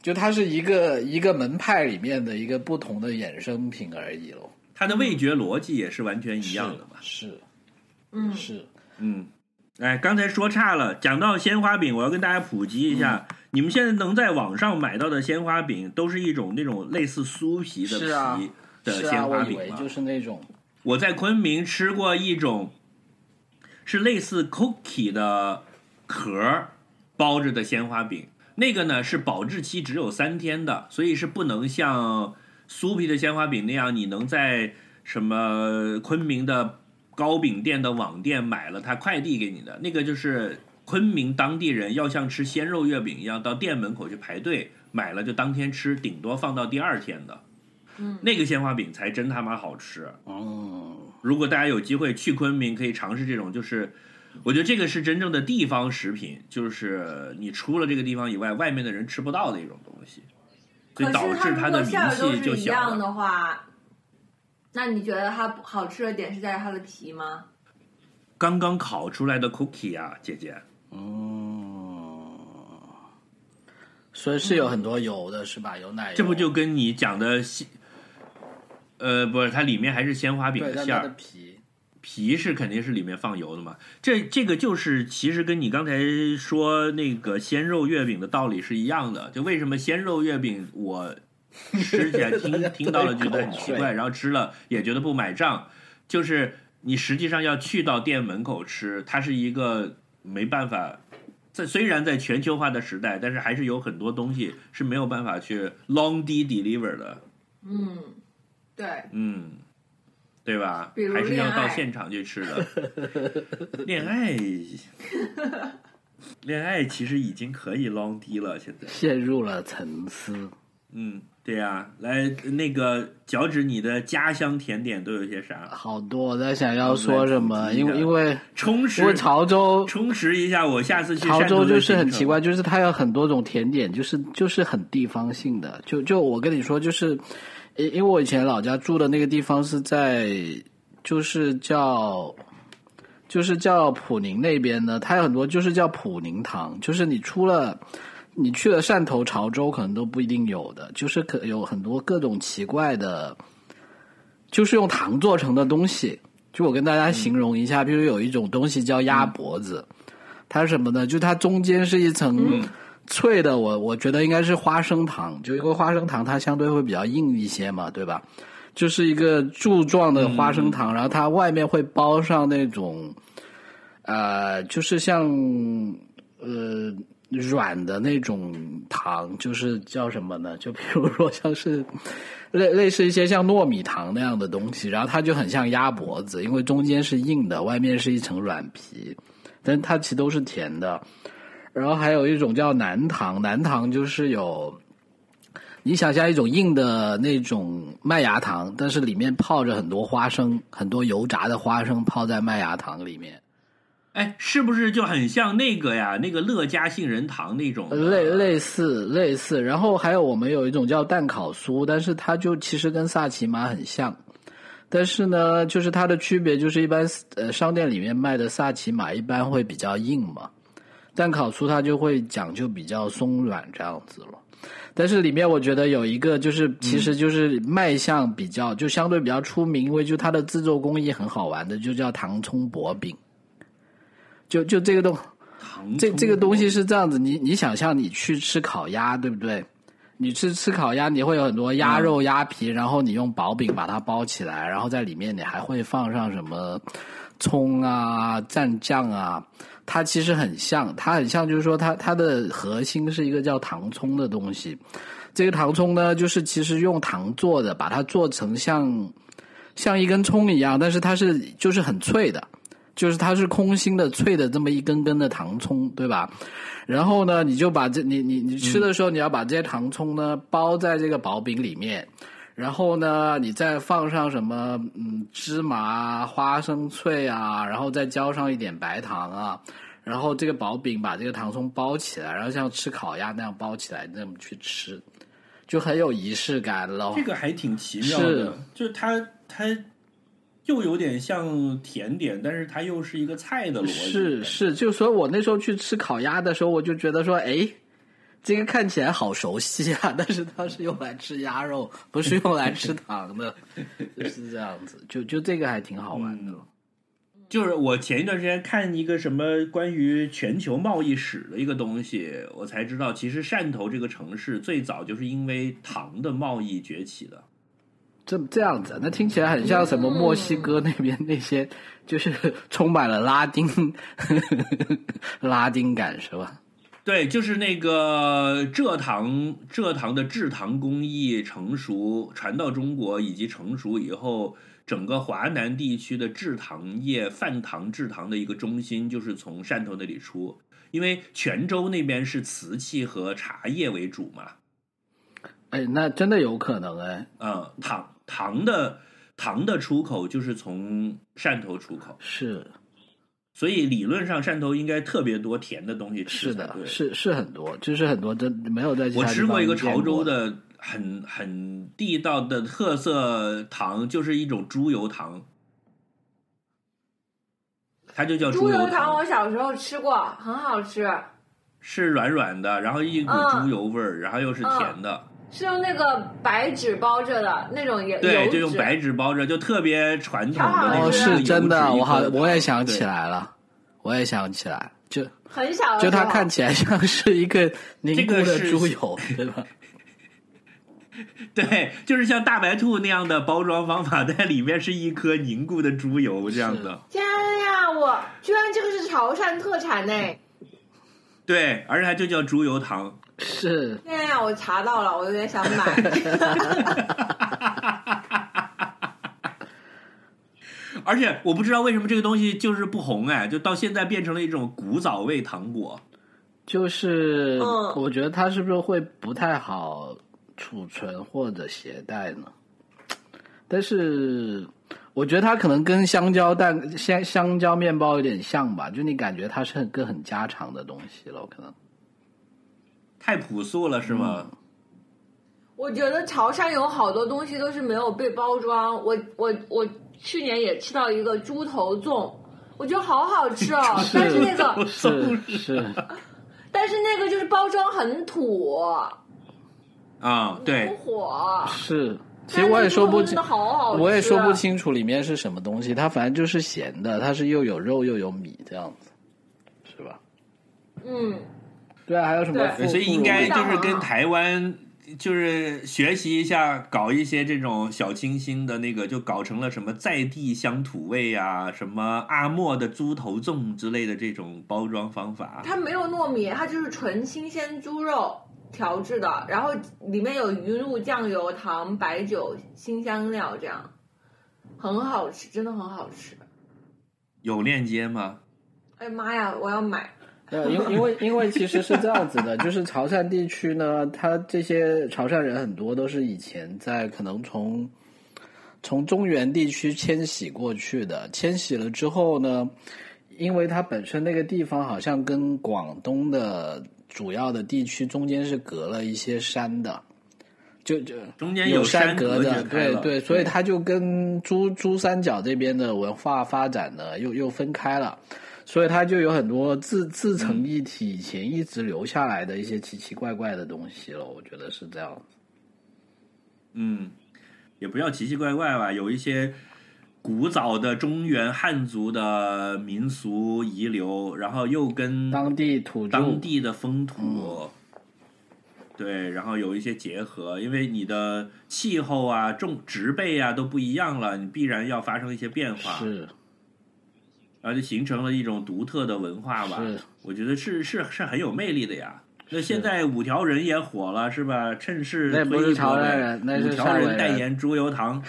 S3: 就它是一个一个门派里面的一个不同的衍生品而已咯，
S1: 它的味觉逻辑也是完全一样的嘛。
S3: 是
S2: 嗯，
S3: 是，
S1: 嗯，哎，刚才说岔了，讲到鲜花饼，我要跟大家普及一下，
S3: 嗯
S1: 你们现在能在网上买到的鲜花饼，都是一种那种类似酥皮的
S3: 是啊
S1: 皮的
S3: 是
S1: 鲜
S3: 啊，我
S1: 花
S3: 以
S1: 饼
S3: 为
S1: 吗
S3: 就是那种
S1: 我在昆明吃过一种，是类似 cookie 的壳儿包着的鲜花饼，那个呢是保质期只有三天的，所以是不能像酥皮的鲜花饼那样，你能在什么昆明的糕饼店的网店买了它快递给你的，那个就是昆明当地人要像吃鲜肉月饼一样到店门口去排队买了就当天吃，顶多放到第二天的。那个鲜花饼才真他妈好吃，
S3: 嗯，
S1: 如果大家有机会去昆明，可以尝试这种，就是我觉得这个是真正的地方食品，就是你除了这个地方以外，外面的人吃不到的一种东西，所
S2: 可
S1: 以导
S2: 是它
S1: 致
S2: 如
S1: 它
S2: 果
S1: 的
S2: 馅
S1: 名
S2: 儿都
S1: 气就是
S2: 一
S1: 小
S2: 样
S1: 了。
S2: 的话，那你觉得它不好吃的点是在于它的皮吗？
S1: 刚刚烤出来的 cookie 啊，姐姐，
S3: 嗯所以是有很多油的是吧？有奶油，
S1: 嗯这不就跟你讲的西，呃，不是，它里面还是鲜花饼
S3: 对
S1: 的
S3: 但
S1: 馅
S3: 它
S1: 儿
S3: 的，皮，
S1: 皮是肯定是里面放油的嘛。这这个就是其实跟你刚才说那个鲜肉月饼的道理是一样的。就为什么鲜肉月饼我吃起来听
S3: 大家
S1: 听到了觉得
S3: 都
S1: 很
S3: 在口
S1: 奇
S3: 水
S1: 怪，然后吃了也觉得不买账。就是你实际上要去到店门口吃，它是一个没办法。在虽然在全球化的时代，但是还是有很多东西是没有办法去 long d deliver 的，
S2: 嗯，对，
S1: 嗯，对吧
S2: 比？如
S1: 还是要
S2: 恋
S1: 到
S2: 爱
S1: 现场去吃的。恋爱，恋爱其实已经可以 long d 了，现在。
S3: 陷入了沉思。
S1: 嗯，对呀、来那个脚趾，你的家乡甜点都有些啥？
S3: 好多我在想要说什么，因为因为
S1: 充实
S3: 因为潮州
S1: 充实一下，我下次去
S3: 潮
S1: 汕头
S3: 州
S1: 的
S3: 就是很
S1: 行程
S3: 奇怪，就是它有很多种甜点，就是就是很地方性的。就就我跟你说，就是因因为我以前老家住的那个地方是在，就是叫。就是叫普宁那边呢，它有很多就是叫普宁堂，就是你出了，你去了汕头、潮州，可能都不一定有的，就是可有很多各种奇怪的，就是用糖做成的东西。就我跟大家形容一下，比如有一种东西叫鸭脖子，它是什么呢？就它中间是一层脆的，我我觉得应该是花生糖，就因为花生糖它相对会比较硬一些嘛，对吧？就是一个柱状的花生糖，然后它外面会包上那种，呃，就是像呃软的那种糖，就是叫什么呢？就比如说像是 类类似一些像糯米糖那样的东西，然后它就很像鸭脖子，因为中间是硬的，外面是一层软皮，但它其实都是甜的。然后还有一种叫南糖，南糖就是有。你想象一种硬的那种麦芽糖，但是里面泡着很多花生，很多油炸的花生泡在麦芽糖里面，
S1: 哎，是不是就很像那个呀？那个乐家杏仁糖那种的
S3: 类类似类似，然后还有我们有一种叫蛋烤酥，但是它就其实跟萨琪玛很像，但是呢，就是它的区别就是一般呃商店里面卖的萨琪玛一般会比较硬嘛，蛋烤酥它就会讲究比较松软这样子了。但是里面我觉得有一个就是，其实
S1: 嗯
S3: 就是卖相比较、就相对比较出名，因为就它的制作工艺很好玩的，就叫糖葱薄饼。就就这个东
S1: 糖
S3: 这
S1: 葱
S3: 这个东西是这样子，你你想象你去吃烤鸭，对不对？你去吃烤鸭，你会有很多鸭肉、鸭皮，然后你用薄饼把它包起来，然后在里面你还会放上什么葱啊、蘸酱啊。它其实很像，它很像，就是说它它的核心是一个叫糖葱的东西。这个糖葱呢，就是其实用糖做的，把它做成像像一根葱一样，但是它是就是很脆的，就是它是空心的、脆的这么一根根的糖葱，对吧？然后呢，你就把这你你你吃的时候，你要把这些糖葱呢包在这个薄饼里面，然后呢，你再放上什么嗯芝麻啊、花生脆啊，然后再浇上一点白糖啊，然后这个薄饼把这个糖葱包起来，然后像吃烤鸭那样包起来，那么去吃，就很有仪式感喽。
S1: 这个还挺奇妙的，就是它它又有点像甜点，但是它又是一个菜的逻辑。
S3: 是是，就所以我那时候去吃烤鸭的时候，我就觉得说，哎，这个看起来好熟悉啊，但是它是用来吃鸭肉，不是用来吃糖的，就是这样子。就就这个还挺好玩
S1: 嗯
S3: 的。
S1: 就是我前一段时间看一个什么关于全球贸易史的一个东西，我才知道，其实汕头这个城市最早就是因为糖的贸易崛起的。
S3: 这这样子，啊那听起来很像什么墨西哥那边那些，就是充满了拉丁拉丁感，是吧？
S1: 对，就是那个蔗糖，蔗糖的制糖工艺成熟传到中国以及成熟以后，整个华南地区的制糖业、饭堂制糖的一个中心就是从汕头那里出，因为泉州那边是瓷器和茶叶为主嘛，
S3: 哎，那真的有可能哎，
S1: 嗯，糖糖的糖的出口就是从汕头出口，
S3: 是
S1: 所以理论上汕头应该特别多甜的东西吃
S3: 是
S1: 才
S3: 的
S1: 对，
S3: 是是很多，就是很多真没有在其
S1: 我
S3: 他地
S1: 吃过
S3: 方
S1: 一个
S3: 见
S1: 潮州
S3: 过
S1: 的很很地道的特色糖，就是一种猪油糖，它就叫
S2: 猪
S1: 油
S2: 油糖我小时候吃过，很好吃，
S1: 是软软的，然后一股
S2: 嗯
S1: 猪油味儿，然后又是甜的，
S2: 是用那个白纸包着的那种也
S1: 对，
S2: 油
S1: 就用
S2: 纸
S1: 白纸包着，就特别传统
S2: 超
S1: 的
S2: 好
S1: 那种
S3: 哦，
S2: 吃
S1: 油
S3: 是
S1: 纸
S3: 真的，
S1: 一
S3: 我好
S1: 颗，
S3: 我也想起
S1: 对
S3: 来了，我也想起来，就
S2: 很小的时
S3: 就
S2: 候，
S3: 它看起来像是一个凝
S1: 这
S3: 固
S1: 个
S3: 的
S1: 是
S3: 猪油，对吧？
S1: 对，就是像大白兔那样的包装方法，但里面是一颗凝固的猪油这样的。
S2: 天呀，我居然这个是潮汕特产呢、
S1: 对，而且它就叫猪油糖。
S3: 是
S2: 天呀，我查到了，我有点想 买。
S1: 而且我不知道为什么这个东西就是不红哎，就到现在变成了一种古早味糖果。
S3: 就是，
S2: 嗯
S3: 我觉得它是不是会不太好储存或者携带呢？但是我觉得它可能跟香蕉蛋、香香蕉面包有点像吧，就你感觉它是很个很家常的东西了，可能。，
S1: 太朴素了是吗？
S2: 我觉得潮汕有好多东西都是没有被包装。我我我去年也吃到一个猪头粽，我觉得好好吃哦 但是那个
S3: 是是，
S2: 但是那个就是包装很土，
S3: 嗯
S1: 啊，
S2: 不
S1: 对，
S2: 火。
S3: 是， 其实我也说不
S2: 哦但是啊那个猪头粽真
S3: 清
S2: 的，好好吃，
S3: 我也说不。清楚里面是什么东西。它反正就是咸的，它是又有肉又有米这样子，是吧？
S2: 嗯，
S3: 对啊，还有什么
S2: 对
S3: 腐？
S1: 所以应该
S3: 腐乳
S1: 就是跟台湾就是学习一下，搞一些这种小清新的那个，就搞成了什么在地乡土味啊，什么阿莫的猪头粽之类的这种包装方法。
S2: 它没有糯米，它就是纯新鲜猪肉调制的，然后里面有鱼露、酱油、糖、白酒、新香料，这样很好吃，真的很好吃。
S1: 有链接吗？
S2: 哎呀妈呀，我要买！
S3: 呃，因为因为因为其实是这样子的，就是潮汕地区呢，它这些潮汕人很多都是以前在可能从从中原地区迁徙过去的，迁徙了之后呢，因为它本身那个地方好像跟广东的主要的地区中间是隔了一些山的，就就
S1: 中间
S3: 有
S1: 山
S3: 隔
S1: 绝开
S3: 对
S1: 了
S3: 对，所以它就跟珠珠三角这边的文化发展呢又又分开了，所以它就有很多自自
S1: 嗯
S3: 成一体，以前一直留下来的一些奇奇怪怪的东西了，我觉得是这样。
S1: 嗯，也不要奇奇怪怪吧，有一些古早的中原汉族的民俗遗留，然后又跟
S3: 当地嗯土著，
S1: 当地的风土，对，然后有一些结合，因为你的气候啊、种植被啊都不一样了，你必然要发生一些变化，
S3: 是
S1: 然后就形成了一种独特的文化吧
S3: 是。
S1: 我觉得是是是很有魅力的呀。那现在五条人也火了，是吧？趁势
S3: 那不
S1: 推一
S3: 是潮
S1: 波
S3: 汕
S1: 呗
S3: 人那是
S1: 五条
S3: 汕尾
S1: 人代
S3: 人
S1: 言猪油糖，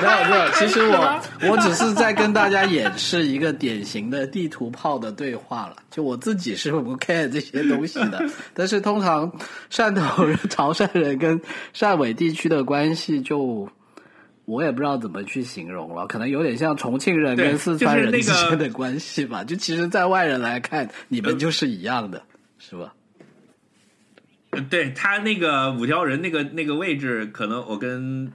S3: 没有没有，其 实我我只是在跟大家演示一个典型的地图炮的对话了。就我自己是不 care 这些东西 的，但是通常汕头人、潮汕人跟汕尾地区的关系就。我也不知道怎么去形容了，可能有点像重庆人
S1: 对
S3: 跟四川人
S1: 就是
S3: 之
S1: 那个
S3: 间的关系吧。就其实，在外人来看，你们就是一样的，是吧？
S1: 呃对他那个五条人那个那个位置，可能我跟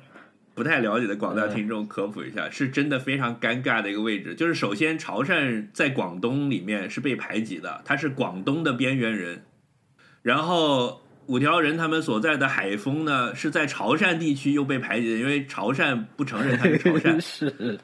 S1: 不太了解的广大听众科普一下，是真的非常尴尬的一个位置。就是首先，潮汕在广东里面是被排挤的，他是广东的边缘人。然后五条人他们所在的海丰呢，是在潮汕地区又被排挤的，因为潮汕不承认他是潮 汕，
S3: 是，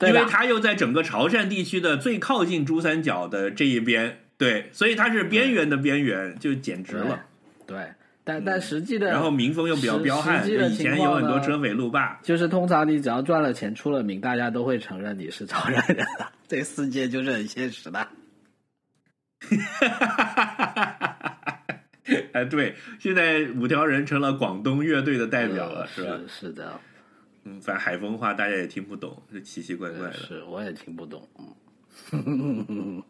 S3: 对
S1: 因为
S3: 吧？
S1: 它又在整个潮汕地区的最靠近珠三角的这一边，对，所以它是边缘的边缘，就简直了。
S3: 对，对但但实际的，
S1: 然后民风又比较
S3: 实
S1: 彪悍，
S3: 实际的
S1: 以前
S3: 情
S1: 有
S3: 况
S1: 很
S3: 呢
S1: 多车匪路霸。
S3: 就是通常你只要赚了钱、出了名，大家都会承认你是潮汕人了。这个世界就是很现实的。
S1: 哎，对，现在五条人成了广东乐队的代表了，是吧？
S3: 是是的，
S1: 嗯，反正海丰话大家也听不懂，就奇奇怪怪的。
S3: 是我也听不懂。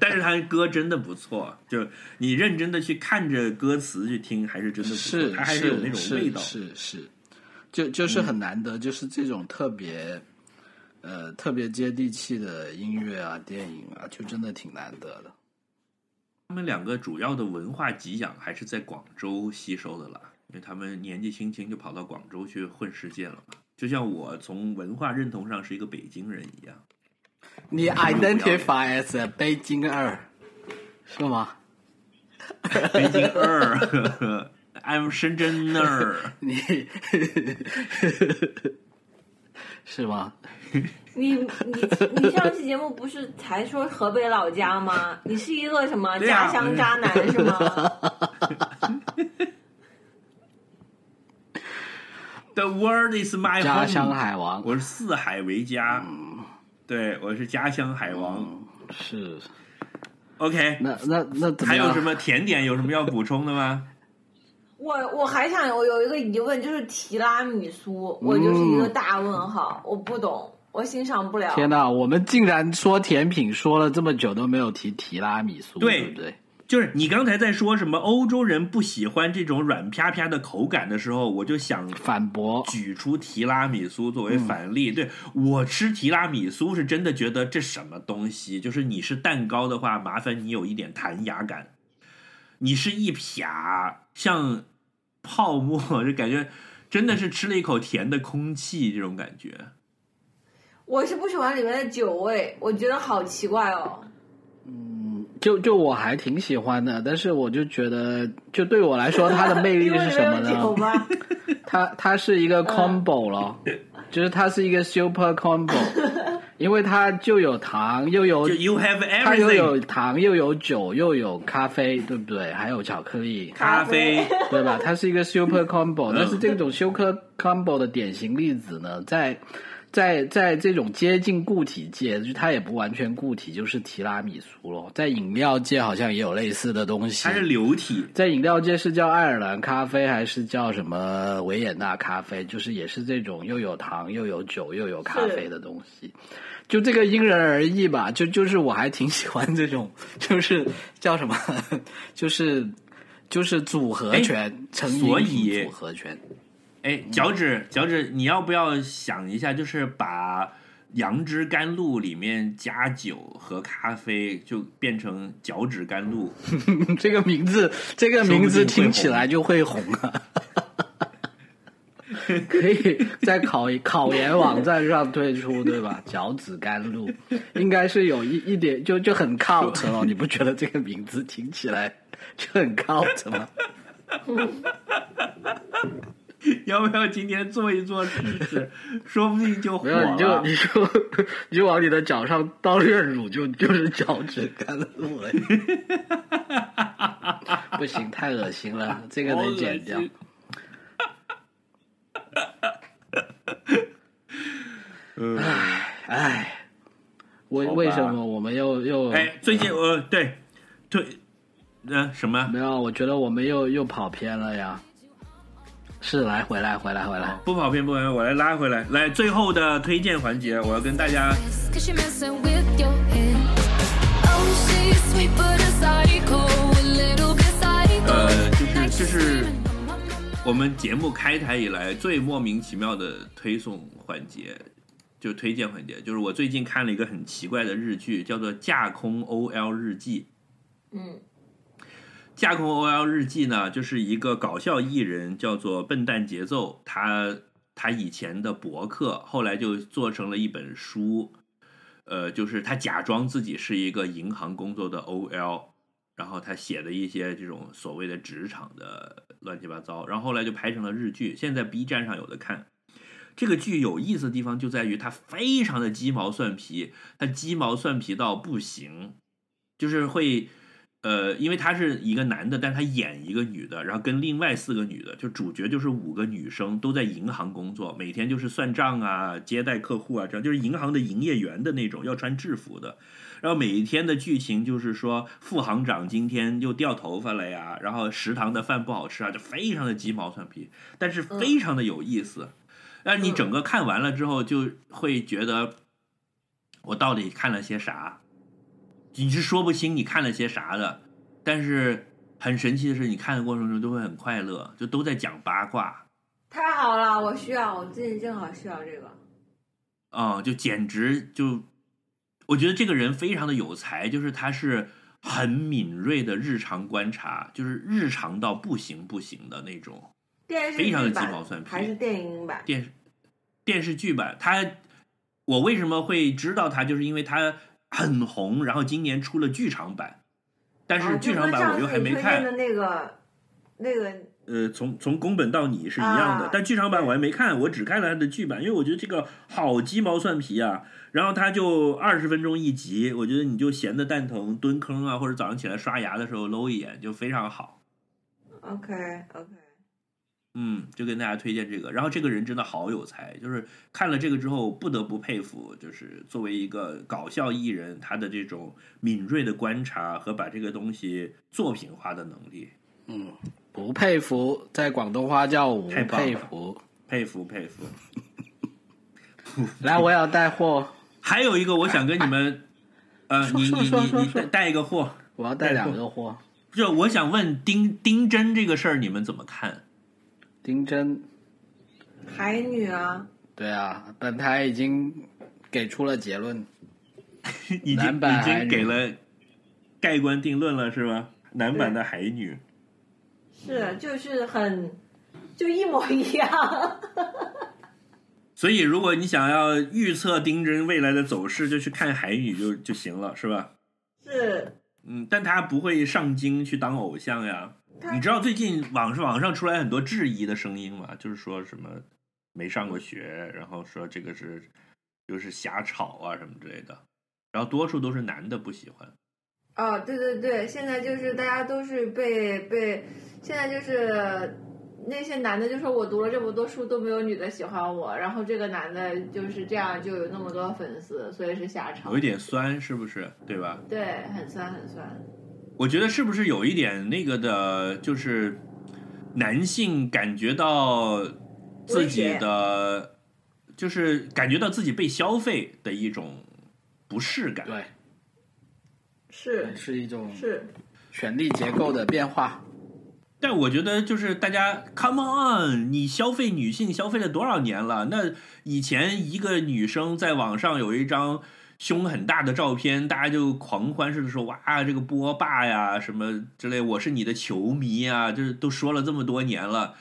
S1: 但是他歌真的不错，就你认真的去看着歌词去听，还是真的不错，他还
S3: 是
S1: 有那种味道。
S3: 是是是，就
S1: 嗯
S3: 就是很难得，就是这种特别。呃，特别接地气的音乐啊，电影啊，就真的挺难得的。
S1: 他们两个主要的文化给养还是在广州吸收的啦，因为他们年纪轻轻就跑到广州去混世界了嘛。就像我从文化认同上是一个北京人一样，
S3: 你
S1: 不要脸
S3: identify as a 北京二，是吗？
S1: 北京二 ，I'm 深圳二。
S3: 你 是吗？
S2: 你你你上期节目不是才说河北老家吗？你是一个什么
S1: 对啊
S2: 家乡渣男是 吗？
S1: The world is my
S3: 家乡
S1: home，
S3: 海王
S1: 我是四海为家，对我是家乡海王。
S3: 是
S1: OK，
S3: 那那那怎么
S1: 还
S3: 样
S1: 有什么甜点有什么要补充的吗？
S2: 我我还想我有一个疑问，就是提拉米苏，我就是一个大问号，我不懂，我欣赏不了。
S3: 嗯天呐，我们竟然说甜品说了这么久都没有提提拉米苏，
S1: 对
S3: 对不对？
S1: 就是你刚才在说什么欧洲人不喜欢这种软啪啪的口感的时候，我就想
S3: 反驳，
S1: 举出提拉米苏作
S3: 嗯
S1: 为反例。对我吃提拉米苏是真的觉得这什么东西，就是你是蛋糕的话，麻烦你有一点弹牙感，你是一啪像泡沫，就感觉真的是吃了一口甜的空气这种感觉。
S2: 我是不喜欢里面的酒味，我觉得好奇怪哦。
S3: 就就我还挺喜欢的，但是我就觉得，就对我来说，它的魅力
S2: 因为
S3: 是
S2: 里
S3: 什么
S2: 面有酒嗯
S3: 呢？
S2: 吧，
S3: 它它是一个 combo 咯，就是它是一个 super combo，因为它就有糖，又有
S1: 就 You have
S3: 它又
S1: everything，
S3: 有糖，又有酒，又有咖啡，对不对？还有巧克力，
S1: 咖啡。
S3: 对吧？它是一个 super combo，
S1: 嗯
S3: 但是这种 super combo 的典型例子呢，在在在这种接近固体界，就它也不完全固体，就是提拉米苏咯。在饮料界好像也有类似的东西
S1: 它，是流体，
S3: 在饮料界是叫爱尔兰咖啡还是叫什么维也纳咖啡？就是也是这种又有糖又有酒又有咖啡的东西，就这个因人而异吧。就就是我还挺喜欢这种， 就是叫什么， 就是就是组合拳，成饮
S1: 哎所
S3: 品
S1: 以
S3: 组合拳。
S1: 哎，脚趾脚趾，你要不要想一下，就是把杨枝甘露里面加酒和咖啡，就变成脚趾甘露？
S3: 这个名字，这个名字听起来就会红啊。 可以在考考研网站上推出，对吧？ 脚趾甘露应该是有一一点就就很 cult 了，你不觉得这个名字听起来 就很 cult 吗？
S1: 要不要今天做一做试试？说不定就火
S3: 没有，
S1: 了。
S3: 你就你 就你就往你的脚上倒炼乳，就就是脚趾甘露了。 不行，太恶心了，这个得剪掉
S1: 好恶心。嗯
S3: 唉，为
S1: 好吧
S3: 为什么我们又又
S1: 哎，最近呃，对，对，呃，什么？
S3: 没有？我觉得我们又又跑偏了呀。是，来回来回来回来。
S1: 不跑偏，不跑偏，我来拉回来。来，最后的推荐环节，我要跟大家
S5: Cause she messing with your hands. Oh, she's sweet but a psycho, a little bit psycho.
S1: 呃，就是就是我们节目开台以来最莫名其妙的推送环节，就推荐环节，就是我最近看了一个很奇怪的日剧，叫做《架空 OL 日记》。
S2: 嗯，
S1: 架空 OL 日记呢，就是一个搞笑艺人叫做笨蛋节奏，他他以前的博客，后来就做成了一本书，呃，就是他假装自己是一个银行工作的 OL，然后他写的一些这种所谓的职场的乱七八糟，然后后来就拍成了日剧，现在 B 站上有的看。这个剧有意思的地方就在于它非常的鸡毛蒜皮，它鸡毛蒜皮到不行，就是会，呃，因为他是一个男的，但他演一个女的，然后跟另外四个女的，就主角就是五个女生都在银行工作，每天就是算账啊、接待客户啊，这样就是银行的营业员的那种，要穿制服的。然后每一天的剧情就是说，副行长今天又掉头发了呀，然后食堂的饭不好吃啊，就非常的鸡毛蒜皮，但是非常的有意思。但你整个看完了之后，就会觉得我到底看了些啥？你是说不清你看了些啥的，但是很神奇的是，你看的过程中都会很快乐，就都在讲八卦。
S2: 太好了，我需要，我最近正好需要这个。
S1: 啊、就简直就，我觉得这个人非常的有才，就是他是很敏锐的日常观察，就是日常到不行不行的那种
S2: 电视
S1: 非
S2: 剧
S1: 常的鸡毛蒜
S2: 版
S1: 皮
S2: 还是电影版？
S1: 电视电视剧版。他我为什么会知道他，就是因为他很红，然后今年出了剧场版，但
S2: 啊
S1: 是
S2: 就
S1: 剧场
S2: 跟
S1: 版
S2: 上
S1: 我又
S2: 次
S1: 还
S2: 你
S1: 没
S2: 推荐
S1: 看
S2: 的。那个那个
S1: 呃，从从宫本到你是一样的，
S2: 啊
S1: 但剧场版我还没看，我只看了他的剧版，因为我觉得这个好鸡毛蒜皮啊。然后他就二十分钟一集，我觉得你就闲的蛋疼，蹲坑啊，或者早上起来刷牙的时候搂一眼就非常好。
S2: OK OK，
S1: 嗯，就跟大家推荐这个。然后这个人真的好有才，就是看了这个之后不得不佩服，就是作为一个搞笑艺人，他的这种敏锐的观察和把这个东西作品化的能力，
S3: 嗯，不佩服，在广东话叫无
S1: 太棒了
S3: 佩服。
S1: 佩服佩服。
S3: 来，我要带货，
S1: 还有一个，我想跟你们，呃，
S3: 说
S1: 你
S3: 说
S1: 你
S3: 说
S1: 你
S3: 说
S1: 你带
S3: 说
S1: 带一个货，
S3: 我要带两个货。
S1: 就我想问丁丁真这个事儿你们怎么看？
S3: 丁真，
S2: 海女啊，
S3: 对啊，本台已经给出了结论，
S1: 已经
S3: 男版
S1: 已
S3: 海
S1: 经
S3: 女
S1: 给了盖棺定论了是吧？男版的海女，
S2: 是就是很就一模一样。
S1: 所以如果你想要预测丁真未来的走势，就去看海女就就行了，是吧？
S2: 是，
S1: 嗯，但他不会上京去当偶像呀。
S2: 他
S1: 你知道最近网上网上出来很多质疑的声音嘛？就是说什么没上过学，然后说这个是就是瞎吵啊什么之类的，然后多数都是男的不喜欢。
S2: 哦，对对对，现在就是大家都是被被，现在就是那些男的就说我读了这么多书都没有女的喜欢我，然后这个男的就是这样就有那么多粉丝，所以是瞎吵
S1: 有一。点酸，是不是？对吧？
S2: 对，很酸很酸。
S1: 我觉得是不是有一点那个的，就是男性感觉到自己的，就是感觉到自己被消费的一种不适感。
S3: 对，
S2: 是
S3: 是一种
S2: 是，
S3: 权力结构的变化。
S1: 但我觉得就是大家，come on，你消费女性消费了多少年了？那以前一个女生在网上有一张胸很大的照片，大家就狂欢似的说哇，这个波霸呀什么之类，我是你的球迷啊，就是都说了这么多年了。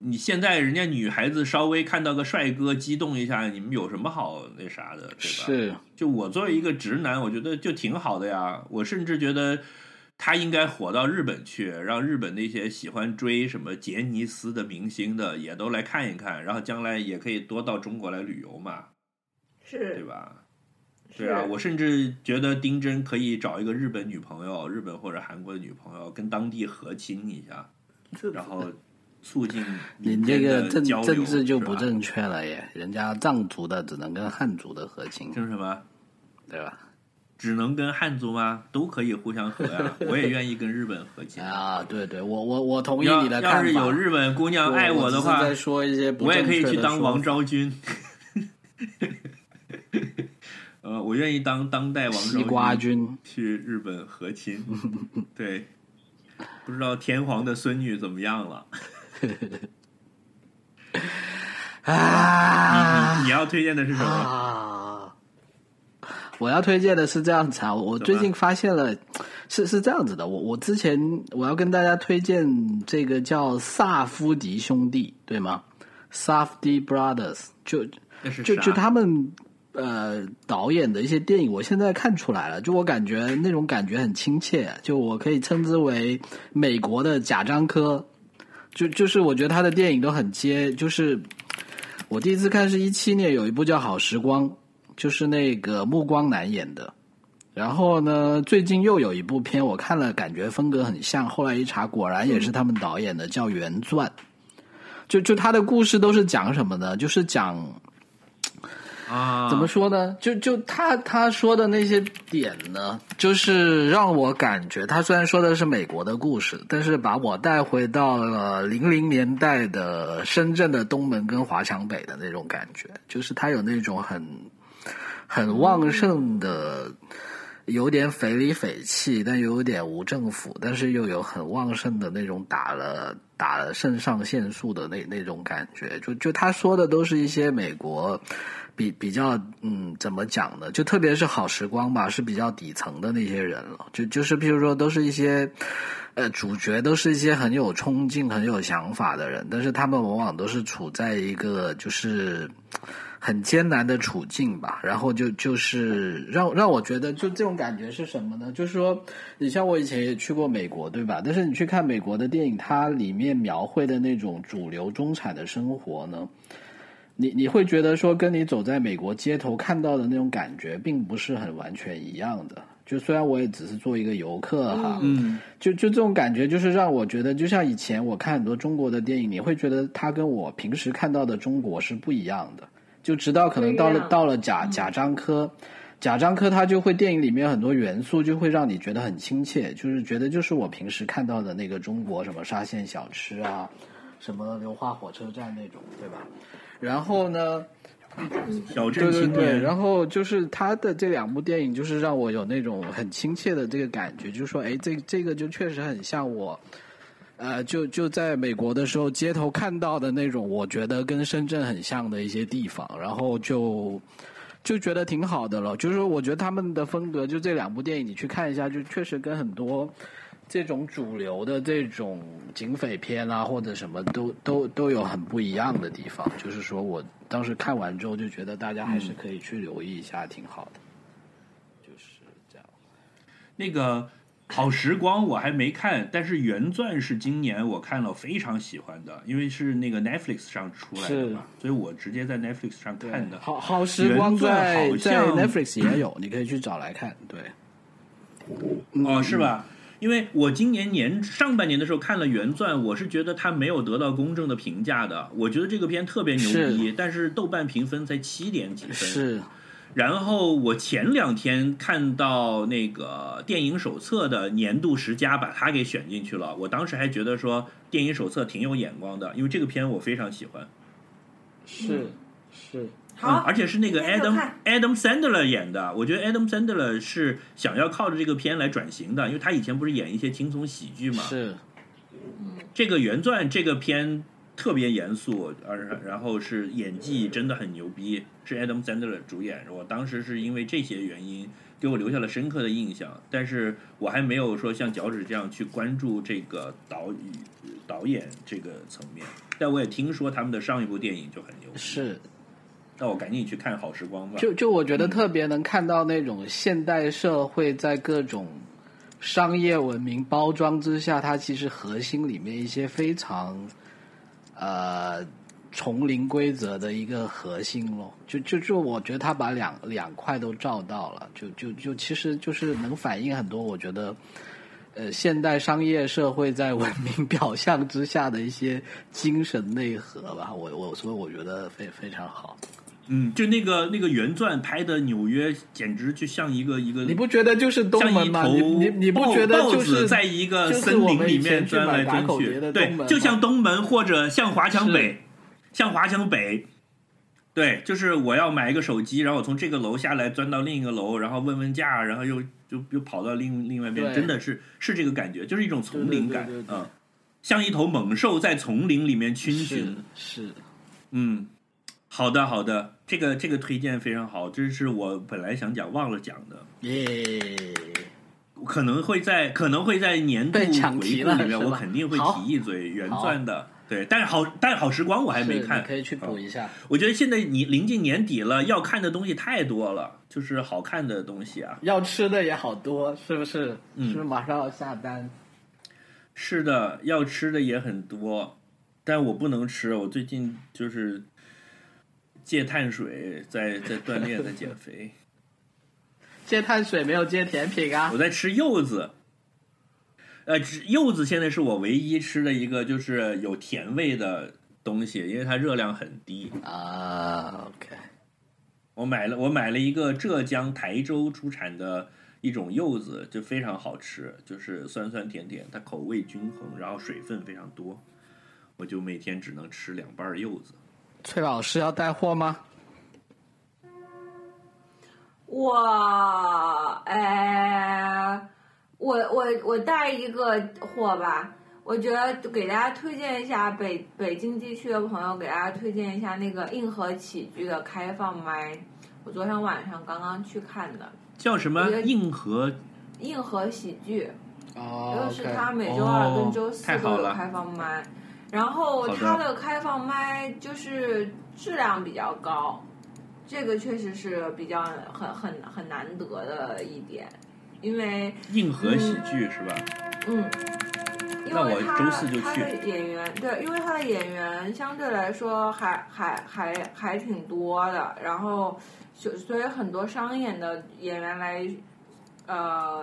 S1: 你现在人家女孩子稍微看到个帅哥激动一下，你们有什么好那啥的，对吧？
S3: 是，
S1: 就我作为一个直男，我觉得就挺好的呀。我甚至觉得他应该火到日本去，让日本那些喜欢追什么杰尼斯的明星的也都来看一看，然后将来也可以多到中国来旅游嘛，对
S2: 是，
S1: 吧？
S2: 是
S1: 对啊，我甚至觉得丁真可以找一个日本女朋友，日本或者韩国的女朋友，跟当地和亲一下，然后促进
S3: 你
S1: 民
S3: 这
S1: 间
S3: 个
S1: 的
S3: 政
S1: 交流
S3: 政治就是不
S1: 吧
S3: 正确了耶，人家藏族的只能跟汉族的和亲，
S1: 就是什么？
S3: 对吧？
S1: 只能跟汉族吗？都可以互相和呀， 我也愿意跟日本和亲
S3: 啊，对对，我我我同意
S1: 要
S3: 你的看法。
S1: 要是有日本姑娘
S3: 我
S1: 爱
S3: 我
S1: 的
S3: 只是
S1: 话，
S3: 在说一些不
S1: 我也可以
S3: 正确
S1: 去
S3: 的
S1: 当
S3: 说
S1: 王
S3: 法
S1: 昭君。呃，我愿意当当代王
S3: 西瓜
S1: 昭君
S3: 君。
S1: 去日本和 亲。对，不知道天皇的孙女怎么样了？你嗯
S3: 啊
S1: 你要推荐的是什么？嗯
S3: 啊！我要推荐的是这样子啊，我我最近发现了，是是这样子的，我我之前我要跟大家推荐这个叫萨夫迪兄弟，对吗？Safdie Brothers，就
S1: 那是
S3: 就
S1: 啥
S3: 就他们呃导演的一些电影，我现在看出来了，就我感觉那种感觉很亲切，就我可以称之为美国的贾樟柯，就就是我觉得他的电影都很接，就是我第一次看是一七年有一部叫《好时光》，就是那个暮光男演的。然后呢，最近又有一部片我看了，感觉风格很像，后来一查果然也是他们导演的，叫《原钻》。就就他的故事都是讲什么呢？就是讲
S1: 啊？
S3: 怎么说呢？就就他他说的那些点呢，就是让我感觉，他虽然说的是美国的故事，但是把我带回到了零零年代的深圳的东门跟华强北的那种感觉，就是他有那种很很旺盛的。有点匪里匪气，但又有点无政府，但是又有很旺盛的那种打了打了肾上腺素的那那种感觉。就就他说的都是一些美国比比较嗯怎么讲呢？就特别是好时光吧，是比较底层的那些人了。就就是譬如说，都是一些呃主角都是一些很有冲劲、很有想法的人，但是他们往往都是处在一个就是。很艰难的处境吧。然后就就是让让我觉得，就这种感觉是什么呢？就是说，你像我以前也去过美国，对吧？但是你去看美国的电影，它里面描绘的那种主流中产的生活呢，你你会觉得说，跟你走在美国街头看到的那种感觉，并不是很完全一样的。就虽然我也只是做一个游客哈，
S1: 嗯，
S3: 就就这种感觉，就是让我觉得，就像以前我看很多中国的电影，你会觉得它跟我平时看到的中国是不一样的。就直到可能到
S2: 不一
S3: 了
S2: 样嗯
S3: 到了贾贾樟柯，贾樟柯他就会电影里面很多元素就会让你觉得很亲切，就是觉得就是我平时看到的那个中国，什么沙县小吃啊，什么流花火车站那种，对吧？然后呢，
S1: 小镇
S3: 对对
S1: 青
S3: 对，
S1: 年，
S3: 然后就是他的这两部电影，就是让我有那种很亲切的这个感觉，就是说，哎，这这个就确实很像我，呃，就就在美国的时候街头看到的那种，我觉得跟深圳很像的一些地方，然后就就觉得挺好的了。就是我觉得他们的风格，就这两部电影你去看一下，就确实跟很多。这种主流的这种警匪片啊，或者什么都都都有很不一样的地方。就是说我当时看完之后就觉得大家还
S1: 嗯
S3: 是可以去留意一下，挺好的。就是这样。
S1: 那个《好时光》我还没看，但是《原钻》是今年我看了非常喜欢的，因为是那个 Netflix 上出来的嘛，所以我直接在 Netflix 上看的。
S3: 好好时光在
S1: 原作
S3: 在
S1: 好像
S3: Netflix 也有，你可以去找来看。对，
S1: 哦，是吧？
S3: 嗯
S1: 因为我今年年上半年的时候看了《原钻》，我是觉得它没有得到公正的评价的。我觉得这个片特别牛逼，但是豆瓣评分才七点几分。。
S3: 是
S1: 然后我前两天看到那个电影手册的年度十佳，把它给选进去了。我当时还觉得说电影手册挺有眼光的，因为这个片我非常喜欢，
S3: 是是，
S1: 嗯
S2: 好，
S1: 而且是那个
S2: 今天就
S1: Adam
S2: 看
S1: Adam Sandler 演的。我觉得 Adam Sandler 是想要靠着这个片来转型的，因为他以前不是演一些轻松喜剧嘛。
S3: 是
S1: 这个原钻这个片特别严肃，而然后是演技真的很牛逼，是 Adam Sandler 主演。我当时是因为这些原因给我留下了深刻的印象，但是我还没有说像脚趾这样去关注这个导语导演这个层面。但我也听说他们的上一部电影就很牛逼，
S3: 是，
S1: 那我赶紧去看《好时光》吧。
S3: 就就我觉得特别能看到那种现代社会在各种商业文明包装之下，它其实核心里面一些非常呃丛林规则的一个核心咯。就就就我觉得他把两两块都照到了，就就就其实就是能反映很多我觉得。呃，现代商业社会在文明表象之下的一些精神内核吧，我我所以我觉得非非常好。
S1: 嗯，就那个那个原钻拍的纽约，简直就像一个一个
S3: 你不觉得就是东
S1: 像
S3: 门
S1: 一
S3: 吗？
S1: 头
S3: 你你你不
S1: 豹
S3: 觉得就
S1: 豹子
S3: 是
S1: 在一个
S3: 就是
S1: 森
S3: 我
S1: 林
S3: 们
S1: 里
S3: 以前
S1: 面
S3: 去
S1: 钻
S3: 买
S1: 来
S3: 打
S1: 钻
S3: 口碟
S1: 去？
S3: 的东
S1: 对
S3: 门，
S1: 就
S3: 吗
S1: 像东门或者像华强
S3: 是
S1: 北，像华强北。对，就是我要买一个手机，然后我从这个楼下来钻到另一个楼，然后问问价，然后又就又跑到另另外一边，
S3: 对
S1: 真的是是这个感觉，就是一种丛林感
S3: 对对对对对
S1: 嗯，像一头猛兽在丛林里面逡
S3: 是
S1: 巡。
S3: 是
S1: 嗯，好的好的，这个这个推荐非常好，这是我本来想讲忘了讲的，
S3: 耶，
S1: 可能会在可能会在年度
S3: 被
S1: 回
S3: 抢
S1: 顾
S3: 题
S1: 里
S3: 了
S1: 面，
S3: 是吧
S1: 我肯定会
S3: 好
S1: 提一嘴原钻的。对，但是好，但是好时光我还没
S3: 是
S1: 看
S3: 你，可以去补
S1: 啊
S3: 一下。
S1: 我觉得现在你临近年底了，要看的东西太多了，就是好看的东西啊。
S3: 要吃的也好多，是不是？
S1: 嗯
S3: 是不是马上要下单？
S1: 是的，要吃的也很多，但我不能吃。我最近就是戒碳水，在在锻炼，在减肥。
S3: 戒碳水没有戒甜品啊
S1: 我？在吃柚子，呃，只柚子现在是我唯一吃的一个就是有甜味的东西，因为它热量很低。
S3: 啊，OK，
S1: 我买了，我买了一个浙江台州出产的一种柚子，就非常好吃，就是酸酸甜甜，它口味均衡，然后水分非常多。我就每天只能吃两瓣柚子。
S3: 崔老师要带货吗？
S2: 我哎，我我我带一个货吧，我觉得给大家推荐一下北北京地区的朋友，给大家推荐一下那个硬核起居的开放麦，我昨天晚上刚刚去看的
S1: 叫什么
S2: 我觉得
S1: 硬核？
S2: 硬核喜剧。
S3: 哦
S2: 就是
S3: ，OK，
S2: 他每周二跟周
S1: 哦
S2: 四
S1: 太
S2: 都
S1: 好
S2: 有
S1: 了
S2: 开放麦，然后
S1: 好的
S2: 他的开放麦就是质量比较高，这个确实是比较很很很难得的一点，因为
S1: 硬核喜剧是吧？
S2: 嗯，因
S1: 那
S2: 为
S1: 我
S2: 他
S1: 周四就
S2: 他
S1: 去
S2: 的演员对，因为他的演员相对来说还还还还挺多的，然后所所以很多商演的演员来呃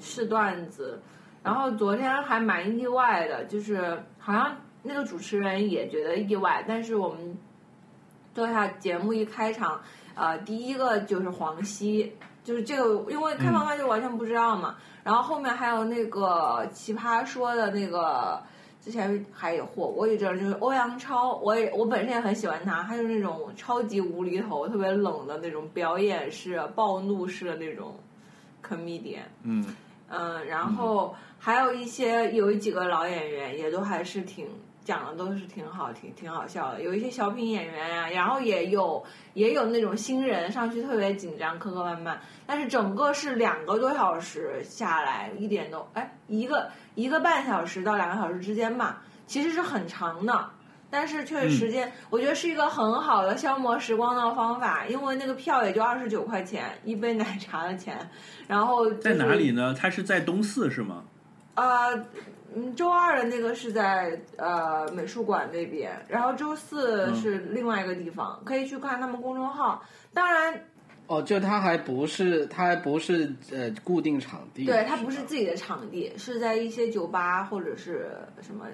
S2: 试段子，然后昨天还蛮意外的，就是好像那个主持人也觉得意外，但是我们对他节目一开场，呃，第一个就是黄西，就是这个，因为开
S1: 嗯
S2: 放麦就完全不知道嘛。然后后面还有那个奇葩说的那个，之前还有火过一阵儿，就是欧阳超，我也我本身也很喜欢他，他就是那种超级无厘头、特别冷的那种表演式、啊暴怒式的那种 comedian。
S1: 嗯，
S2: 嗯，然后还有一些有几个老演员也都还是挺讲的都是挺好，挺挺好笑的。有一些小品演员呀、然后也有也有那种新人上去特别紧张，磕磕绊绊。但是整个是两个多小时下来，一点都哎一个一个半小时到两个小时之间吧，其实是很长的。但是确实
S1: 嗯
S2: 时间，我觉得是一个很好的消磨时光的方法，因为那个票也就二十九块钱，一杯奶茶的钱，然后、
S1: 在哪里？呢？它是在东四是吗？
S2: 呃，嗯，周二的那个是在呃美术馆那边，然后周四
S3: 嗯
S2: 是另外一个地方，可以去看他们公众号。当然，
S3: 哦，就它还不是，它还不是呃固定场地，
S2: 对，它不
S3: 吧
S2: 是自己的场地，是在一些酒吧或者是什么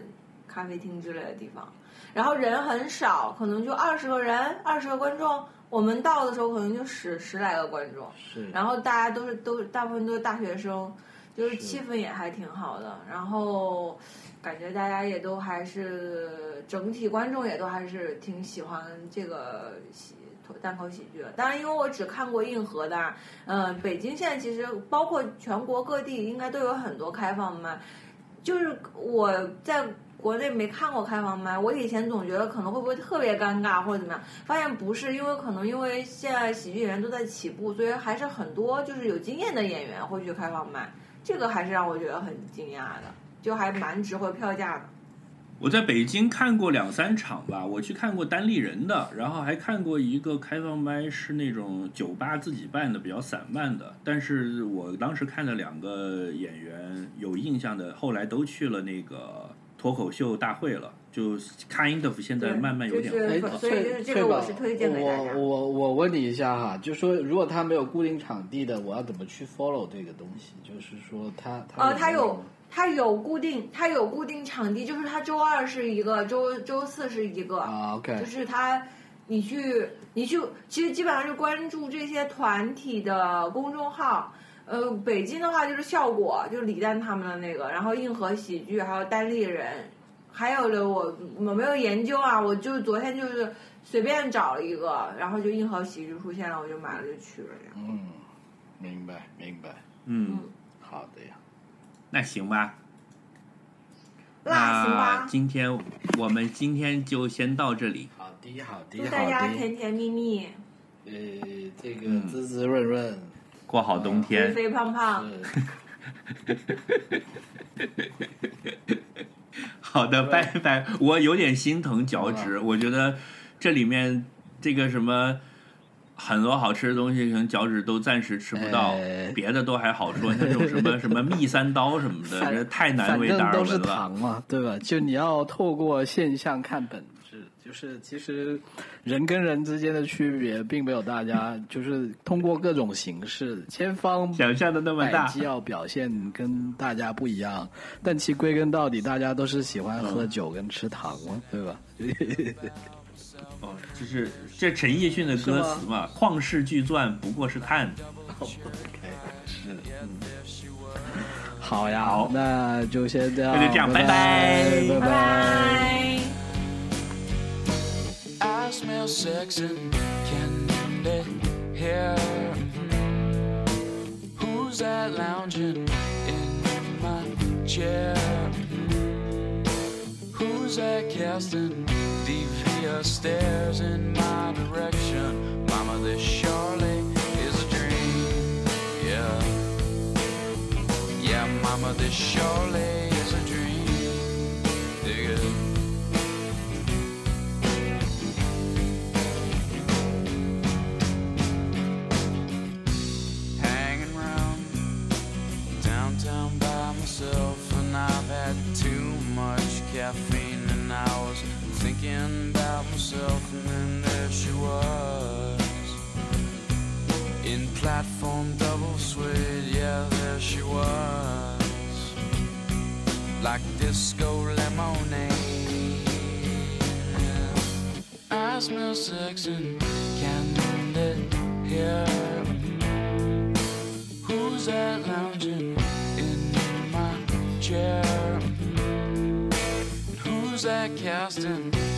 S2: 咖啡厅之类的地方，然后人很少，可能就二十个人，二十个观众。我们到的时候可能就十十来个观众，
S3: 是，
S2: 然后大家都是都大部分都是大学生，就是
S3: 是
S2: 气氛也还挺好的，然后感觉大家也都还是整体观众也都还是挺喜欢这个喜单口喜剧的。当然，因为我只看过硬核的啊，嗯、北京现在其实包括全国各地应该都有很多开放麦，就是我在。国内没看过开放麦，我以前总觉得可能会不会特别尴尬或者怎么样，发现不是，因为可能因为现在喜剧演员都在起步，所以还是很多就是有经验的演员会去开放麦，这个还是让我觉得很惊讶的，就还蛮值回票价的。
S1: 我在北京看过两三场吧，我去看过单立人的，然后还看过一个开放麦，是那种酒吧自己办的，比较散漫的。但是我当时看的两个演员有印象的，后来都去了那个脱口秀大会了，就 kind of 现在
S2: 对
S1: 慢慢有点
S2: 就
S1: 火。
S2: 是所
S3: 哎，
S2: 以就是这个
S3: 翠
S2: 我
S3: 宝
S2: 是推荐给大家
S3: 我我我问你一下哈，就说如果他没有固定场地的，我要怎么去 follow 这个东西？就是说他他
S2: 呃，它
S3: 没
S2: 有它有固定它有固定场地，就是它周二是一个，周周四是一个，
S3: 啊，OK，
S2: 就是他，你去，你去，其实基本上是关注这些团体的公众号。呃，北京的话就是效果，就是李诞他们的那个，然后硬核喜剧，还有单立人，还有的我我没有研究啊，我就昨天就是随便找了一个，然后就硬核喜剧出现了，我就买了就去了这样。
S3: 嗯，明白明白，
S1: 嗯，
S2: 嗯，
S3: 好的呀，
S1: 那行吧，
S2: 那行
S1: 那
S2: 吧，
S1: 今天我们今天就先到这里。
S3: 好的好的
S2: 祝大
S3: 好
S2: 家
S3: 的，
S2: 甜甜蜜蜜，
S3: 呃，这个
S1: 嗯
S3: 滋滋润润，
S1: 过好冬
S2: 肥
S1: 天，
S2: 肥 胖胖，
S3: 是
S1: 好的，拜拜。我有点心疼脚
S3: 嗯
S1: 趾，我觉得这里面这个什么很多好吃的东西，可能脚趾都暂时吃不到
S3: 哎，
S1: 别的都还好说，像这种什 么什么蜜三刀什么的，
S3: 反
S1: 这太难
S3: 反
S1: 为
S3: 正
S1: 达尔
S3: 都是
S1: 文了。
S3: 糖嘛，对吧？就你要透过现象看本质，就是其实人跟人之间的区别，并没有大家就是通过各种形式，千方
S1: 想象的那么
S3: 百
S1: 大
S3: 计，要表现跟大家不一样，但其归根到底，大家都是喜欢
S1: 嗯
S3: 喝酒跟吃糖嘛，对吧？
S1: 哦，就是这陈奕迅的歌词嘛，“旷世巨钻不过是碳
S3: 好呀，
S1: 好
S3: 那就先这样，
S1: 那就这样
S3: 拜
S1: 拜拜
S3: 拜
S2: 拜拜。
S6: I smell sex and candy here. Who's that lounging in my chair? Who's that casting devious stares in my direction? Mama, this surely is a dream. Yeah. Yeah, mama, this surely is a dream. Dig it. caffeine and I was thinking about myself and then there she was in platform double suede yeah there she was like disco lemonade I smell sex and candlelit here Who's that lounging in my chair? Who's that casting